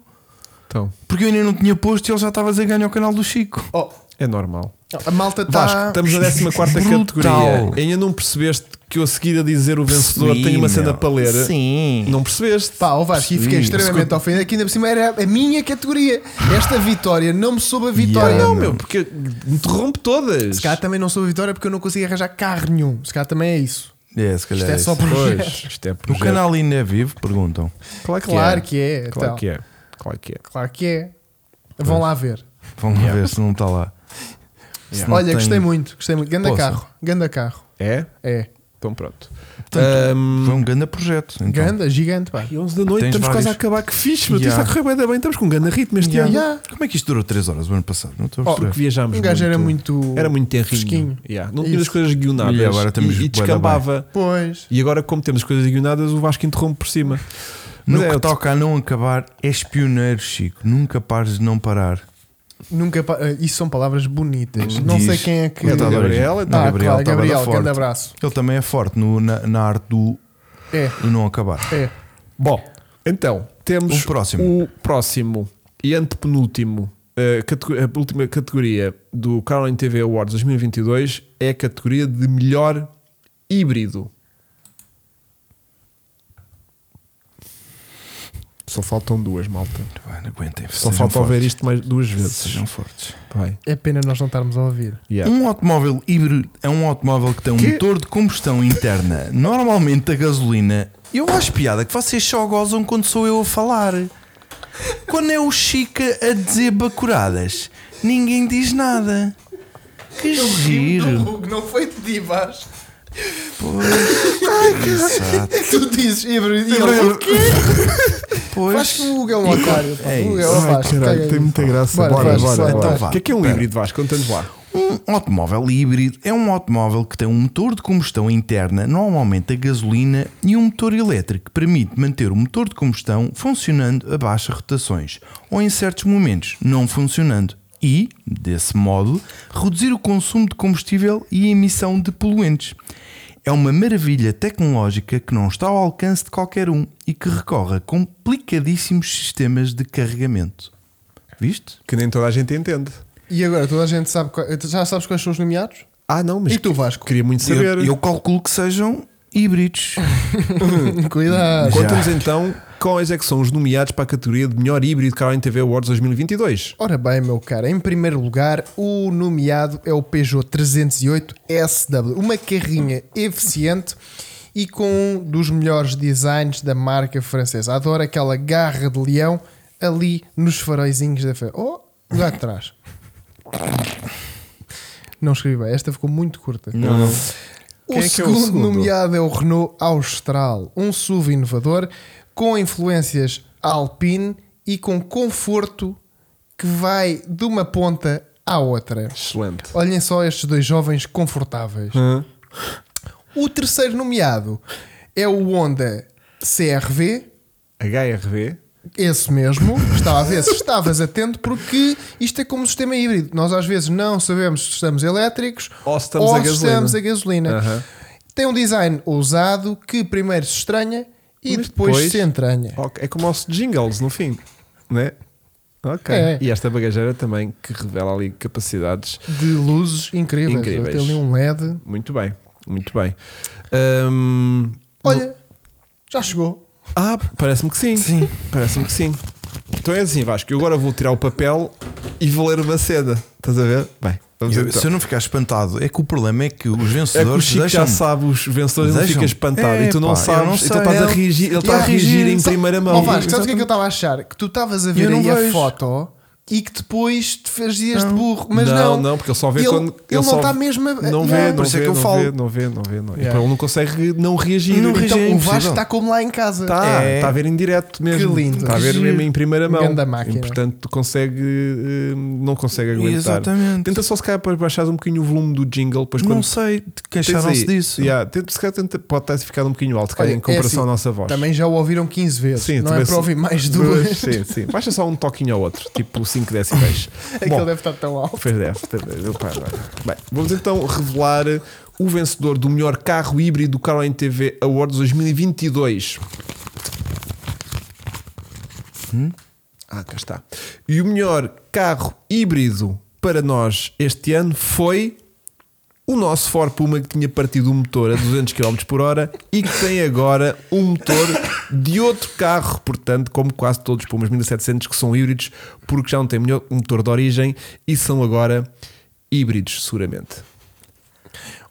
B: Então,
A: Porque eu ainda não tinha posto e ele já estava a dizer ganhar o canal do Chico.
C: (laughs) Oh,
B: é normal.
C: a malta tá-
B: Vasco,
C: está.
B: estamos na
C: (laughs)
B: 14
A: Brutal.
B: categoria. Ainda não percebeste que eu a seguir a dizer o vencedor tenho uma cena para ler.
A: Sim.
B: Não percebeste.
C: Pá, o Vasco, e fiquei
A: Sim,
C: extremamente
A: escuta.
C: ofendido. Aqui ainda por cima era a minha categoria. Esta vitória não me soube a vitória.
A: Yeah,
B: não,
A: não.
B: meu, porque interrompe todas.
C: Se calhar também não soube a vitória porque eu não consigo arranjar carro nenhum. Se calhar também é isso.
A: É, se calhar
C: Isto é
A: é
C: só
A: isso.
C: projeto.
B: Pois, isto é
A: O
B: projeto.
A: canal ainda é vivo? Perguntam.
B: Claro que
C: Claro
B: é.
C: que é.
B: Claro
C: então.
B: que é. Claro que é.
C: Claro que é. Vão lá ver.
A: Vamos lá ver se não está lá. Se não
C: Olha,
A: tem-
C: gostei muito, gostei muito. Ganda
A: Posso?
C: carro, ganda carro.
B: É?
C: É.
B: Então pronto.
C: então,
A: Portanto,
B: Ahm,
A: Foi um grande projeto. Então.
C: Ganda, gigante, pá.
B: e 11 da noite,
A: Tens
B: estamos
A: vários.
B: quase a acabar. Que fixe, meu.
A: Yeah.
B: Isto está a correr bem, bem. Estamos com um grande ritmo este
C: Yeah.
B: ano.
C: Yeah.
A: Como é que isto durou 3 horas o ano passado? Não estou a
C: Oh,
A: perceber.
B: Porque viajámos
C: Um gajo era muito.
B: Era muito terrinho.
C: fresquinho.
B: Yeah. Não tinha as
C: Isso.
B: coisas guionadas.
A: E agora temos
B: e,
A: bué
B: e
A: da
B: descambava.
C: Pois.
B: E agora, como temos as coisas guionadas, o Vasco interrompe por cima.
A: No
B: Mas é,
A: que
B: eu-
A: toca a não acabar, és pioneiro, Chico. Nunca pares de não parar.
C: Nunca. pa- ah, Isso são palavras bonitas. Não
A: Diz.
C: sei quem é que.
A: Eu estava a ver.
B: Gabriel,
A: Não,
C: Ah,
A: Gabriel,
C: claro,
A: estava a
C: Gabriel,
A: dar
C: grande
A: forte.
C: abraço.
A: Ele também é forte no- na, na arte do,
C: É,
A: do não acabar.
C: é.
B: Bom, então, temos
A: O Um próximo.
B: o próximo e antepenúltimo. eh, catego- a última categoria do Caroline TV Awards 2022 é a categoria de melhor híbrido. Só faltam duas, malta.
A: Vai, não aguentem.
B: Só
A: sejam
B: falta ouvir
A: fortes.
B: isto mais duas vezes.
A: Sejam fortes.
B: Vai.
C: É pena nós não estarmos a ouvir.
B: Yeah.
A: Um automóvel híbrido é um automóvel que tem um
B: Quê?
A: motor de combustão interna, normalmente a gasolina. Eu acho piada que vocês só gozam quando sou eu a falar. Quando é o Chica a dizer bacuradas, ninguém diz nada. Que giro.
C: Não foi de divas.
A: Pois. Ai, que engraçado.
C: Tu dizes, Ibro, e ele, o quê?
A: Pois.
C: Faz que o Hugo é um otário. pá.
A: É
C: O Hugo é
A: isso.
C: um Vasco, caga nisso. Bora, Vasco, bora,
A: Então
C: bora.
A: vá.
B: O que é que é um
A: Pera.
B: híbrido, Vasco? Conta-nos lá.
A: Um automóvel híbrido é um automóvel que tem um motor de combustão interna, normalmente a gasolina, e um motor elétrico que permite manter o motor de combustão funcionando a baixas rotações ou em certos momentos não funcionando e, desse modo, reduzir o consumo de combustível e a emissão de poluentes. É uma maravilha tecnológica que não está ao alcance de qualquer um e que recorre a complicadíssimos sistemas de carregamento. Viste?
B: Que nem toda a gente entende.
C: E agora toda a gente sabe. qual- Já sabes quais são os nomeados?
B: Ah, não, mas
C: E tu, Vasco?
B: queria muito saber.
A: Eu, eu calculo que sejam híbridos. Hum.
C: (laughs) Cuidado.
B: Conta-nos então quais é que são os nomeados para a categoria de melhor híbrido Caroline TV Awards 2022.
C: Ora bem, meu caro, em primeiro lugar, o nomeado é o Peugeot 308 SW, uma carrinha eficiente e com um dos melhores designs da marca francesa. Adoro aquela garra de leão ali nos faróizinhos da fé. Oh, lá atrás. Não escrevi bem, esta ficou muito curta.
A: Não.
C: O
B: Quem é que é o
C: segundo,
B: segundo?
C: nomeado é o Renault Austral, um SUV inovador com influências Alpine e com conforto que vai de uma ponta à outra.
B: Excelente.
C: Olhem só estes dois jovens confortáveis.
B: Hã?
C: O terceiro nomeado é o Honda CRV,
B: HRV.
C: esse mesmo, estava a ver se estavas atento, porque isto é como um sistema híbrido. Nós às vezes não sabemos se estamos elétricos
B: Ou se estamos a
C: se
B: gasolina.
C: estamos a gasolina.
B: Aham.
C: Tem um design ousado que primeiro se estranha e
B: Mas
C: depois,
B: depois-
C: se entranha.
B: Ok, É como os jingles no fim, né? Ok.
C: É.
B: E esta bagageira também que revela ali capacidades.
C: De luzes incríveis.
B: Incríveis.
C: Tem ali um LED.
B: Muito bem, muito bem. Ahm,
C: Olha, já chegou.
B: Ah, parece-me que sim. Sim. Parece-me que sim. Então é assim, Vasco, eu agora vou tirar o papel e e vou ler uma cena. Estás a ver? Bem, vamos
A: Eu-
B: então.
A: Se eu não ficar espantado, é que o problema é que os
B: É que o
A: vencedores
B: Chico já
A: deixam.
B: sabe os vencedores, ele
A: Deixam-me.
B: fica espantado
A: É,
B: e tu não
A: pá, eu
B: sabes,
A: não
B: então
A: sei,
B: estás a
A: ele-
B: reagir, ele
A: ele
B: está a reagir
A: reagir,
B: em
A: sabe-
B: primeira mão.
C: Ó Vasco, sabes o que é que eu estava a achar? Que tu estavas a
A: Eu
C: ver
A: não
C: aí a
A: vejo.
C: foto e que depois te fazias de burro. Mas
B: não,
C: não,
B: não, porque ele só vê quando.
C: Ele, ele
B: só
C: não está mesmo a.
B: Não vê, não,
A: tá por isso
B: vê,
A: é que eu
B: não
A: falo.
B: vê, não vê, não vê, não vê. Então
C: Yeah.
B: Ele não consegue não reagir.
A: Não
B: Então,
A: reagir, é
C: Então o Vasco
A: impossível.
C: está como lá em casa.
B: Está,
A: É.
B: está a ver em direto mesmo.
C: Que lindo.
B: Está a ver
A: Que
B: mesmo
A: giro.
B: em primeira mão.
C: Grande máquina.
B: E, portanto, consegue, eh, não consegue aguentar.
A: Exatamente.
B: Tenta só se calhar para baixar um bocadinho o volume do jingle, depois
A: Não
B: quando
A: sei,
B: tens aí-
A: queixaram-se disso.
B: Yeah, tenta, se calhar tenta, pode ter ficado um bocadinho alto, se calhar,
C: Olha,
B: em
C: é
B: comparação à
C: assim,
B: nossa voz.
C: Também já o ouviram 15 vezes.
B: Sim,
C: não
B: também
C: é para
B: se-
C: ouvir mais duas.
B: Sim, sim. Baixa só um toquinho ao outro, tipo 5 decibéis.
C: (laughs) É que
B: Bom,
C: ele deve estar tão alto.
B: Pois deve, deve. Opa, vai. Bem, vamos então revelar o vencedor do melhor carro híbrido Caroline TV Awards 2022. Ah, cá está. E o melhor carro híbrido para nós este ano foi o nosso Ford Puma que tinha partido o motor a 200 km por hora e que tem agora um motor de outro carro, portanto, como quase todos os Pumas 1700 que são híbridos, porque já não têm melhor- um motor de origem e são agora híbridos, seguramente.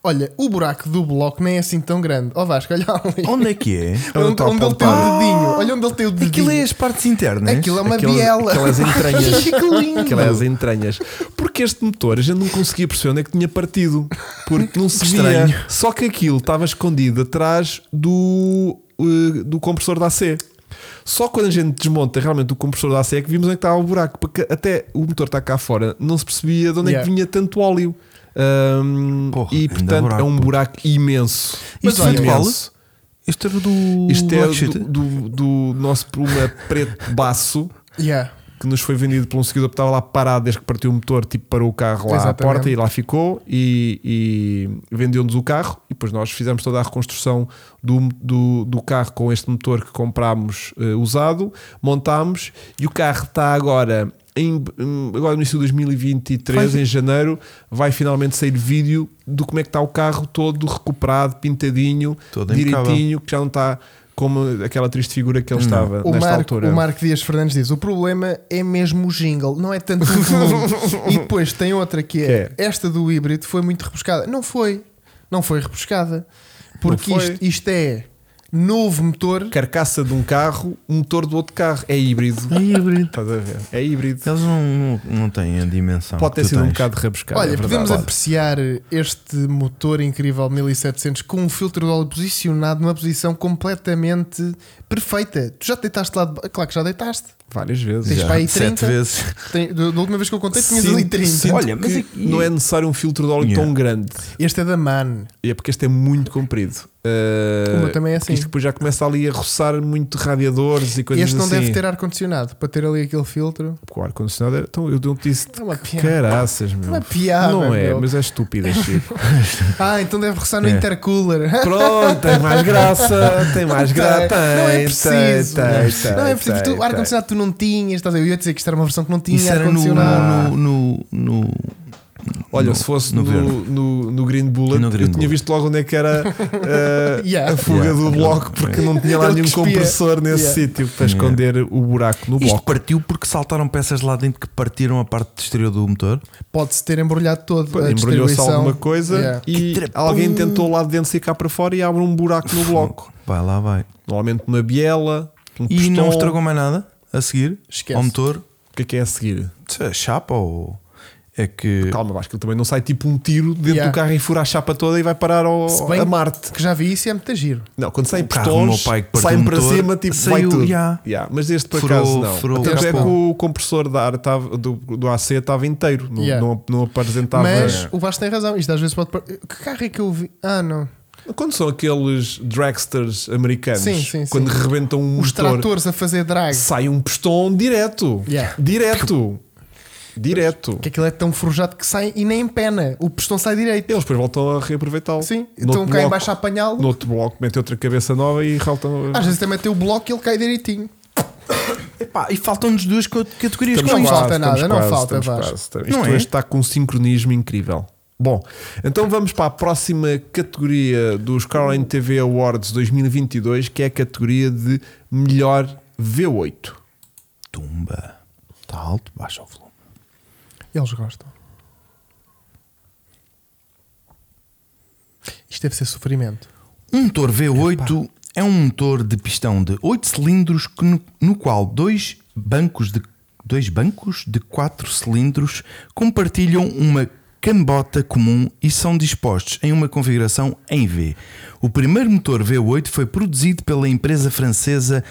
C: Olha, o buraco do bloco nem é assim tão grande. Ó Vasco, olha ali.
A: Onde é que
B: (laughs)
A: é?
B: Onde
C: Onde,
B: está o
C: onde ele
B: pontapé?
C: tem o dedinho. Olha onde ele tem o dedinho.
A: Aquilo é as partes internas.
C: Aquilo é uma
B: Aquelas-
C: biela.
B: aquelas entranhas.
C: (laughs) que lindo.
B: Aquelas entranhas. Porque este motor a gente não conseguia perceber onde é que tinha partido. Porque
C: (laughs)
B: não se via.
A: Estranho.
B: Só que aquilo estava escondido atrás do, eh, do compressor da AC. Só quando a gente desmonta realmente o compressor da AC é que vimos onde é que estava o buraco. Porque até o motor está cá fora, não se percebia de onde é que
C: Yeah.
B: vinha tanto óleo. Ahm,
A: Porra,
B: e
A: ainda
B: portanto
A: buraco,
B: é um
A: puto.
B: buraco imenso.
A: Isto
B: Mas
A: foi de
B: olha,
A: qual?
B: imenso.
A: Isto era do.
B: Isto é
A: Black Sheep.
B: do, do, do nosso pluma preto baço
C: Yeah.
B: que nos foi vendido por um seguidor que estava lá parado desde que partiu o motor, tipo parou o carro lá à
C: Exatamente.
B: porta e lá ficou e, e vendeu-nos o carro e depois nós fizemos toda a reconstrução do, do, do carro com este motor que comprámos eh, usado, montámos e o carro está agora em, em- agora no início de 2023 em janeiro vai finalmente sair vídeo do como é que está o carro todo recuperado, pintadinho,
A: Todo impecável.
B: direitinho, que já não está como aquela triste figura que ele estava
C: O
B: nesta
C: Marco,
B: altura.
C: o Marco Dias Fernandes diz: o problema é mesmo o jingle, não é tanto o (laughs) volume. e depois tem outra que é,
B: Que
C: esta do híbrido foi muito rebuscada. Não foi, não foi rebuscada. Porque
B: Não foi.
C: isto, isto é novo motor.
B: carcaça de um carro, um motor do outro carro. É híbrido.
A: É híbrido.
B: Estás a ver? É híbrido.
A: Eles não, não, não têm a dimensão.
B: Pode
A: que
B: ter
A: tu
B: sido um
A: tens.
B: bocado rebuscado.
C: Olha,
B: é verdade.
C: podemos
B: Pode.
C: apreciar este motor incrível 1700 com um filtro de óleo posicionado numa posição completamente perfeita. Tu já te deitaste lá de ba- Claro que já deitaste.
B: várias vezes.
C: Tens
A: Já,
C: para aí
A: sete
C: 30.
A: vezes.
C: Tem, da da última vez que eu contei, tinhas
B: Sinto-
C: ali 30.
B: sinto
A: Olha, mas
B: que
A: aqui-
B: não é necessário um filtro de óleo
A: Yeah.
B: tão grande.
C: Este é da MAN.
B: E é porque este é muito comprido. Uh,
C: O meu também é
B: porque
C: assim.
B: Isto depois já começa ali a roçar muito radiadores e coisas
C: Este não
B: assim.
C: deve ter ar-condicionado para ter ali aquele filtro.
B: Porque o ar-condicionado era. Então eu não te disse.
C: É uma piada.
B: Caraças, meu.
C: Uma piada,
B: Não é,
C: Ah, meu.
B: mas é estúpido, é Chico.
C: Ah, então deve roçar no
A: É.
C: intercooler. (laughs)
B: Pronto, tem mais graça, tem mais graça.
C: não é
B: tem,
C: preciso.
B: tem, tem,
C: não é preciso.
B: tem,
C: Tu-
B: tem.
C: ar-condicionado tu não tinhas. Estás a ver? Eu ia dizer que isto era uma versão que não
A: Isso
C: tinha
A: era no,
C: ar-condicionado.
A: no, no, no-
B: Olha,
A: no-
B: se fosse no,
A: no
B: no,
A: verde.
B: no Green Bullet,
A: No Green
B: eu tinha
A: Bullet.
B: visto logo onde é que
C: (laughs)
B: era eh,
C: Yeah.
B: a fuga
A: Yeah,
B: do
A: aquele-
B: bloco, porque não tinha lá
C: Ele
B: nenhum
C: cuspia.
B: compressor nesse
C: Yeah.
B: sítio para esconder o buraco no
A: Isto
B: bloco.
A: partiu porque saltaram peças lá dentro que partiram a parte exterior do motor.
C: Pode-se ter embrulhado todo.
B: Pô,
C: a
B: Embrulhou-se
C: distribuição.
B: alguma coisa
C: Yeah.
B: e
A: Que trapão.
B: alguém tentou lá de dentro sair cá para fora e abre um buraco
A: (laughs)
B: no bloco.
A: Vai lá, vai.
B: Normalmente uma biela, um
A: E não
B: pistão.
A: estragou mais nada a seguir
C: Esquece.
A: ao motor.
B: O que é que é a seguir?
A: Sei lá, Chapa ou é que.
B: Calma, Vasco, ele também não sai tipo um tiro dentro
C: Yeah.
B: do carro e fura a chapa toda e vai parar ao,
C: Se bem
B: a Marte.
C: Que já vi isso e é muito giro.
B: Não, quando saem
A: carro do
B: pistões,
A: meu pai que partiu
B: saem
A: o
B: para
A: motor,
B: cima, tipo, vai
A: saiu,
B: tudo.
A: já.
B: Já, Mas este por
A: Furou-
B: acaso não.
A: furou o
B: Tanto é que
A: capô.
B: o compressor da ar tava- do, do AC estava inteiro, não,
C: Yeah.
B: não, não apresentava. É.
C: Mas o Vasco tem razão. Isto às vezes pode. par- Que carro é que eu vi? Ah, não.
B: Quando são aqueles dragsters americanos,
C: Sim, sim, sim.
B: quando rebentam um
C: Os
B: motor,
C: tratores a fazer drag.
B: sai um pistão direto.
C: Yeah.
B: Direto. Direto.
C: Que aquilo é tão forjado que sai e nem empena. O pistão sai direito.
B: Eles depois voltam a reaproveitá-lo.
C: Sim.
B: No
C: Então
B: outro
C: cá em
B: bloco-
C: baixo a apanhá-lo.
B: No outro bloco, mete outra cabeça nova e voltam a.
C: Às vezes também tem o bloco e ele cai direitinho.
A: Epá, e faltam-nos duas co- categorias.
C: Estamos
A: Como
C: não
A: isto?
C: quase. falta nada,
B: estamos
C: não falta,
B: estamos
C: Vasco.
B: quase, estamos- Isto
A: Não
B: hoje
A: é?
B: está com um sincronismo incrível. Bom, então vamos para a próxima categoria dos Caroline TV Awards 2022, que é a categoria de melhor V8.
A: Tumba. Está alto, baixa o volume.
C: Eles gostam. Isto deve ser sofrimento.
A: Um motor V8 é um motor de pistão de 8 cilindros que no, no qual dois bancos de dois bancos de 4 cilindros compartilham uma cambota comum e são dispostos em uma configuração em V. O primeiro motor V8 foi produzido pela empresa francesa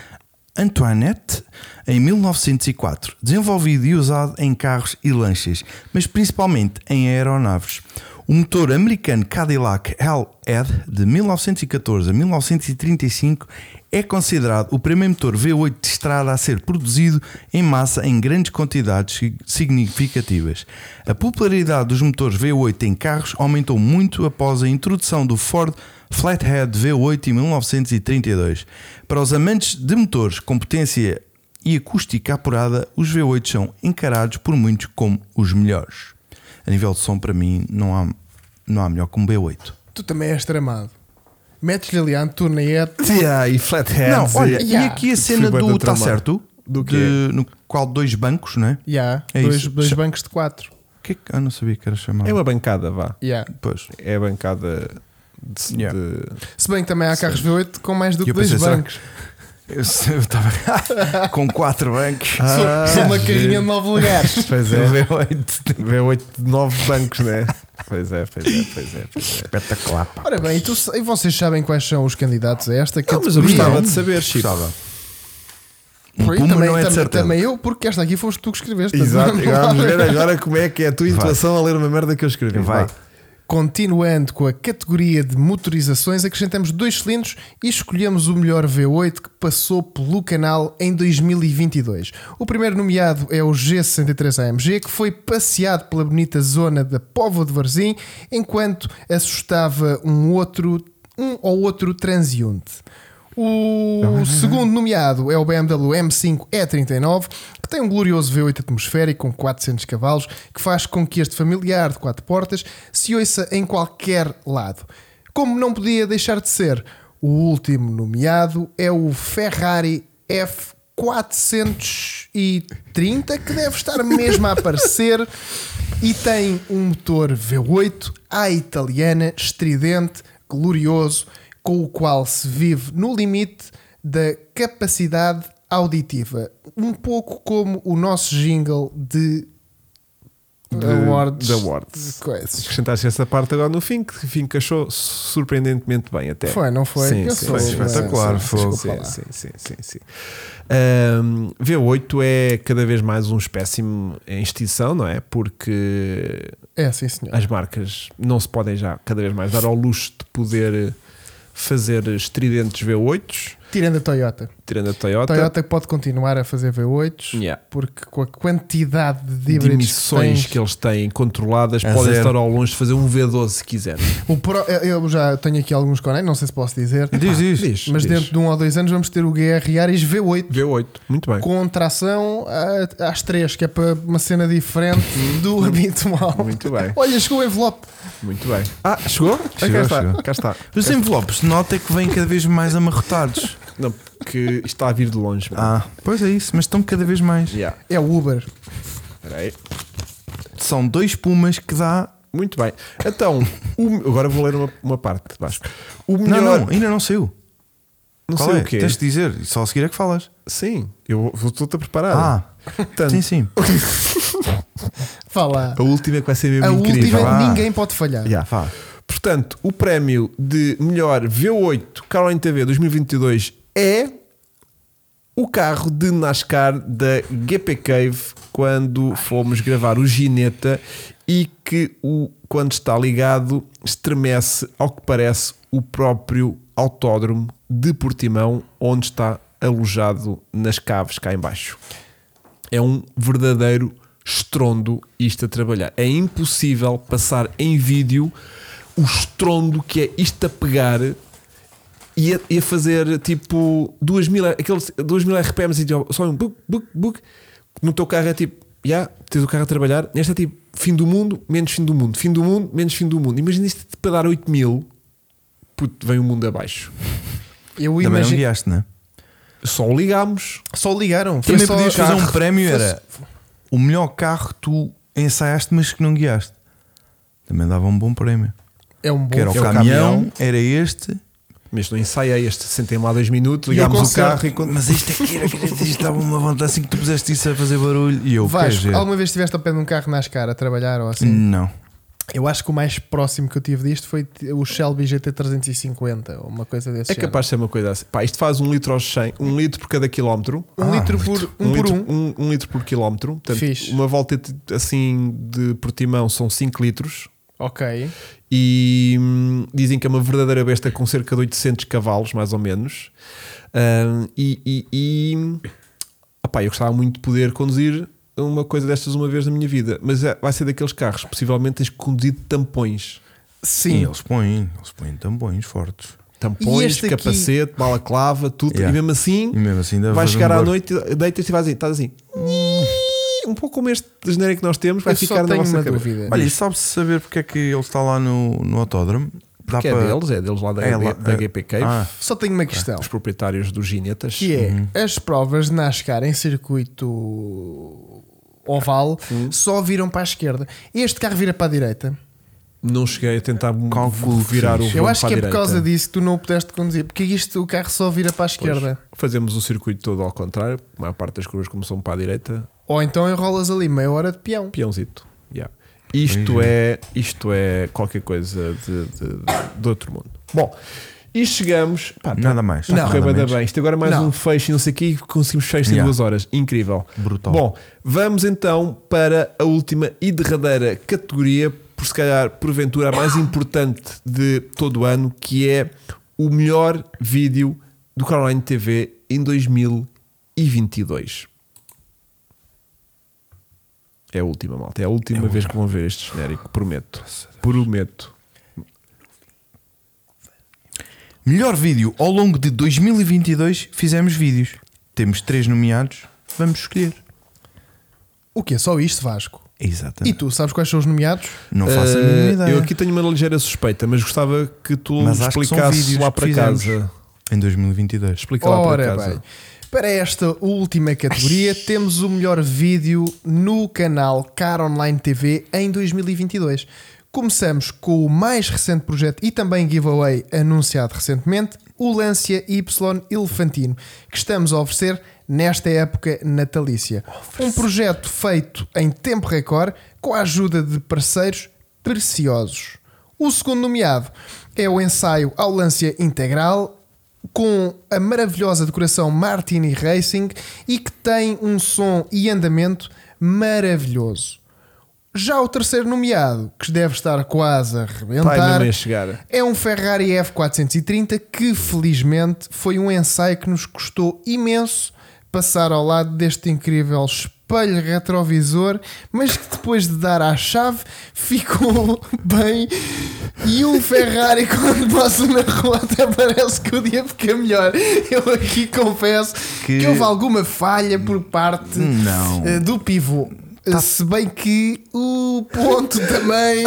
A: Antoinette em 1904, desenvolvido e usado em carros e lanchas, mas principalmente em aeronaves. O motor americano Cadillac Hell-Ed de 1914 a 1935 é considerado o primeiro motor V8 de estrada a ser produzido em massa em grandes quantidades sig- significativas. A popularidade dos motores V8 em carros aumentou muito após a introdução do Ford Flathead V8 em 1932. Para os amantes de motores com potência e acústica apurada, os V8 são encarados por muitos como os melhores. A nível de som, para mim, não há, não há melhor que um B8.
C: Tu também és tramado. Metes-lhe ali a é- Antoinette.
B: Yeah, e flatheads.
A: Não, olha,
B: e-
A: e
C: Yeah.
A: aqui a cena
B: Fui bué
A: do
B: da
A: está
B: tramado.
A: certo?
B: Do quê?
A: De- no qual dois bancos, não é?
C: Yeah,
A: É
C: dois
A: isso.
C: dois
A: Cha-
C: bancos de quatro.
A: Que é que- eu não sabia que era chamado.
B: É uma bancada, vá.
C: Yeah.
A: Pois.
B: É a bancada de.
A: Yeah.
B: de-
C: Se bem que também há carros V8 com mais do
A: E
C: que
A: eu
C: dois
A: pensei, será
C: bancos.
A: Eu estava (laughs) com quatro bancos.
B: Ah,
C: (laughs) Sou- sou uma
B: giro.
C: carrinha de
B: (laughs)
C: nove lugares.
B: Pois é.
A: V8.
B: V8 de 9 bancos, né? pois é? Pois é, pois é, pois é.
A: Espetacular. pá.
C: Ora bem, e, tu- e vocês sabem quais são os candidatos a esta
B: Não, mas eu
C: categoria?
B: gostava de saber, Chico.
A: Gostava. Um
C: Por aí
A: puma
C: também,
A: não é de
C: também,
A: certeza.
C: também eu, porque esta aqui foste tu que escreveste.
B: Exato,
C: Não é?
B: agora
C: dá (laughs)
B: vamos
C: para-
B: ver agora como é que é a tua intuação a ler uma merda que eu escrevi.
A: Vai.
B: Vá.
C: Continuando com a categoria de motorizações, acrescentamos dois cilindros e escolhemos o melhor V8 que passou pelo canal em 2022. O primeiro nomeado é o G63 AMG, que foi passeado pela bonita zona da Povo de Varzim, enquanto assustava um outro um ou outro transeunte. O segundo nomeado é o BMW M5 E39, que tem um glorioso V8 atmosférico com 400 cavalos, que faz com que este familiar de quatro portas se ouça em qualquer lado. Como não podia deixar de ser, o último nomeado é o Ferrari F430, que deve estar mesmo a aparecer e tem um motor V8 à italiana, estridente, glorioso, com o qual se vive no limite da capacidade auditiva. Um pouco como o nosso jingle de
B: De-
C: awards.
B: de awards.
C: Coisas.
B: Acrescentaste essa parte agora no fim, que o fim que achou surpreendentemente bem até.
C: Foi, não foi?
B: Sim,
C: Eu
B: sim,
C: sou- um
B: foi espetacular.
A: sim,
B: Foi.
A: desculpa
B: Sim,
C: lá.
B: sim, sim, sim, sim. Ahm, V8 é cada vez mais um espécime em extinção, não é? Porque
C: É, sim, senhor.
B: as marcas não se podem já cada vez mais dar ao luxo de poder fazer estridentes V8s,
C: Tirando a Toyota.
B: tirando a
C: A
B: Toyota.
C: Toyota pode continuar a fazer V8s
B: Yeah.
C: porque com a quantidade de
B: de
C: híbridos
B: emissões
C: que,
B: que eles têm controladas,
A: É
B: podem
A: zero.
B: estar ao longe de fazer um V12 se quiserem.
C: tens, o Pro- eu já tenho aqui alguns conectos, não sei se posso dizer,
A: Diz, diz.
C: mas dentro de um ou dois anos vamos ter o GR Ares V8
B: V8, muito bem.
C: com tração a- às três, que é para uma cena diferente do habitual.
B: Muito bem,
C: (laughs) Olha, chegou o envelope.
B: muito bem. Ah, chegou? Ah,
A: Chegou, Então
B: cá, está.
A: chegou.
B: cá está.
A: Os envelopes de nota que vêm cada vez mais amarrotados.
B: Não, porque isto está a vir de longe. mano.
A: Ah, pois é isso, mas estão cada vez mais.
B: Yeah,
C: É o Uber.
B: espera aí.
A: São dois pumas que dá.
B: Muito bem. Então, o- agora vou ler uma, uma parte. Vasco. O melhor.
A: Não, não, ainda não saiu.
B: não
A: Qual
B: sei
A: é?
B: o quê.
A: Tens de dizer, só a seguir é que falas.
B: Sim, eu vou- estou-te a preparar.
A: Ah,
B: Portanto,
A: sim, sim.
C: Fala.
B: a última é que vai ser mesmo
C: A
B: incrível.
C: última,
A: Ah.
C: ninguém pode falhar.
A: Já, vá.
B: Portanto, o prémio de melhor V8 Caroline TV 2022 é o carro de NASCAR da GP Cave quando fomos gravar o Gineta e que o, quando está ligado estremece ao que parece o próprio autódromo de Portimão onde está alojado nas caves cá em baixo é um verdadeiro estrondo isto a trabalhar. É impossível passar em vídeo o estrondo que é isto a pegar e a, e a fazer tipo 2000, aqueles 2000 RPMs e tipo, só um buc, buc, buc. No teu carro é tipo, já tens o carro a trabalhar. Neste é tipo fim do mundo, menos fim do mundo, fim do mundo, menos fim do mundo. Imagina isto para dar 8000, puto, vem o mundo abaixo.
C: Eu
A: Também não
C: imagino.
A: guiaste, não é?
B: Só o ligámos.
C: Só ligaram. foi
A: Também
C: só-
A: podias fazer um prémio,
C: foi-
A: era o melhor carro que tu ensaiaste, mas que não guiaste. Também dava um bom prémio.
C: É um bom
A: Que era o
B: é o
A: caminhão,
B: caminhão.
A: era este.
B: Mas não ensaiei este, sentei-me lá dois minutos, ligámos o
C: concerto?
B: carro e quando.
A: Mas isto é que era, que isto dava uma vontade assim que tu puseste isso a fazer barulho. E eu, queres
C: Vasco,
A: ver?
C: alguma vez estiveste ao pé de um carro nas cara a trabalhar ou assim?
B: Hum.
A: Não.
C: Eu acho que o mais próximo que eu tive disto foi o Shelby GT350 ou uma coisa desse
B: É
C: género.
B: capaz de ser uma coisa assim. Pá, isto faz um litro aos 100, um litro por cada quilómetro.
C: Um
A: Ah,
C: litro por um, por
B: litro,
C: um.
B: um litro por quilómetro. Portanto,
C: Fixe.
B: uma volta assim de Portimão são 5 litros.
C: Ok.
B: E hum, dizem que é uma verdadeira besta com cerca de 800 cavalos, mais ou menos. Ahm, e. e, e opá, eu gostava muito de poder conduzir uma coisa destas uma vez na minha vida, mas é- vai ser daqueles carros. Possivelmente tens que conduzir de tampões.
A: Sim,
C: Sim.
A: eles põem, eles põem tampões fortes.
C: E
B: Tampões,
C: este aqui-
B: capacete, balaclava, tudo.
A: Yeah.
B: E mesmo assim,
A: E mesmo assim, ainda
B: vai
A: faz um
B: chegar à
A: barulho.
B: noite, deitas-te e vais assim, estás assim. Um pouco como este genérico que nós temos, vai
C: Eu
B: ficar
C: só
B: na
C: tenho
B: nossa
C: uma
B: cabeça.
C: dúvida.
A: Olha, e sabe-se saber porque é que ele está lá no, no autódromo? Dá
B: Que é deles, é deles lá da,
A: É lá-
B: da
A: é-
B: GPK,
A: Ah,
C: Só tenho uma questão.
B: os proprietários dos ginetas.
C: Que é, as provas de NASCAR em circuito oval só viram para a esquerda. Este carro vira para a direita.
B: Não cheguei a tentar
A: Cálculo
B: virar o
A: fixe.
C: Eu
B: volante
C: acho
B: para
C: que
B: a
C: é por
B: direita.
C: causa disso que tu não o pudeste conduzir, porque isto o carro só vira para a
B: Pois,
C: esquerda.
B: Fazemos o circuito todo ao contrário, a maior parte das curvas como são para a direita,
C: Ou então enrolas ali meia hora de peão.
B: peãozito. Yeah. Isto é, isto é qualquer coisa de, de- de- de outro mundo. Bom, e chegamos. Pá, tá-
A: nada mais.
B: Está a correr
A: nada
B: bué da
A: menos.
B: bem. Isto agora é mais
C: Não.
B: um fecho e não sei o quê, conseguimos fecho em
A: Yeah.
B: duas horas. Incrível.
A: Brutal.
B: Bom, vamos então para a última e derradeira categoria, por se calhar, porventura, a mais importante de todo o ano, que é o melhor vídeo do Caroline TV em 2022. É a última, malta. É a última vez que vão ver este genérico. Prometo. Prometo.
A: Melhor vídeo ao longo de 2022 fizemos vídeos. Temos três nomeados, vamos escolher.
C: O que é só isto, Vasco? E
B: Tá.
A: Exatamente.
C: tu sabes quais são os nomeados?
A: Não faço a
B: Eh,
A: mínima ideia.
B: Eu aqui tenho uma ligeira suspeita, mas gostava que tu
A: Mas acho que são
B: explicasses
A: vídeos
B: lá
A: que
B: para
A: fizemos.
B: casa.
A: Em 2022.
B: Explica lá para
C: Ora
B: casa.
C: bem, para esta última categoria temos o melhor vídeo no canal Car Online TV em 2022. Começamos com o mais recente projeto e também giveaway anunciado recentemente, o Lancia Y Elefantino, que estamos a oferecer nesta época natalícia. Um projeto feito em tempo recorde com a ajuda de parceiros preciosos. O segundo nomeado é o ensaio ao Lancia Integral com a maravilhosa decoração Martini Racing e que tem um som e andamento maravilhoso. Já o terceiro nomeado, que deve estar quase a
B: Está aí
C: arrebentar,
B: mesmo a chegar.
C: é um Ferrari F430 que felizmente foi um ensaio que nos custou imenso passar ao lado deste incrível espelho retrovisor, mas que depois de dar à chave ficou (laughs) bem e um Ferrari quando passa na rua até parece que o dia fica melhor. Eu aqui confesso que,
A: Que-
C: houve alguma falha por parte
A: Não. Tá.
C: eh, do pivô. Se bem que o ponto
A: (laughs)
C: também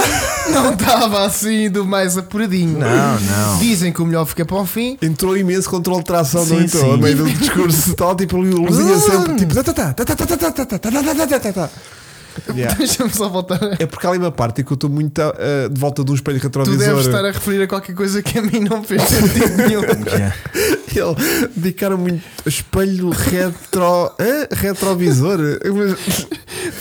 C: não estava assim do mais apuradinho.
A: Não, não.
C: Dizem que o melhor fica para o fim.
B: Entrou imenso controle de tração,
A: Sim,
B: não entrou?
A: sim.
B: No meio do discurso (laughs) e tal, tipo,
C: Ah!
B: luzinha
A: Ah!
B: sempre, tipo, tá, tá, tá, tá, tá, tá, tá, tá, tá, tá, tá, tá, tá, tá, tá. Yeah.
C: Deixa-me só voltar.
B: É porque há ali uma parte em que eu estou muito ah, de volta de um espelho
C: Tu
B: retrovisor.
C: deves estar a referir a qualquer coisa que a mim não fez sentido
A: (laughs)
C: nenhum.
A: Yeah.
B: (laughs) Ele dedicaram muito espelho retro. Hã? retrovisor. Mas-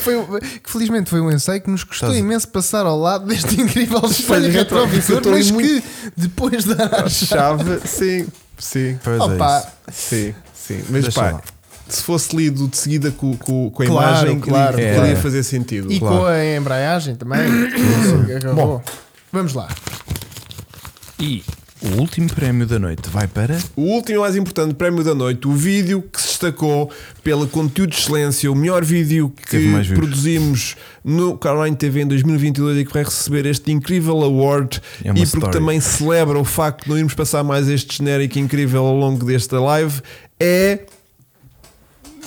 C: Foi, um- que felizmente foi um ensaio que nos custou
A: Estás-
C: imenso passar ao lado deste incrível espelho
B: retro-
C: retrovisor,
B: Estou
C: mas
B: muito-
C: que depois de dar à
B: A
C: chave.
B: chave, sim, sim.
A: Pois é
C: Opa,
A: isso.
B: Sim, sim. Mas
A: Deixa
B: pá,
A: lá.
B: se fosse lido de seguida com, com, com a
C: Claro,
B: imagem,
C: claro,
B: podia
A: claro.
B: fazer sentido.
C: e
A: claro.
C: com a embreagem também. Bom, vamos lá.
A: E o último prémio da noite vai
B: (laughs)
A: para.
B: O último e mais importante prémio da noite, o vídeo que se destacou pelo conteúdo de excelência, o melhor vídeo
A: Teve
B: que
A: mais views.
B: produzimos no Caroline TV em 2022 e que vai receber este incrível award
A: É
B: e
A: uma
B: porque
A: story.
B: também celebra o facto de não irmos passar mais este genérico incrível ao longo desta live é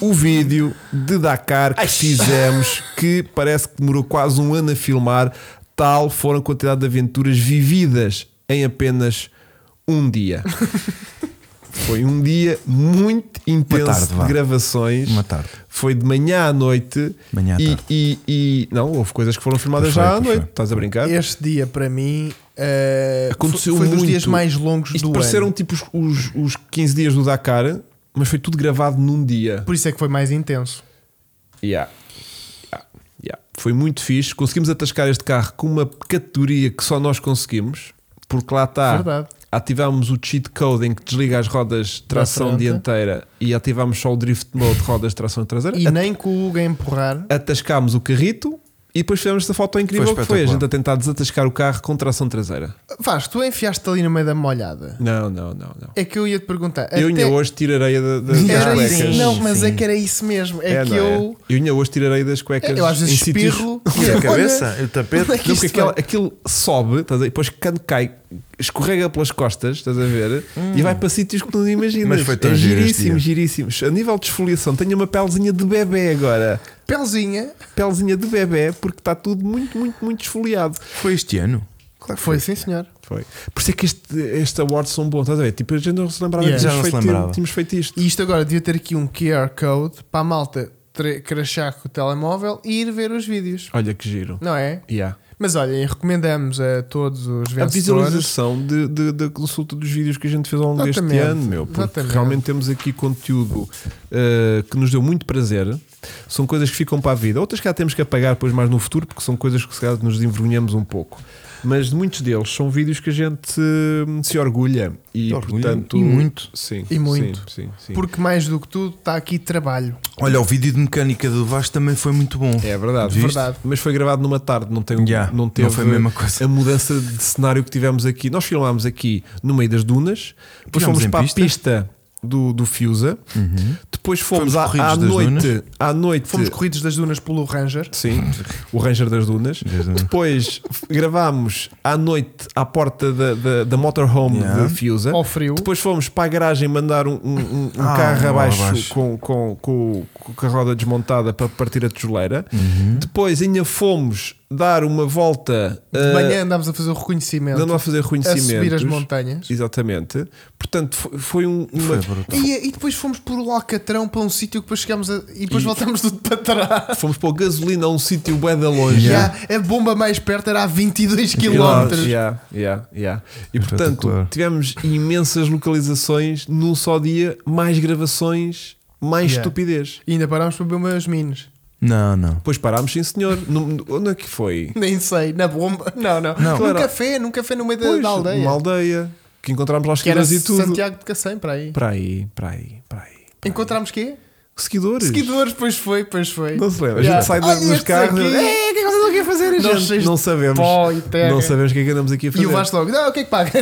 B: o vídeo de Dakar que (laughs) fizemos, que parece que demorou quase um ano a filmar, tal foram a (laughs) quantidade de aventuras vividas em apenas um dia. Foi um dia muito intenso
A: tarde, vá.
B: de gravações.
A: Uma tarde.
B: Foi de manhã à noite.
A: Manhã à
B: e,
A: tarde.
B: e- e- não, houve coisas que foram filmadas
A: Pois foi,
B: já à
A: pois
B: noite.
A: foi.
B: Estás a brincar?
C: Este dia, para mim, eh,
B: Ah. Aconteceu
C: foi, foi
B: muito.
C: dos dias mais longos
B: Isto
C: do
B: pareceram
C: ano.
B: tipo os, os, os 15 dias do Dakar, mas foi tudo gravado num dia.
C: Por isso é que foi mais intenso.
B: Yeah. Yeah. Yeah. Foi muito fixe. Conseguimos atascar este carro com uma categoria que só nós conseguimos, porque lá está.
C: Verdade.
B: Ativámos o cheat code em que desliga as rodas de tração
C: frente.
B: dianteira e ativámos só o drift mode de rodas de tração traseira.
C: E
B: At-
C: nem com o Hugo a empurrar.
B: Atascámos o carrito e depois fizemos esta foto incrível
A: Foi
B: que foi a
A: espetacular.
B: gente a tentar desatascar o carro com tração traseira.
C: Vaz, tu enfiaste ali no meio da molhada.
B: Não, não, não, não.
C: É que eu ia te perguntar.
B: Eu
C: até-
B: ainda hoje tiro areia da, da, das
C: Era
A: Sim,
C: isso.
B: cuecas.
C: Não, mas
A: sim.
C: é que era isso mesmo. É,
B: É,
C: que
B: não é?
C: eu.
B: Eu ainda hoje tirarei das cuecas.
C: Eu às vezes
B: em sítios-
C: espirro.
A: E a
C: Olha,
A: cabeça, o tapete.
C: onde é que
B: Não, porque
C: isto
B: aquela-
C: vai?
B: aquilo sobe, estás a ver? depois quando cai, escorrega pelas costas, estás a ver? E
C: Hum.
B: vai para sítios que tu não imaginas.
A: Mas foi tão
B: é
A: giro este
B: giríssimo, giríssimo. A nível de esfoliação, tenho uma pelezinha de bebê agora.
C: Pelzinha.
B: Pelezinha de bebê, porque está tudo muito, muito, muito esfoliado.
A: Foi este ano? Claro que
C: Foi, sim, senhor.
B: Foi. Por isso é que este, este award são bons, estás a ver? Tipo, a gente não se lembrava
C: Yeah.
B: que
A: Já não
B: tínhamos,
A: se
B: feito,
A: lembrava.
B: tínhamos feito isto.
C: E isto agora devia ter aqui um QR Code para a malta tre- crachar com o telemóvel e ir ver os vídeos.
B: Olha que giro.
C: Não é?
B: Yeah.
C: Mas olhem, recomendamos a todos os
B: a
C: vencedores.
B: visualização de- de- da consulta dos vídeos que a gente fez ao longo deste
C: Exatamente,
B: ano, meu, porque
C: exatamente.
B: realmente temos aqui conteúdo uh, que nos deu muito prazer. São coisas que ficam para a vida, outras que já temos que apagar depois mais no futuro, porque são coisas que se calhar nos envergonhamos um pouco. Mas de muitos deles são vídeos que a gente uh, se orgulha e,
A: Orgulho,
B: portanto,
A: e muito.
B: Sim,
C: E muito.
B: Sim, sim, sim.
C: Porque mais do que tudo está aqui trabalho.
A: Olha, o vídeo de mecânica do Vasco também foi muito bom.
B: É verdade,
A: Viste?
C: Verdade.
B: mas foi gravado numa tarde, não, tem, um-
A: Yeah,
B: não
A: não
B: teve
A: foi a mesma coisa.
B: a mudança de cenário que tivemos aqui. Nós filmámos aqui no meio das dunas,
A: Tivemos
B: depois fomos
A: em
B: para
A: pista. Uhum.
B: a pista do, do Fiusa, depois fomos,
A: Fomos
B: à- à,
A: corridos das
B: noite, à noite
C: Fomos corridos das dunas pelo Ranger.
B: Sim, o Ranger das Dunas.
A: dunas.
B: Depois gravámos à noite à porta da, da, da motorhome
A: Yeah.
B: de Fiusa.
C: Ao frio.
B: Depois fomos para a garagem mandar um, um- um- um
A: Ah,
B: carro
A: um
B: abaixo,
A: abaixo.
B: Com, com, com, com a roda desmontada para partir a tijoleira. Depois ainda fomos dar uma volta
C: De
B: ah,
C: manhã andámos a fazer o reconhecimento.
B: andando a fazer
C: a
B: reconhecimentos.
C: subir as montanhas.
B: Exatamente. Portanto, foi, foi um, uma-
A: Foi brutal.
C: E, e depois fomos por Alcatrão para um sítio que depois chegámos a, e depois
B: E-
C: voltámos tudo para trás.
B: Fomos pôr gasolina a um sítio bué da longe.
A: Yeah.
C: Já, a bomba mais perto era a 22 km.
B: Quilómetros. Yeah, yeah, yeah. E portanto,
A: Espetacular.
B: tivemos imensas localizações num só dia, mais gravações, mais
C: Yeah.
B: estupidez.
C: E ainda parámos para beber umas minas.
A: Não, (laughs) não.
B: Pois parámos, sim senhor. Num- onde é que foi?
C: Nem sei, na bomba. Não, não.
A: Não.
C: Num
B: Claro.
C: café, num café no meio da,
B: Pois,
C: da aldeia.
B: Uma aldeia que encontramos lá os
C: Que era
B: seguidores e tudo.
C: Santiago de Cacém, para aí.
B: Para aí, para aí, para aí.
C: Encontramos quê?
B: Seguidores.
C: Seguidores, pois foi, pois foi.
B: Não se lembra.
C: Yeah.
B: A gente sai da-
C: Olha
B: dos
C: estes
B: carros. "Ei,
C: aqui.
B: o que é que vocês aqui a fazer? a
C: Nós
B: gente?"
C: cheios
B: não
C: de
B: sabemos.
C: pó e terra.
B: Não sabemos o que é que andamos aqui a fazer.
C: E o Vasco tá. logo, não, o que é que pagas?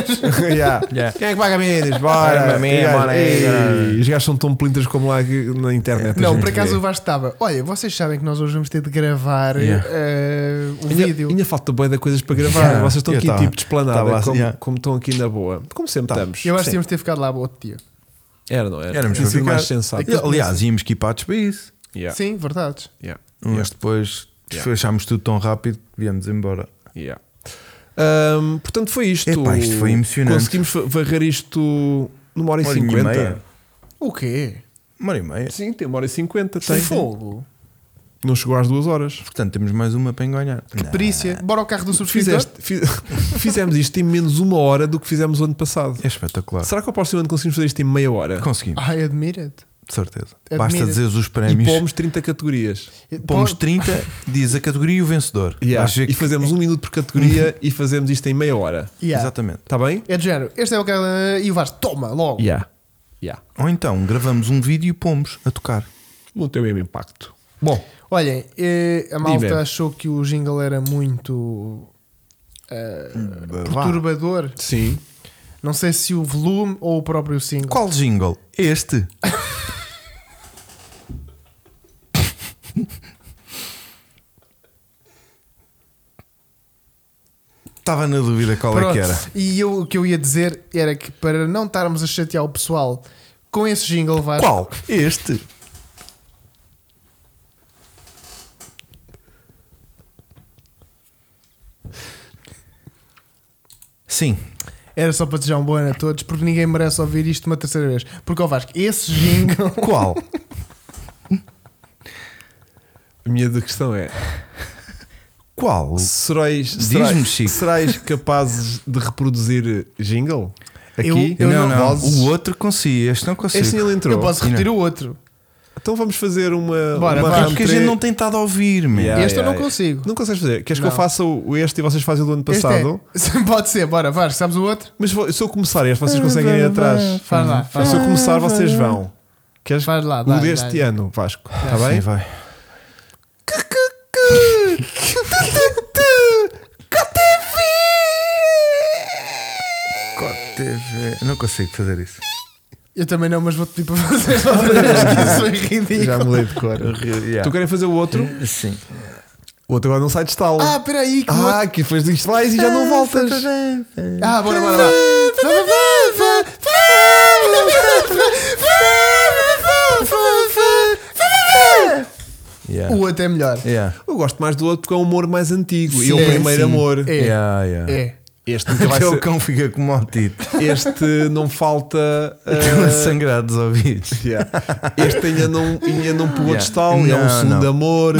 B: Yeah. Quem é que paga menos? Bora!
A: Bora,
C: é
B: E,
A: bora,
B: e,
A: bora.
B: Os gajos são tão pelintas como lá que- na internet.
C: não,
B: A
C: por
B: gente
C: acaso
B: vê.
C: o Vasco estava. Olha, vocês sabem que nós hoje vamos ter de gravar
A: Yeah.
C: eh, um
B: Ainda,
C: vídeo.
B: ainda falta boia de coisas para gravar.
A: Yeah.
B: Vocês estão
A: Eu
B: aqui
A: tava-
B: tipo desplanada,
A: tava assim,
B: como,
A: yeah.
B: como estão aqui na boa. Como sempre estamos.
C: Tá. Eu acho que
A: Sim.
C: tínhamos de ter ficado lá "Oh, outro dia.
B: Era, não era?
A: Éramos
B: Tinha
A: para
B: sido
A: ficar.
B: mais sensato.
A: E, Aliás, íamos equipados para isso.
B: Yeah.
C: Sim, verdade.
B: Yeah.
A: Mas depois
B: Yeah.
A: fechámos tudo tão rápido que viemos embora.
B: Yeah. Ahm, portanto, foi isto.
A: Epá, isto foi emocionante.
B: Conseguimos va- varrer isto numa hora e
A: Uma hora e
B: cinquenta.
A: meia.
C: O quê?
A: Uma hora e meia.
B: Sim, tem uma hora e cinquenta.
C: Tem
B: Tem.
C: fogo.
B: Não chegou às duas horas.
A: Portanto, temos mais uma para enganhar. Não.
C: Perícia. Bora ao carro do subscritor.
B: Fizeste, fi- (laughs) fizemos isto em menos uma hora do que fizemos o ano passado.
A: É espetacular.
B: Será que ao próximo ano conseguimos fazer isto em meia hora?
A: Conseguimos,
C: Ai, admira-te.
A: de certeza.
C: Admira.
A: Basta dizer os
B: E
A: prémios.
B: pomos 30 categorias.
A: Pomos 30, diz a categoria e o vencedor.
B: Yeah.
A: Vais ver
B: E
A: que-
B: fazemos um minuto por categoria (laughs) e fazemos isto em meia hora.
C: Yeah.
A: Exatamente.
B: Está bem?
C: É de género. Este é o carro. eh, E o Vasco, toma logo.
B: Yeah. Yeah.
A: Ou então gravamos um vídeo e pomos a tocar.
B: Não tem o é mesmo impacto. Bom,
C: Olhem, eh, a malta
B: Dime.
C: achou que o jingle era muito eh,
B: Hum,
A: Vá.
C: perturbador.
B: sim.
C: Não sei se o volume ou o próprio single.
A: Qual é jingle? Este. Estava na dúvida qual é que
C: Pronto.
A: era.
C: E eu, o que eu ia dizer era que para não estarmos a chatear o pessoal com esse jingle, Vasco,
A: Qual? Este. Sim,
C: Era só para desejar um bom ano a todos, porque ninguém merece ouvir isto uma terceira vez. Porque, ó Vasco, esse jingle.
A: Qual?
B: A minha questão é:
A: Qual?
B: serais,
A: Diz-me,
B: serais-
A: Chico.
B: serais capazes de reproduzir jingle? Aqui?
C: Eu
A: não,
C: não-
A: não.
B: Vozes?
A: O outro consigo, este não consigo.
B: Este é ele entrou.
C: Eu posso
A: E não.
C: repetir o outro.
B: Então vamos fazer uma.
C: Bora,
B: uma
C: vá.
A: É
B: round
A: porque a
B: três.
A: gente não tem estado a ouvir, man.
B: Yeah,
C: este eu
B: yeah,
C: não
B: yeah.
C: consigo.
B: Não consegues fazer. Queres que eu
C: Não.
B: faça o este e vocês fazem o do ano
C: Este
B: passado?
C: é- (laughs) Pode ser, bora, Vasco, sabes o outro?
B: Mas vou- se eu começar este, vocês conseguem ir atrás.
C: Faz lá, faz
B: se eu
C: lá.
B: começar, vocês vão. Queres
C: Faz lá,
B: o
C: dá,
B: deste
C: dá.
B: ano, Vasco? Está
A: Ah, Sim,
B: bem? (laughs)
A: vai. TV. Não consigo fazer isso.
C: Eu também não, mas vou-te pedir para
A: (laughs)
C: fazer outra vez, que (laughs) isso é ridículo.
B: Já mudei de cor. Tu Então querem fazer o outro?
A: Sim.
B: O outro agora não sai de estalo.
C: Ah, peraí, que
B: Ah, que depois disto lá e já não voltas.
C: Ah, bora, bora, bora.
A: Yeah.
C: O outro é melhor.
A: Yeah.
B: Eu gosto mais do outro porque é um humor mais antigo. e é o
C: Sim,
B: primeiro
C: sim.
B: amor.
C: É.
A: Yeah, yeah.
C: É.
B: Este
A: (laughs)
B: nunca vai
A: Até o
B: ser.
A: cão fica como o Tito. (laughs)
B: Este não falta. ah,
A: Estão a sangrar dos ouvidos.
B: yeah. Este ainda não, ainda não pegou
A: Yeah.
B: de estalo. é um
A: Não,
B: segundo
A: não.
B: amor.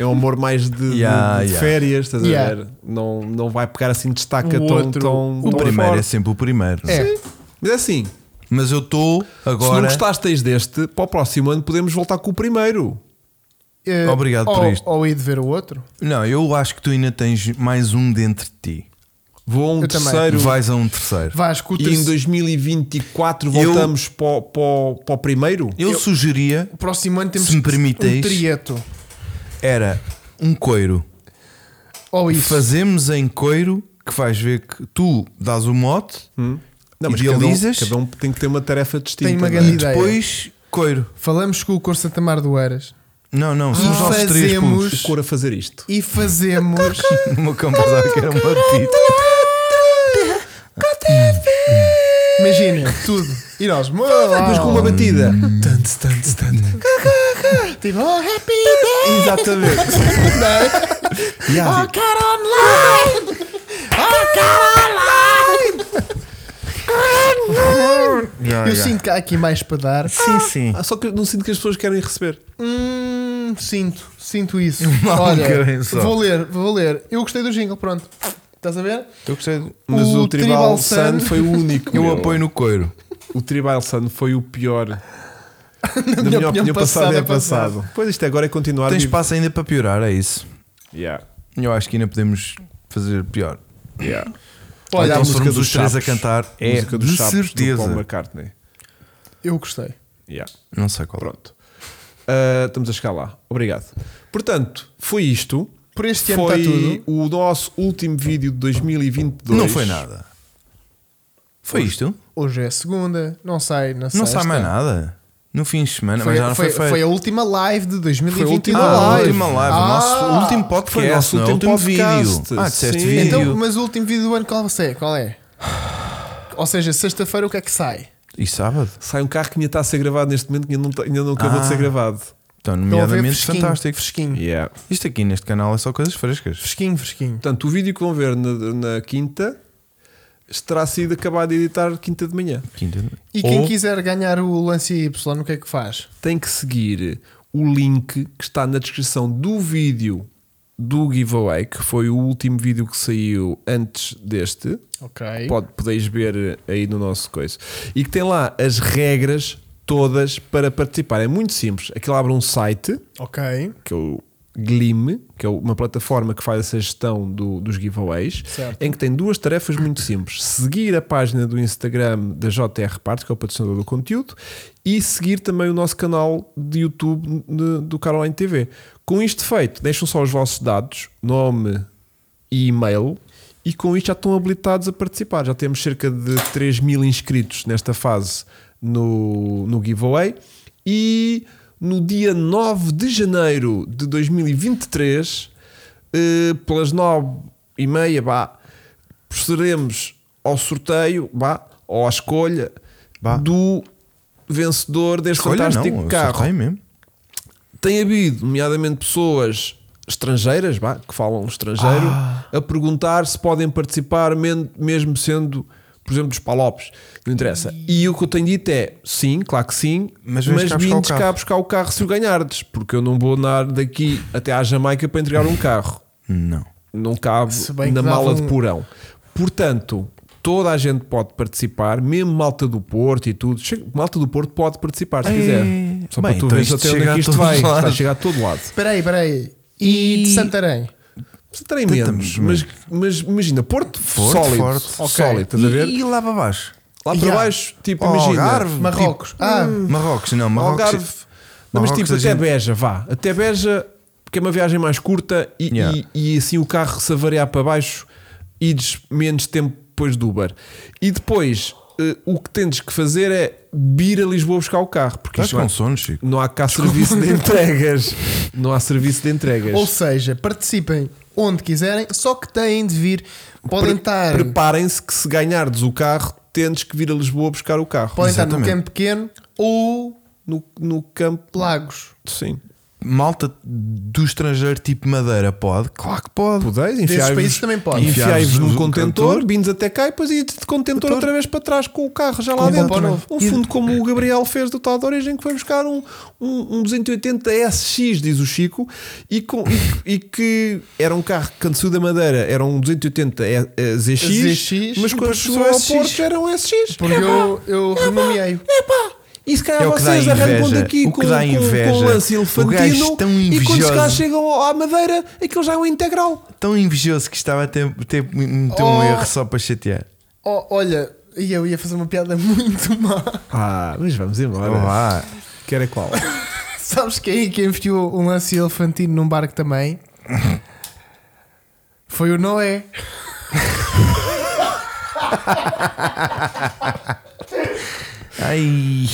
B: É um amor mais de, de-
A: Yeah,
B: de
A: yeah.
B: férias. Estás a
C: Yeah.
B: ver? Não, não vai pegar assim destaca
C: O
B: tão,
C: outro-
B: tão.
A: O
B: tão
A: primeiro é
B: forte.
A: sempre o primeiro. não é?
C: É.
B: Mas é assim.
A: Mas eu estou
B: Se não
A: agora.
B: gostasteis deste, para o próximo ano podemos voltar com o primeiro.
C: Eh,
A: Obrigado
C: ou,
A: por isto.
C: Ou ir de ver o outro.
A: Não, eu acho que tu ainda tens mais um dentro de ti.
B: Vou a um
C: Eu também.
B: terceiro.
A: Vais a um terceiro.
C: Vasco, o
B: E em
C: terceiro-
B: 2024
A: Eu-
B: voltamos para, o- para, o- para o primeiro?
A: Eu sugeria
C: o próximo ano temos
A: Se me
C: que-
A: permites.
C: um trieto.
A: era um coiro.
C: Ou isso.
A: Fazemos em coiro que vais ver que tu dás o mote,
B: Hum. Não, mas
A: Idealizas?
B: Cada um, cada um tem que ter uma tarefa distinta.
C: Tem uma
B: não é?
C: grande ideia.
A: depois coiro.
C: Falamos com o Cor Santa Mar do Eiras
A: Não, não, somos
C: E
A: nós três
C: fazemos-
A: putos.
B: O cor a fazer isto.
C: e fazemos.
A: (laughs) O meu cão pensava que era um batito.
C: Imagina, tudo. E nós.
B: Depois com uma batida. Tanto, tanto, tanto.
C: Tipo, oh, happy day!
B: Exatamente.
A: (laughs)
B: Ah,
A: Yeah.
C: Oh, cat online! (laughs) Oh, cat online!
A: Yeah,
C: Eu
A: yeah.
C: sinto que há aqui mais para dar.
A: Sim, sim.
B: Ah, Só que eu não sinto que as pessoas querem receber.
C: Hum, sinto, sinto isso.
A: Mal querem
C: Olha,
A: só.
C: vou ler, vou ler. Eu gostei do jingle, pronto. Estás a ver?
A: Eu gostei. de-
B: Mas o,
C: O
B: Tribal
C: Tribal
B: Sun
C: Sun
B: foi o único.
A: Eu
B: meu.
A: apoio no coiro.
B: O Tribal Sun foi o pior. Na minha, opinião, passado, é passado. Pois isto agora é continuar.
A: Tem
B: vivo.
A: espaço ainda para piorar, é isso.
B: Yeah.
A: Eu acho que ainda podemos fazer pior.
B: Yeah.
A: Olha,
B: Olha,
A: então
B: a música
A: formos
B: dos
A: os três a
B: Chapos.
A: cantar.
B: A
A: É,
B: música dos
A: de
B: Chapos do Paul
A: certeza.
B: McCartney.
C: Eu gostei.
B: Yeah.
A: Não sei qual.
B: Pronto. Ah, estamos a chegar lá. Obrigado. Portanto, foi isto.
C: Por este ano
B: foi
C: está tudo.
B: o nosso último vídeo de 2022.
A: Não foi nada. Foi isto?
C: Hoje é segunda, não sai na
A: Não
C: sexta.
A: sai mais
B: é.
A: nada. No fim de semana,
C: Foi,
A: mas já não foi,
C: foi-
A: feito.
C: foi a última live de 2022.
B: última
A: ah, a
B: live.
A: última live, o nosso
C: Ah!
A: último podcast,
B: Foi o nosso
A: não é? O
B: último
A: último vídeo.
B: podcast.
A: Ah, disseste
B: Sim.
A: vídeo.
C: Então, mas o último vídeo do ano qual é? Qual é? Ou seja, sexta-feira o que é que sai?
A: E sábado?
B: Sai um carro que ainda está a ser gravado neste momento que ainda não, tá- ainda não acabou
A: Ah.
B: de ser gravado.
A: Então,
C: Estão a ver
A: nomeadamente,
C: fresquinho,
A: fantástico.
C: Fresquinho,
B: Yeah.
A: Isto aqui neste canal é só coisas frescas.
C: fresquinho, fresquinho.
B: Portanto, o vídeo que vão ver na, na quinta terá sido acabado de editar quinta de manhã.
A: Quinta.
C: E quem
A: Ou-
C: quiser ganhar o lance Y, o que é que faz?
B: Tem que seguir o link que está na descrição do vídeo do giveaway, que foi o último vídeo que saiu antes deste.
C: Ok.
B: Pode, podeis ver eh, aí no nosso coisa. E que tem lá as regras todas para participar. É muito simples. Aquilo abre um site,
C: Ok.
B: que é o Glim, que é uma plataforma que faz essa gestão do- dos giveaways, É
C: Certo.
B: em que tem duas tarefas muito simples: seguir a página do Instagram da JR Partes, que é o patrocinador do conteúdo, e seguir também o nosso canal de YouTube n- do Caroline TV. Com isto feito, deixam só os vossos dados, nome e e-mail. E com isto já estão habilitados a participar. Já temos cerca de 3 mil inscritos nesta fase no, no giveaway. E no dia 9 de janeiro de 2023, eh, pelas 9 e meia, vá, procederemos ao sorteio, vá, ou à escolha
A: Vá.
B: do vencedor deste
A: Escolha
C: tipo
B: fantástico
A: não,
B: carro
A: sorteio mesmo.
B: tem havido, nomeadamente pessoas estrangeiras,
A: Ah.
B: vá, que falam estrangeiro, a perguntar se podem participar men- mesmo sendo por exemplo, dos Palopes, não interessa. E o que eu tenho dito é sim, claro que sim,
A: Mas
B: mas,
A: vens cá buscar o
B: vindes cá
A: carro.
B: buscar o carro se o ganhardes, porque eu não vou andar daqui até à Jamaica para entregar um carro
A: Não.
B: não cabe
C: Se bem que
B: na
C: dava
B: mala de
C: um-
B: porão. Portanto, toda a gente pode participar, mesmo malta do Porto e tudo. Chega- malta do Porto pode participar se
C: É.
A: Ei.
B: quiser. Só
A: Bem,
B: para tu
A: então
B: veres
A: isto
B: até onde
A: chega
B: é
A: a
B: que isto
A: todo
B: vai. Isto
A: lado.
B: vai chegar a todo lado.
C: Espera aí, espera aí. E,
A: E- Tipo,
C: de Santarém?
B: Trem
A: Tentamos,
B: menos, mas, mas imagina, Porto
A: Forte,
B: sólido,
A: forte.
B: sólido, estás a ver?
A: E, e lá para baixo?
B: Lá para
C: Yeah.
B: baixo, tipo,
A: Ao
B: imagina,
A: Oh, Algarve,
C: Marrocos.
A: tipo,
C: Ah.
A: Marrocos, não, Marrocos.
B: Hum.
A: é
B: Algarve. Não, mas tipo,
A: Marrocos
B: até
A: a gente-
B: Beja, vá. Até Beja, porque é uma viagem mais curta e,
A: Yeah.
B: e, e assim o carro se avariar para baixo e menos tempo depois do Uber. E depois, eh, o que tens que fazer é vir a Lisboa buscar o carro, porque
A: Estás
B: isto não,
A: com
B: há-
A: sono, Chico?
B: não há cá serviço
A: (laughs)
B: de entregas. Não há serviço de entregas.
C: Ou seja, participem onde quiserem, só que têm de vir. Podem
B: Pre-
C: estar,
B: Preparem-se que se ganhardes o carro, tens que vir a Lisboa buscar o carro.
C: podem estar no
A: Exatamente.
C: campo pequeno ou
B: No, no campo,
C: lagos.
B: sim.
A: Malta do estrangeiro, tipo Madeira, pode? Claro que pode.
B: Podeis
C: Desses
B: enfiar
C: países também podem.
B: enfiais-vos
A: Enfiar-vos
B: num
A: num
B: contentor,
A: contentor.
B: vindos até cá e depois ir de contentor outra vez para trás com o carro já lá
C: Com o
B: dentro.
C: Papai Noel.
B: Um fundo como o Gabriel fez do tal de origem, que foi buscar um, um, um 280 SX, diz o Chico, e, com, e, e que era um carro que antes da Madeira, era um 280 E- eh, ZX,
C: ZX,
B: mas quando
C: e depois
B: chegou
C: o
B: ao
C: SX.
B: Porto era um SX.
A: (laughs)
C: Porque eu, eu renomeei.
B: Epá! E se calhar
A: É o que dá
B: vocês arrancam
A: inveja,
B: daqui
A: o que
B: com,
A: dá
B: com-
A: inveja.
B: com um lance
A: O gajo
B: elefantino
A: tão
B: e quando se calhar
A: invejoso.
B: chegam à Madeira, aquilo já é um integral.
A: Tão invejoso que estava a ter, ter, meter
C: Oh.
A: um erro só para chatear.
C: Oh, olha, e eu ia fazer uma piada (laughs) muito má.
B: Ah, mas vamos embora.
A: Olá.
B: Que
A: (laughs)
B: era qual?
C: Sabes quem é que enfiou um lance elefantino num barco (laughs) também? Foi o Noé.
A: Ai.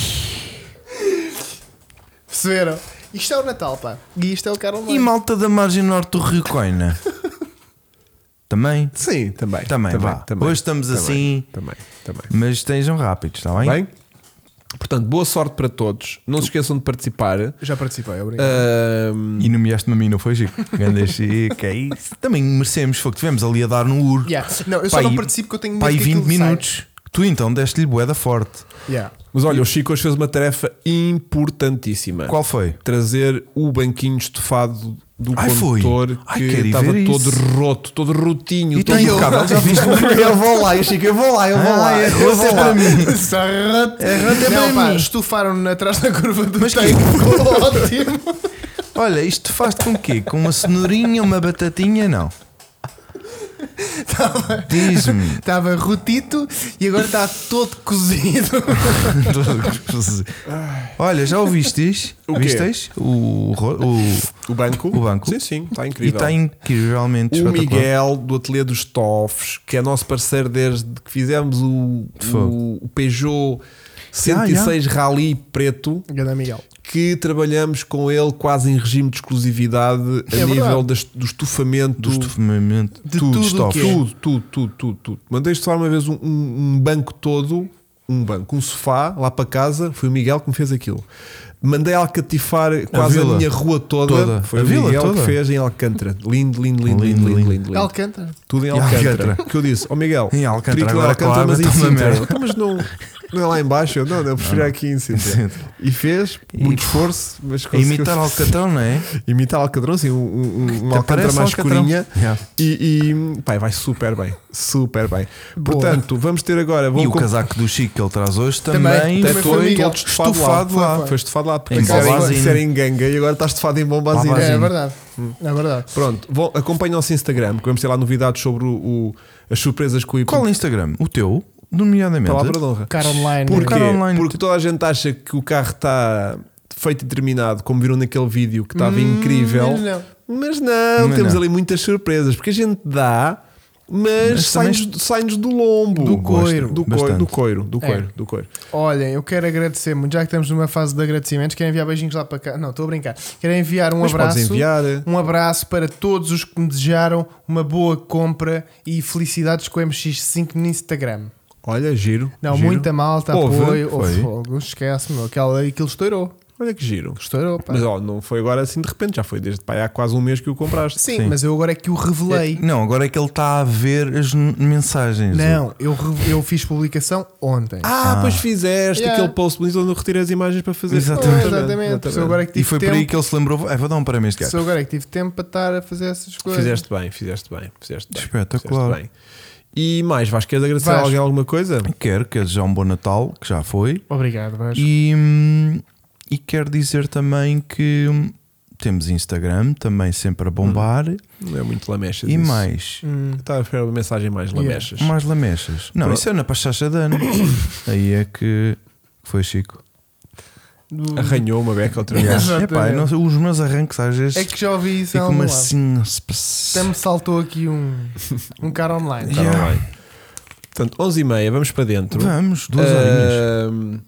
C: Perceberam? Isto é o Natal, pá. E isto é o Carol
A: E
C: Noé.
A: malta da margem norte do Rio Coina? também?
B: Sim, também.
A: Também, vá. Hoje estamos assim.
B: Também, também.
A: Mas estejam rápidos, está bem?
B: Bem? Portanto, boa sorte para todos. Não se esqueçam de participar.
C: Já participei, obrigado.
B: Ahm,
A: E nomeaste-me a mim, não foi, Chico? Ganda Chico, é isso. Também merecemos, foi que tivemos ali a dar no ur.
C: Uh, Yeah. Não, eu só
A: Pá,
C: não
A: e-
C: participo porque eu tenho medo
A: Pai,
C: que aquilo
A: 20 minutos. Tu então deste-lhe boeda forte.
C: saia. (laughs) Yeah.
B: mas olha, o Chico hoje fez uma tarefa importantíssima.
A: Qual foi?
B: Trazer o banquinho estofado do
A: Ai, foi.
B: condutor
A: Ai,
B: que
A: quero ir
B: estava
A: ver
B: todo
A: isso.
B: roto, todo rotinho,
A: E
B: todo
A: tem eu.
B: bocado. (laughs) Já viste? Eu vou lá, eu Chico, eu vou lá, eu vou lá.
A: é roto é para mim. rato
C: Sarrate.
A: é para
C: não, pá,
A: mim.
C: estufaram-me atrás da curva do Mas tanque. (laughs) Ficou Ótimo.
A: Olha, isto faz com o quê? Com uma cenourinha, uma batatinha? Não. Diz-me.
C: Estava rotito e agora está todo cozido.
A: Olha, já ouviste isto?
B: O quê?
A: Vistes? O, ro- o-
B: O banco?
A: O banco.
B: Sim, sim, está
A: E
B: incrível.
A: está incrivelmente É
B: O
A: espetacular.
B: Miguel do Ateliê dos Toffs, que é nosso parceiro desde que fizemos o,
A: Fogo.
B: o, o Peugeot
A: Ah,
B: 106 Rally Preto,
C: Ganda Miguel.
B: que trabalhamos com ele quase em regime de exclusividade a
C: É
B: nível
C: verdade.
B: das- do estufamento.
A: Do estufamento.
C: De tudo o
A: estofa.
C: que é.
B: tudo, tudo, tudo, tudo, tudo. Mandei estufar uma vez um, um- um banco todo, um banco, um sofá lá para casa. Foi o Miguel que me fez aquilo. Mandei alcatifar quase a,
A: vila.
B: minha rua toda.
A: Toda.
B: Foi
A: A
B: o
A: vila
B: Miguel que
A: toda.
B: fez em Alcântara. Lindo, lindo, lindo, lindo, lindo, lindo. lindo.
C: Alcântara.
B: Tudo em
A: Em
B: Alcântara.
A: Alcântara.
B: Que eu disse, ó Miguel,
A: Em Alcântara,
B: queria que lá
A: agora, claro,
B: mas em
A: está uma
B: Sintra.
A: merda. Ah,
B: Então, Mas não, não é lá embaixo, eu, não, não, eu prefiro é aqui em Sintra. E fez, muito esforço, mas
A: A
B: conseguiu.
A: Imitar Alcatrão, não é?
B: (laughs) Imitar Alcatrão, sim, um, um, um- uma
A: Até
B: Alcântara
A: parece
B: mais
A: Alcatrão.
B: escurinha.
A: Yeah.
B: E, e, pá, vai super bem, super bem.
C: Boa.
B: Portanto, vamos ter agora. vão
A: E o
B: comp-
A: casaco do Chico que ele traz hoje também,
C: Também, também
B: Até
A: foi,
C: foi o
B: todo,
C: Miguel.
B: todo estufado,
A: Estufado
B: lá.
A: lá.
B: Foi estufado lá, porque
A: Em
B: isso era em-
A: Bombazine.
B: isso era em ganga e agora está estufado em bombazine.
A: Bombazine.
C: É,
A: Sim.
C: verdade. É verdade.
B: Pronto, vão, acompanhe nosso Instagram, que vamos ter lá novidades sobre o, o- as surpresas que o IP
A: Qual é o Instagram? O teu, nomeadamente.
B: Palavra de honra.
C: Cara online.
A: Porque-
B: Porquê?
A: Colocar online.
B: Porque toda a gente acha que o carro está feito e terminado, como viram naquele vídeo que estava incrível.
C: Hum, mas não.
B: Mas não,
A: Mas
B: temos
A: não.
B: ali muitas surpresas, porque a gente dá,
A: Mas
B: mas, sai-nos sai-nos do lombo.
A: Do coiro.
B: Do coiro,
A: Bastante.
B: do coiro, do
C: É.
B: coiro, do coiro.
C: Olhem, eu quero agradecer muito, já que estamos numa fase de agradecimentos, quero enviar beijinhos lá para cá. Não, estou a brincar. Quero enviar um
B: Mas podes
C: abraço.
B: enviar. eh,
C: Um abraço para todos os que me desejaram uma boa compra e felicidades com o MX5 no Instagram.
B: Olha, giro.
C: Não,
B: giro.
C: muita malta,
B: Houve,
C: apoio,
A: foi.
C: houve fogo, esquece-me, aquela- aquilo estourou.
B: Olha que giro.
C: Estourou, pá.
B: Mas ó, não foi agora assim de repente, já foi desde pá, há quase um mês que o compraste.
C: sim,
A: Sim.
C: mas eu agora é que o revelei.
A: Não, agora é que ele está a ver as n- mensagens.
C: Não, eu, re- eu fiz publicação ontem.
B: Ah, pois fizeste
C: Yeah.
B: aquele post bonito onde eu retirei as imagens para fazer.
A: Exatamente.
C: Pois, exatamente. Se eu agora é que
A: E
C: tive
A: foi por aí
C: tempo.
A: que ele se lembrou. É, vou dar um parabéns,
C: Se eu
A: cara.
C: agora é que tive tempo para estar a fazer essas coisas.
B: Fizeste bem, fizeste bem, fizeste bem.
A: Espetacular.
B: fizeste bem. E mais, vais querer agradecer a
C: Vasco.
B: alguém alguma coisa?
A: Quero que já um bom Natal, que já foi.
C: Obrigado, Vasco.
A: E, hum, e quero dizer também que hum, temos Instagram também sempre a bombar.
B: Não é muito lamechas.
A: E
B: isso.
A: mais.
C: Hum.
B: Eu Estava a esperar uma mensagem mais
C: Yeah.
B: lamechas.
A: Mais lamechas. Não,
B: Pro-
A: isso é na Pachacha de ano. Aí é que foi Chico.
C: Do-
B: Arranhou uma beca outra vez.
C: Exatamente.
A: Epá, eu não sei, os meus arranques às vezes
C: É que já ouvi isso há
A: ficam
C: um assim...
A: assim.
C: Até me saltou aqui
A: (laughs)
C: um, um cara online.
B: Está
A: Yeah.
B: Tá bem. Portanto, 11h30, vamos para dentro.
A: Vamos, duas
B: Eh,
A: horinhas.
B: Ahm,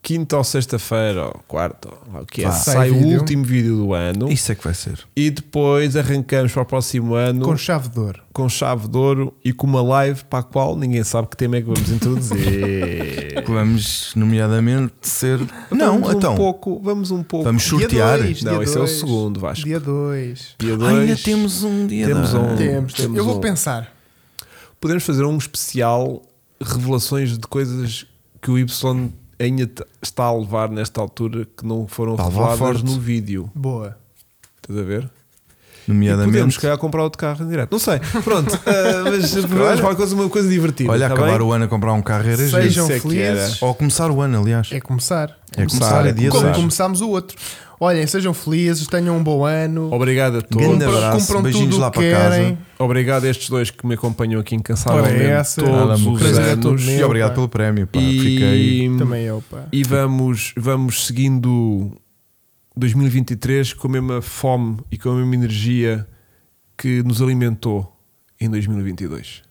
B: Quinta ou sexta-feira, ou quarta, ou lá o que é,
A: Vá.
B: sai,
C: Sai
B: o
C: vídeo.
B: último vídeo do ano
A: Isso é que vai ser.
B: e depois arrancamos para o próximo ano
C: Com
B: com,
C: chave de ouro.
B: chave de ouro e com uma live para a qual ninguém sabe que tema é que
A: (laughs)
B: vamos introduzir.
A: Que Vamos, nomeadamente, ser. Não,
B: vamos
A: então.
B: um pouco, vamos um pouco.
A: Vamos
C: Dia
A: sortear.
C: dois.
B: Não,
C: Dia
B: esse é o
C: dois.
B: segundo, Vasco.
C: Dia 2.
B: Dia
A: Ah, ainda
B: dois.
A: temos um dia.
B: Temos
A: dois.
B: um.
C: Temos.
B: temos
C: Eu
B: um.
C: vou pensar.
B: Podemos fazer um especial revelações de coisas que o Y ainda t- está a levar nesta altura que não foram
A: Está a levar
B: reveladas
A: forte.
B: no vídeo.
C: Boa.
B: Estás a ver? E podemos, se
A: Nomeadamente.
B: calhar, comprar outro carro em direto. Não sei. Pronto. ah, mas vamos para coisa, uma coisa divertida.
A: Olha,
B: tá
A: acabar
B: bem?
A: o ano a comprar um carro era giro.
C: Sejam
B: isso é que
C: felizes.
A: Ou começar o ano, aliás.
C: É começar.
A: É começar, é dia
C: Como
A: dois.
C: começámos o outro. Olhem, sejam felizes, tenham um bom ano.
B: Obrigado a
A: Grande
B: todos.
A: abraço,
C: compram
A: beijinhos
C: tudo
A: lá
C: o que
A: para
C: querem.
A: casa.
B: Obrigado a estes dois que me acompanham aqui incansavelmente
C: Ora, essa.
A: Nada,
B: todos
A: meu
B: os
A: querido.
C: Prazer a todos.
B: anos.
A: E
C: Meu,
A: obrigado
C: pá.
A: pelo prémio, pá. Fiquei.
B: E,
C: Também eu, pá.
B: e vamos, vamos seguindo 2023 com a mesma fome e com a mesma energia que nos alimentou em 2022.